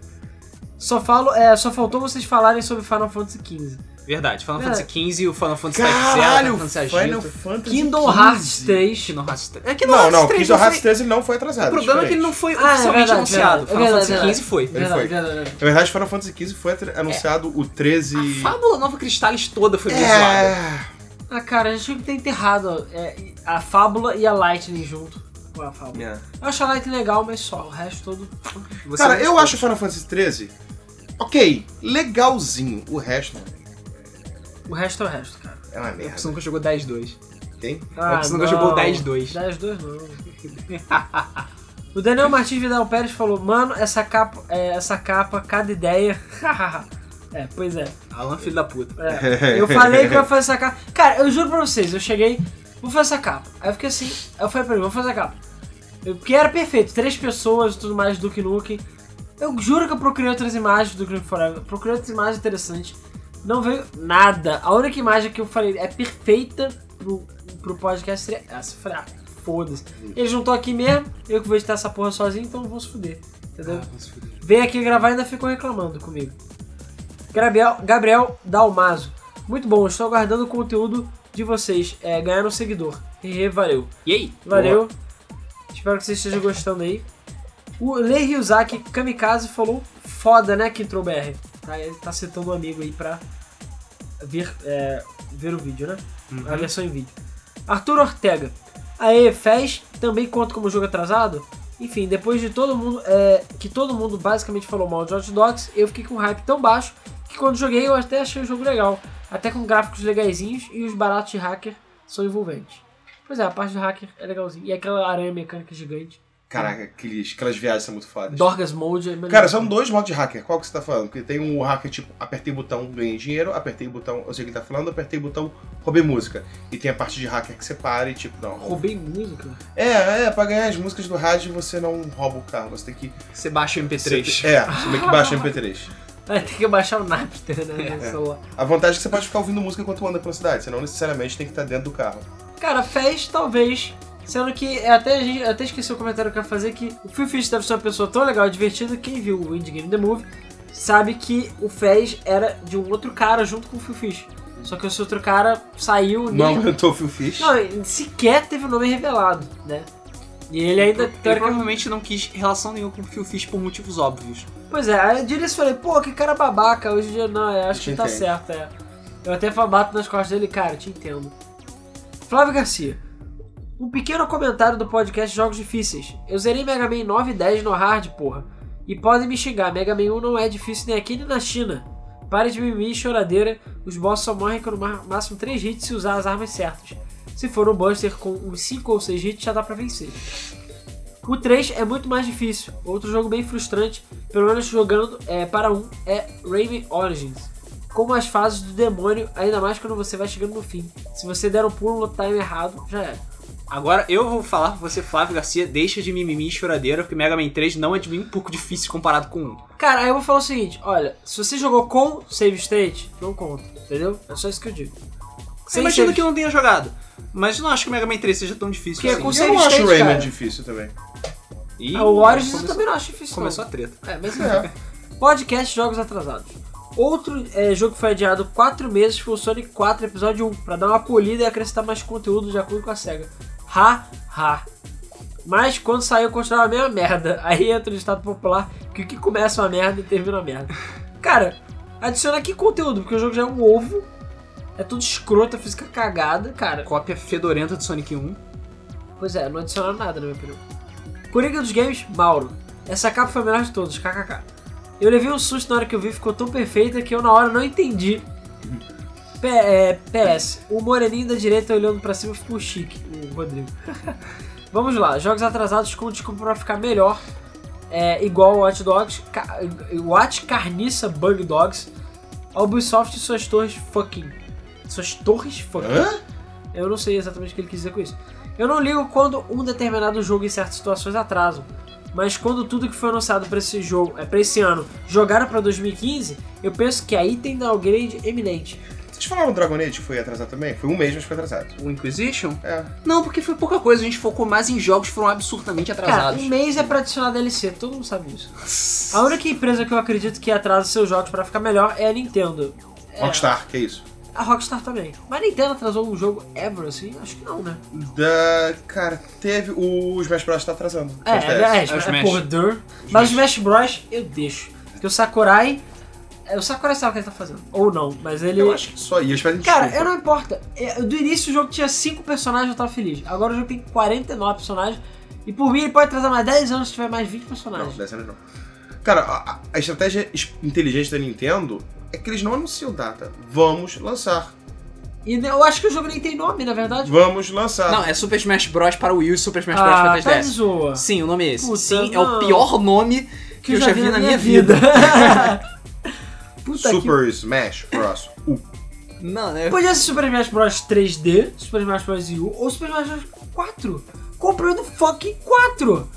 S2: Só falo, é, só faltou vocês falarem sobre Final Fantasy XV.
S1: Verdade. Final
S2: É.
S1: Fantasy XV, o Final Fantasy
S3: Caralho,
S1: Type 0,
S3: Final Fantasy
S2: tá Kingdom
S3: 15.
S2: Hearts 3.
S1: Kingdom Hearts 3. É Kingdom
S3: Não,
S1: Hearts
S3: não,
S1: 3
S3: Kingdom
S1: foi-
S3: Hearts 13 ele não foi atrasado.
S1: O problema é que ele não
S2: Ah,
S1: foi oficialmente anunciado. Final Fantasy XV foi.
S3: Ele foi.
S2: Verdade, verdade.
S3: Na verdade, Final Fantasy XV foi atra- anunciado o 13...
S2: É.
S1: A fábula Nova Cristalis toda foi bem zoada.
S3: É...
S2: Ah, cara, a gente tem que ter enterrado é, a Fábula e a Lightning junto com a Fábula. Eu acho a Lightning legal, mas só. O resto todo...
S1: Você
S3: É. Cara,
S1: não
S3: eu
S1: gostou.
S3: acho Final Fantasy 13 ok, legalzinho. O resto
S2: O resto é o resto, cara.
S3: é uma
S1: Você
S3: merda.
S1: nunca jogou 10-2.
S3: Tem?
S1: É que você nunca jogou 10-2.
S2: 10-2 Ah, não. o Daniel Martins Vidal Pérez falou, mano, essa capa, é, essa capa, cada ideia... é, pois é.
S1: Alan, filho da puta.
S2: É, eu falei que eu ia fazer essa capa. Cara, eu juro pra vocês, eu cheguei, vou fazer essa capa. Aí eu fiquei assim, aí eu falei pra ele, vou fazer a capa. Eu, porque era perfeito, três pessoas e tudo mais, Duke Nukem. Eu juro que eu procurei outras imagens do Grim Forever, procurei outras imagens interessantes. Não veio nada. A única imagem que eu falei é perfeita pro, pro podcast seria essa. Eu falei, ah, foda-se. Eles não estão aqui mesmo, eu que vou editar essa porra sozinho, então eu vou se fuder. entendeu?
S1: Ah, vai se fuder.
S2: Veio aqui gravar e ainda ficou reclamando comigo. Gabriel, Gabriel Dalmazo. Muito bom, estou aguardando o conteúdo de vocês. É, ganhar um seguidor. Hehe, valeu.
S1: E aí?
S2: Valeu. Espero que vocês estejam gostando aí. O Lei Ryuzaki Kamikaze falou foda, né, que entrou BR. Tá, ele tá citando um amigo aí pra ver, é, ver o vídeo, né? A versão em vídeo. Arthur Ortega. Aê, Fez também conta como jogo atrasado? Enfim, depois de todo mundo, é, que todo mundo basicamente falou mal de Hot Dogs, eu fiquei com um hype tão baixo que quando joguei eu até achei o jogo legal. Até com gráficos legaizinhos e os baratos de hacker são envolventes. Pois é, a parte do hacker é legalzinha. E aquela aranha mecânica gigante.
S3: Caraca, aqueles, aquelas viagens são muito fodas.
S2: Dorgas Mode. é melhor.
S3: Cara, um são dois modos de hacker. Qual que você tá falando? Porque tem um hacker tipo, apertei o botão, ganhei dinheiro, apertei o botão, eu sei o que ele tá falando, apertei o botão, roubei música. E tem a parte de hacker que separa e tipo, não. rouba-
S2: Roubei música.
S3: É, é, pra ganhar as músicas do rádio você não rouba o carro, você tem que.
S1: Você baixa o MP3.
S3: Você, é, você tem que baixar o MP3.
S2: Vai ter É, que baixar o Napster, né, no celular.
S3: A vantagem é que você pode ficar ouvindo música enquanto anda pela cidade, você não necessariamente tem que estar dentro do carro.
S2: Cara, Fez talvez. Sendo que eu até, a gente- eu até esqueci o comentário que eu ia fazer que o Phil Fish deve ser uma pessoa tão legal e divertida. Quem viu o Indie Game The Movie sabe que o Fez era de um outro cara junto com o Phil Fish. Só que esse outro cara saiu.
S3: Não
S2: nem-
S3: aumentou o fio fish.
S2: não, sequer teve o nome revelado, né? E ele ainda.
S1: Ele
S2: teoricamente-
S1: provavelmente não quis relação nenhuma com o que eu fiz por motivos óbvios.
S2: Pois é, aí eu diria isso e falei, pô, que cara babaca, hoje em dia não, é, acho que
S3: Te
S2: tá
S3: entendo.
S2: certo, é. Eu até fa- bato nas costas dele, cara, te entendo. Flávio Garcia, um pequeno comentário do podcast Jogos Difíceis. Eu zerei Mega Man 9 e 10 no hard, porra. E podem me xingar, Mega Man 1 não é difícil nem aqui nem na China. Pare de mimimi e choradeira, os bosses só morrem com no ma- máximo 3 hits se usar as armas certas. Se for um Buster com uns 5 ou 6 hits, já dá pra vencer. O 3 é muito mais difícil, outro jogo bem frustrante, pelo menos jogando é, para um, é Rayman Origins. Como as fases do demônio, ainda mais quando você vai chegando no fim. Se você der um pulo no time errado, já era.
S1: Agora eu vou falar pra você, Flávio Garcia, deixa de mimimi e choradeira, porque Mega Man 3 não é de mim um pouco difícil comparado com 1.
S2: Cara, aí eu vou falar o seguinte, olha, se você jogou com save state, não conta, entendeu? É só isso que eu digo.
S1: Você
S2: Sem
S1: imagina
S2: save-
S1: que eu não tenha jogado. Mas eu não acho que o Mega Man 3 seja tão difícil
S2: Que é
S1: assim.
S2: com-
S3: eu
S2: Save
S3: não acho o
S2: state,
S3: Rayman
S2: cara.
S3: difícil também.
S1: Ih,
S2: Ah, o Origins eu
S1: começou,
S2: também não acho difícil não.
S1: começou a treta.
S2: É, mas enfim.
S3: É.
S2: Podcast Jogos Atrasados. Outro eh, jogo que foi adiado 4 meses foi o Sonic 4 Episódio 1, pra dar uma polida e acrescentar mais conteúdo de acordo com a SEGA. Ha, ha. Mas quando saiu, continuava a mesma merda. Aí entra o ditado popular que o que começa é uma merda e termina uma merda. Cara, adiciona aqui conteúdo, porque o jogo já é um ovo. É tudo escroto, a física cagada, cara.
S1: Cópia fedorenta do Sonic 1.
S2: Pois é, não adicionaram nada, na minha opinião. Coringa dos Games, Mauro. Essa capa foi a melhor de todos, kkk. Eu levei um susto na hora que eu vi, ficou tão perfeita que eu na hora não entendi. P- é, PS, o moreninho da direita olhando pra cima ficou chique, o Rodrigo. Vamos lá, jogos atrasados com desculpa pra ficar melhor. É, igual o Watch Dogs, ca- Watch Carniça Bug Dogs, a Ubisoft e suas torres fucking. Suas torres fucking.
S3: Hã?
S2: Eu não sei exatamente o que ele quis dizer com isso. Eu não ligo quando um determinado jogo em certas situações atrasa, mas quando tudo que foi anunciado pra esse jogo, é para esse ano, jogaram pra 2015, eu penso que aí tem downgrade eminente.
S3: Vocês falaram do Dragon Age que foi atrasado também? Foi um mês, mas foi atrasado.
S1: O Inquisition?
S3: É.
S1: Não, porque foi pouca coisa. A gente focou mais em jogos que foram absurdamente
S2: Cara,
S1: atrasados.
S2: um mês é pra adicionar DLC, todo mundo sabe disso. A única empresa que eu acredito que atrasa seus jogos pra ficar melhor é a Nintendo.
S3: Rockstar, que é isso?
S2: A Rockstar também. Mas a Nintendo atrasou um jogo ever, assim? Acho que não, né?
S3: Da. Cara, teve. O Smash Bros. tá atrasando.
S2: É, é, é,
S1: Smash.
S2: é, porra, dur. Mas o Smash Bros eu deixo. Porque o Sakurai. é, O Sakurai sabe o que ele tá fazendo. Ou não, mas ele.
S3: Eu acho que só. E eles pedem
S2: Cara, eu
S3: desculpa.
S2: não importa. É, Do início o jogo tinha 5 personagens, eu tava feliz. Agora o jogo tem 49 personagens. E por mim ele pode trazer mais 10 anos se tiver mais 20
S3: Não,
S2: personagens.
S3: 10 anos não. Cara, a, a- a estratégia es- inteligente da Nintendo é que eles não anunciam data. Vamos lançar.
S2: E eu acho que o jogo nem tem nome, na verdade.
S3: Vamos lançar.
S1: Não, é Super Smash Bros. para Wii U e Super Smash Bros.
S2: ah,
S1: para
S2: tá de
S1: 3DS.
S2: zoa.
S1: Sim, o nome é esse.
S2: Puta,
S1: Sim, é
S2: não.
S1: o pior nome que, eu já vi, na minha vida.
S2: Puta que
S3: Super Smash Bros. U.
S1: Não, né?
S2: Podia ser Super Smash Bros 3D, Super Smash Bros U ou Super Smash Bros 4. Comprando fucking 4.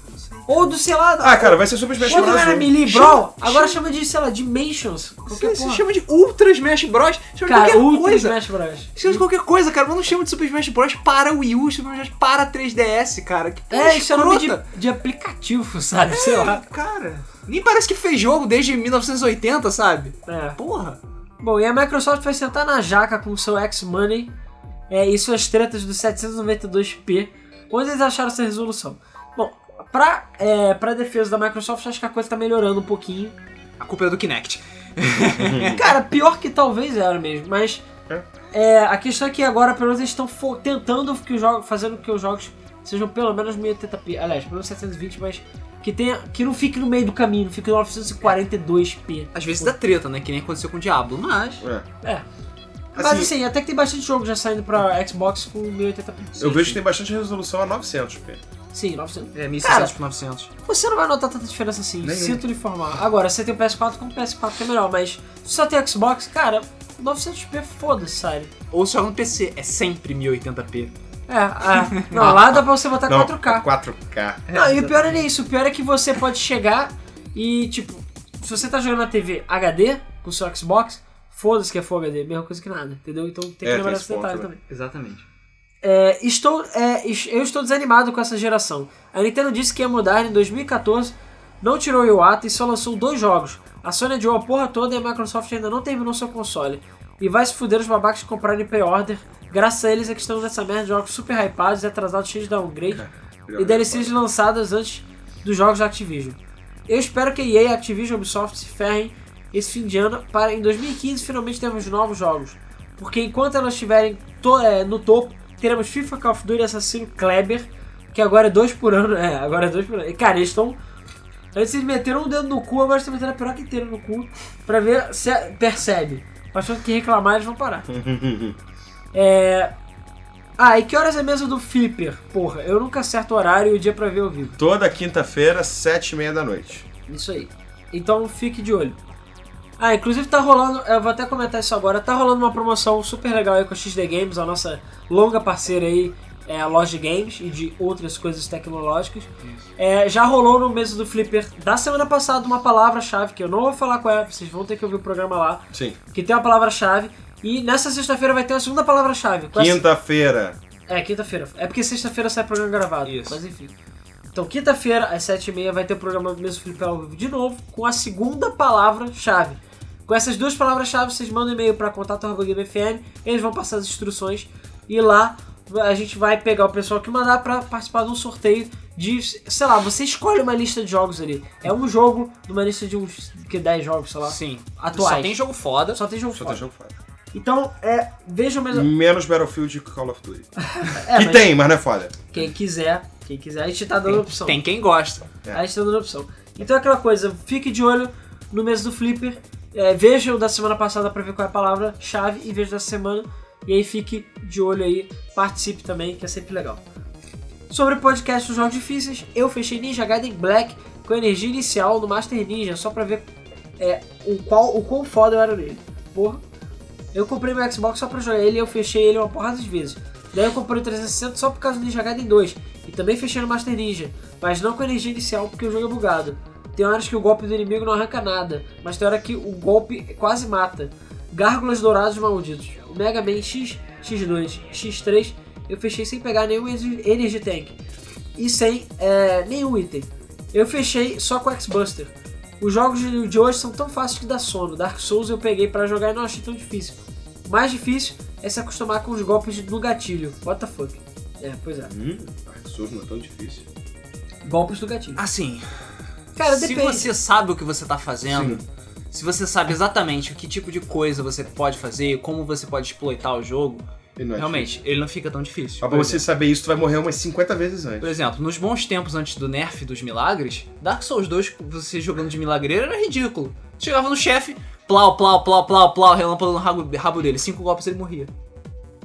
S2: Ou do, sei lá.
S3: Ah, cara, vai ser Super Smash
S2: quando
S3: Bros.
S2: era
S3: 1.
S2: Melee
S1: Chama-
S2: Brawl, agora chama de, sei lá, Dimensions. Qualquer
S1: Você se
S2: porra.
S1: chama de Ultra Smash Bros. Chama de
S2: Cara,
S1: qualquer
S2: Ultra
S1: coisa.
S2: Smash Bros.
S1: Chama de qualquer coisa, cara. Mas não chama de Super Smash Bros. para Wii U, Super Smash Bros. para 3DS, cara. Que porra
S2: É, isso é nome de,
S1: escrota.
S2: de aplicativo, sabe? Sei lá.
S1: Cara, nem parece que fez jogo desde 1980, sabe?
S2: É.
S1: Porra.
S2: Bom, e a Microsoft vai sentar na jaca com o seu X-Money é, e suas tretas do 792p. Onde eles acharam essa resolução? Bom, pra, é, pra defesa da Microsoft, acho que a coisa tá melhorando um pouquinho.
S1: A culpa é do Kinect.
S2: Cara, pior que talvez era mesmo, mas. é, a questão é que agora, pelo menos, eles estão fo- tentando que os jogos, fazendo que os jogos sejam pelo menos 1080p. Aliás, pelo menos 720, mas que, tenha, que não fique no meio do caminho, não fique no 942p.
S1: Às vezes dá treta, né? Que nem aconteceu com o Diablo, mas.
S3: É.
S2: É. Mas
S3: Assim,
S2: assim, até que tem bastante jogo já saindo pra Xbox com 1080p.
S3: eu vejo que tem bastante resolução a 900p.
S2: Sim, 900.
S1: É 1600 por 900.
S2: Você não vai notar tanta diferença assim,
S3: Nenhuma.
S2: sinto lhe informar. Agora, você tem o PS4 com o PS4 que é melhor, mas se só tem Xbox, cara, 900p foda-se, sabe?
S1: Ou se joga no PC, é sempre 1080p.
S2: É, é. Não, lá dá pra você
S1: Tá
S2: botar
S3: Não, é
S2: 4K.
S3: 4K.
S2: Não, e o pior não é isso. O pior é que você pode chegar e, tipo, se você tá jogando na TV HD com o seu Xbox, foda-se que é Full HD, mesma coisa que nada, entendeu? Então tem que
S3: É, tem
S2: lembrar
S3: esse
S2: desse detalhe
S3: ponto, né?
S2: também.
S1: Exatamente.
S2: É, estou, é, es- eu estou desanimado com essa geração. A Nintendo disse que ia mudar em 2014, não tirou o Iwata e só lançou dois jogos. A Sony adiou a porra toda e a Microsoft ainda não terminou seu console. E vai se fuder os babacas que compraram em pre-order. Graças a eles é que estamos nessa merda de jogos super hypados e atrasados cheios de downgrade e DLCs lançadas antes dos jogos da Activision. Eu espero que a EA, Activision e Ubisoft se ferrem esse fim de ano para em 2015 finalmente termos novos jogos. Porque enquanto elas estiverem to- é, no topo, teremos FIFA, Call of Duty, Assassino, Kleber, que agora é dois por ano. É, agora é dois por ano. E cara, eles estão... Antes eles meteram um dedo no cu, agora estão metendo a piroca inteira no cu pra ver se percebe. Achando que reclamar eles vão parar. Ah, e que horas é a mesa do Flipper? Porra, eu nunca acerto o horário e o dia pra ver ao vivo.
S3: Toda quinta-feira, 7h30 da noite.
S2: Isso aí. Então fique de olho. Ah, inclusive tá rolando, eu vou até comentar isso agora, tá rolando uma promoção super legal aí com a XD Games, a nossa longa parceira aí, é, a loja de games e de outras coisas tecnológicas. É, já rolou no mês do Flipper da semana passada uma palavra-chave, que eu não vou falar qual é, vocês vão ter que ouvir o programa lá,
S3: Sim.
S2: que tem uma palavra-chave, e nessa sexta-feira vai ter uma segunda palavra-chave. Qual é a
S3: Quinta-feira.
S2: é, quinta-feira. É porque sexta-feira sai programa gravado.
S1: Isso.
S2: Mas enfim. Então, quinta-feira, às 7h30, vai ter o programa do mesmo Felipe ao vivo de novo, com a segunda palavra-chave. Com essas duas palavras-chave, vocês mandam e-mail para contato.gamefm, eles vão passar as instruções e lá a gente vai pegar o pessoal que mandar para participar de um sorteio de, sei lá, você escolhe uma lista de jogos ali. É um jogo numa lista de uns que 10 jogos, sei lá.
S1: Sim.
S2: Atuais.
S1: Só tem jogo foda.
S2: Só tem jogo
S3: Só
S2: foda.
S3: tem jogo foda.
S2: Então, é, vejam mesmo.
S3: Menos Battlefield e Call of Duty.
S2: É,
S3: que
S2: mas
S3: tem, mas não é foda.
S2: quem quiser, quem quiser, a gente tá dando
S1: Tem,
S2: opção.
S1: tem quem gosta.
S3: É.
S2: Aí está dando opção. Então é aquela coisa, fique de olho no mês do Flipper. É, veja o da semana passada para ver qual é a palavra-chave e veja o da semana. E aí fique de olho aí, participe também, que é sempre legal. Sobre o podcast dos jogos difíceis, eu fechei Ninja Gaiden Black com a energia inicial do Master Ninja, só pra ver é, o, qual, o quão foda eu era nele. Porra. Eu comprei meu Xbox só pra jogar ele e eu fechei ele uma porrada de vezes. Daí eu comprei o 360 só por causa do Ninja Gaiden 2. E também fechei no Master Ninja, mas não com a energia inicial porque o jogo é bugado. Tem horas que o golpe do inimigo não arranca nada, mas tem hora que o golpe quase mata. Gárgulas dourados malditos. O Mega Man X, X2, X3 eu fechei sem pegar nenhum ener- Energy Tank e sem é, nenhum item. Eu fechei só com o X-Buster. Os jogos de de hoje são tão fáceis que dá sono. Dark Souls eu peguei pra jogar e não achei tão difícil. O mais difícil é se acostumar com os golpes no gatilho. What the fuck? É, pois é.
S3: Hum, absurdo, não é tão difícil.
S2: Golpes no gatilho.
S1: Assim,
S2: Ah, Cara,
S1: se
S2: depende.
S1: você sabe o que você tá fazendo, se você sabe exatamente o que tipo de coisa você pode fazer, como você pode exploitar o jogo,
S3: E não é
S1: realmente, ele não fica tão difícil.
S3: Mas pra
S1: Por
S3: você
S1: exemplo-
S3: saber isso, tu vai morrer umas 50 vezes antes.
S1: Por exemplo, nos bons tempos antes do nerf dos milagres, Dark Souls 2, você jogando de milagreiro era ridículo. Chegava no chefe, plau, plau, plau, plau, plau, relâmpago no rabo, rabo dele, cinco golpes ele morria.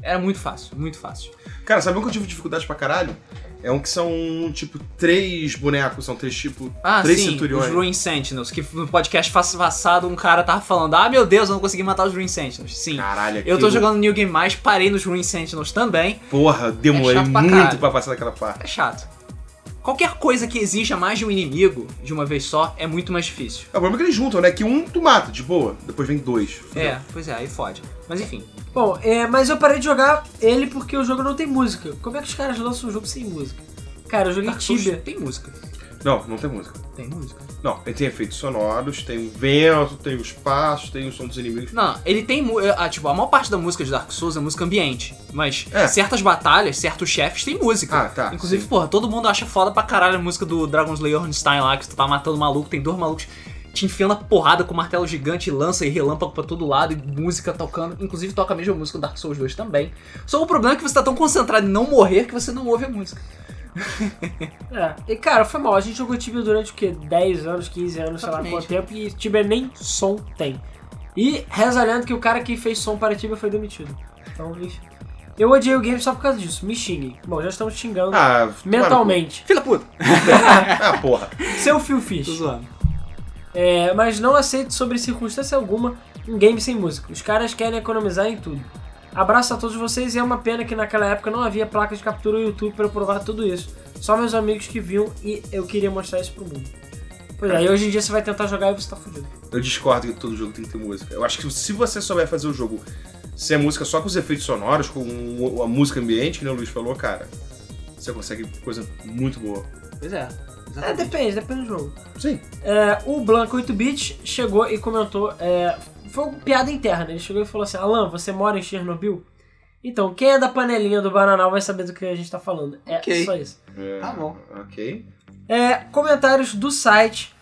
S1: Era muito fácil, muito fácil.
S3: Cara, sabe um que eu tive dificuldade pra caralho? É um que são, tipo, três bonecos, são três, tipo,
S1: Ah,
S3: três
S1: sim, os
S3: centuriões.
S1: Ruin Sentinels, que no podcast fa- passado um cara tava falando, ah, meu Deus, eu não consegui matar os Ruin Sentinels. Sim,
S3: Caralho,
S1: eu tô
S3: aquilo-
S1: jogando New Game Mais, parei nos Ruin Sentinels também,
S3: Porra, demorei
S1: É chato pra
S3: muito
S1: caralho.
S3: pra passar daquela parte.
S1: é chato. Qualquer coisa que exija mais de um inimigo de uma vez só é muito mais difícil.
S3: É o problema que eles juntam, né? Que um tu mata, de boa. Depois vem dois. fudeu.
S1: É, pois é, aí fode. Mas enfim,
S2: Bom, é, mas eu parei de jogar ele porque o jogo não tem música. Como é que os caras lançam um jogo sem música? Cara, eu joguei
S1: Dark Souls
S2: Tibia.
S1: tem música.
S3: Não, não tem música.
S1: Tem música.
S3: Não, ele tem efeitos sonoros, tem o vento, tem os passos, tem o som dos inimigos.
S1: Não, ele tem. mu- Ah, tipo, a maior parte da música de Dark Souls é música ambiente. Mas
S3: É.
S1: certas batalhas, certos chefes têm música.
S3: Ah, tá,
S1: Inclusive,
S3: sim.
S1: porra, todo mundo acha foda pra caralho a música do Dragon Slayer Hornstein lá, que tu tá matando maluco, tem dois malucos te enfiando a porrada com martelo gigante, lança e relâmpago pra todo lado, e música tocando. Inclusive, toca a mesma música do Dark Souls 2 também. Só o problema é que você tá tão concentrado em não morrer que você não ouve a música.
S2: É. E cara, foi mal. A gente jogou Tibia durante o quê? 10 anos, 15 anos, sei lá
S1: Exatamente.
S2: quanto tempo. E Tibia nem som tem. E reza a lenda que o cara que fez som para Tibia foi demitido. Então, enfim. Eu odiei o game só por causa disso. Me xinguem. Bom, já estamos xingando
S3: Ah,
S2: mentalmente.
S1: Filha puta!
S3: tomara no cu. Ah, porra.
S2: Seu Phil
S1: Tô
S2: Fish.
S1: zoando.
S2: É, mas não aceito sobre circunstância alguma um game sem música. Os caras querem economizar em tudo. Abraço a todos vocês e é uma pena que naquela época não havia placa de captura no YouTube para provar tudo isso. Só meus amigos que viam e eu queria mostrar isso pro mundo. Pois é, e hoje em dia você vai tentar jogar e você tá fudido.
S3: Eu discordo que todo jogo tem que ter música. Eu acho que se você souber fazer o jogo sem a música só com os efeitos sonoros, com a música ambiente, que nem o Luiz falou, cara, você consegue coisa muito boa.
S1: Pois é.
S2: É,
S1: Exatamente.
S2: depende, depende do jogo.
S3: Sim.
S2: É, o Blanco 8-bit chegou e comentou. é, foi uma piada interna. Ele chegou e falou assim: Alan, você mora em Chernobyl? Então, quem é da panelinha do Bananal vai saber do que a gente tá falando. É
S1: Ok.
S2: só isso.
S3: É,
S1: Tá bom.
S3: Ok.
S2: É, comentários do site.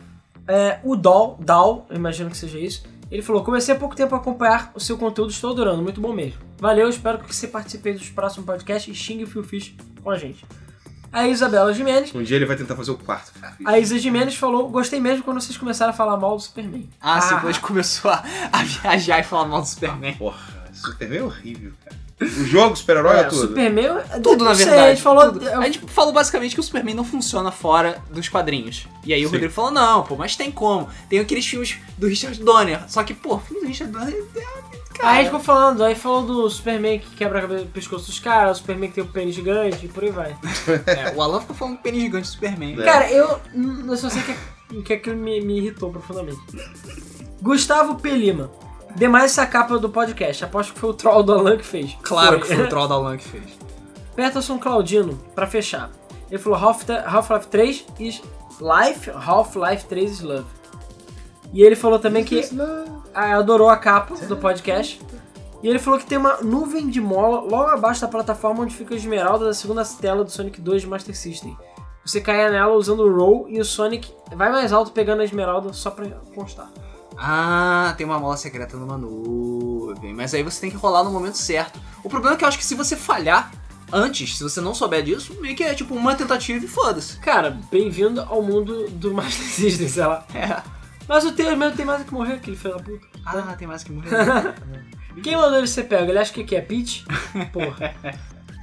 S2: É, o Dal, Dal, eu imagino que seja isso. Ele falou: Comecei há pouco tempo a acompanhar o seu conteúdo, estou adorando, muito bom mesmo. Valeu, espero que você participe dos próximos podcasts e xingue o Fio Fish com a gente. A Isabela Jimenez.
S3: Um dia ele vai tentar fazer o quarto.
S2: A Isa Jimenez falou: Gostei mesmo quando vocês começaram a falar mal do Superman.
S1: Ah, sim, depois começou a, a viajar e falar mal do Superman.
S3: Porra, Superman é horrível, cara. O jogo, super-herói é,
S2: É,
S3: tudo.
S2: Superman,
S1: Tudo,
S2: não
S1: na
S2: sei,
S1: verdade.
S2: A gente falou.
S1: tudo. A gente falou basicamente que o Superman não funciona fora dos quadrinhos. E aí o
S3: Sim.
S1: Rodrigo falou, não, pô, mas tem como. Tem aqueles filmes do Richard Donner. Só que, pô, filme do Richard Donner... é-
S2: Aí a
S1: Cara,
S2: gente ficou falando, aí falou do Superman que quebra a cabeça- o pescoço dos caras, o Superman que tem o pênis gigante e por aí vai.
S1: é, o Alan ficou falando do pênis gigante do Superman.
S3: É.
S2: Cara, eu, hum, eu só sei que, que aquilo me, me irritou profundamente. Gustavo Pelima. Demais essa capa do podcast. Aposto que foi o troll do Alan que fez.
S1: Claro que foi o troll da Alan que fez.
S2: Peterson Claudino, pra fechar. Ele falou Half- Half-Life 3 is Life, Half-Life 3 is Love. E ele falou também que a- adorou a capa do podcast. E ele falou que tem uma nuvem de mola logo abaixo da plataforma onde fica a esmeralda da segunda tela do Sonic 2 de Master System. Você cai nela usando o roll e o Sonic vai mais alto pegando a esmeralda só pra constar.
S1: Ah, tem uma mola secreta numa nuvem. Mas aí você tem que rolar no momento certo. O problema é que eu acho que se você falhar antes, se você não souber disso, meio que é tipo uma tentativa e foda-se.
S2: Cara, bem-vindo ao mundo do Master System, sei lá.
S1: É.
S2: Mas o Tails mesmo tem mais que morrer, aquele filho da puta.
S1: Ah, tem mais que morrer.
S2: Quem mandou ele ser pego? Ele acha que que é Peach? Porra.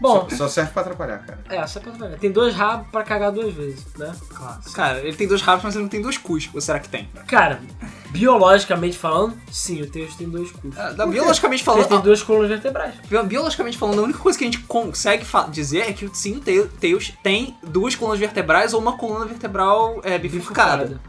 S2: Bom,
S3: Só serve pra atrapalhar, cara.
S2: é, só pra trabalhar. Tem dois rabos pra cagar duas vezes, né?
S1: Cara, ele tem dois rabos, mas ele não tem dois cus. Ou será que tem?
S2: Cara, biologicamente falando, sim, o Tails tem dois cus.
S1: Ah, da- biologicamente
S2: Ele tem
S1: falando,
S2: duas colunas vertebrais.
S1: ah, biologicamente falando, a única coisa que a gente consegue fa- dizer é que sim, o Tail- Tails tem duas colunas vertebrais ou uma coluna vertebral é, bifurcada.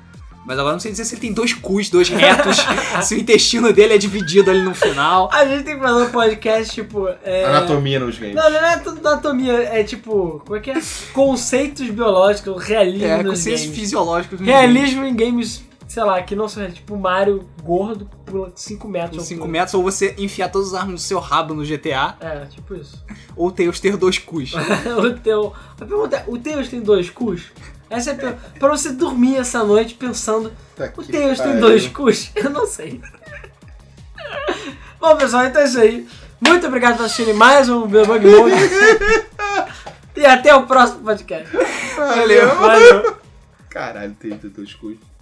S1: Mas agora eu não sei dizer se ele tem dois cus, dois retos, se o intestino dele é dividido ali no final.
S2: A gente tem que fazer um podcast, tipo. É...
S3: Anatomia nos games.
S2: Não, não é tudo anatomia, é tipo. Como é que é? Conceitos biológicos, realismo.
S1: É,
S2: nos
S1: conceitos
S2: games.
S1: fisiológicos. no game.
S2: Realismo em games, sei lá, que não são realistas. Tipo, Mario gordo pula 5
S1: Com
S2: metros. de
S1: 5
S2: altura.
S1: metros, ou você enfiar todas as armas no seu rabo no GTA,
S2: É, tipo isso.
S1: ou o Tails ter dois cus.
S2: o teu. A pergunta é: o Tails tem dois cus? Essa é a pergunta. Pra você dormir essa noite pensando:
S3: Tá
S2: o
S3: que
S2: Tails tem
S3: pariu.
S2: dois cus? Eu não sei. Bom, pessoal, então é isso aí. Muito obrigado por assistirem mais um Bug Mode. E até o próximo podcast.
S3: Valeu.
S2: Valeu.
S3: Caralho, tem dois cus.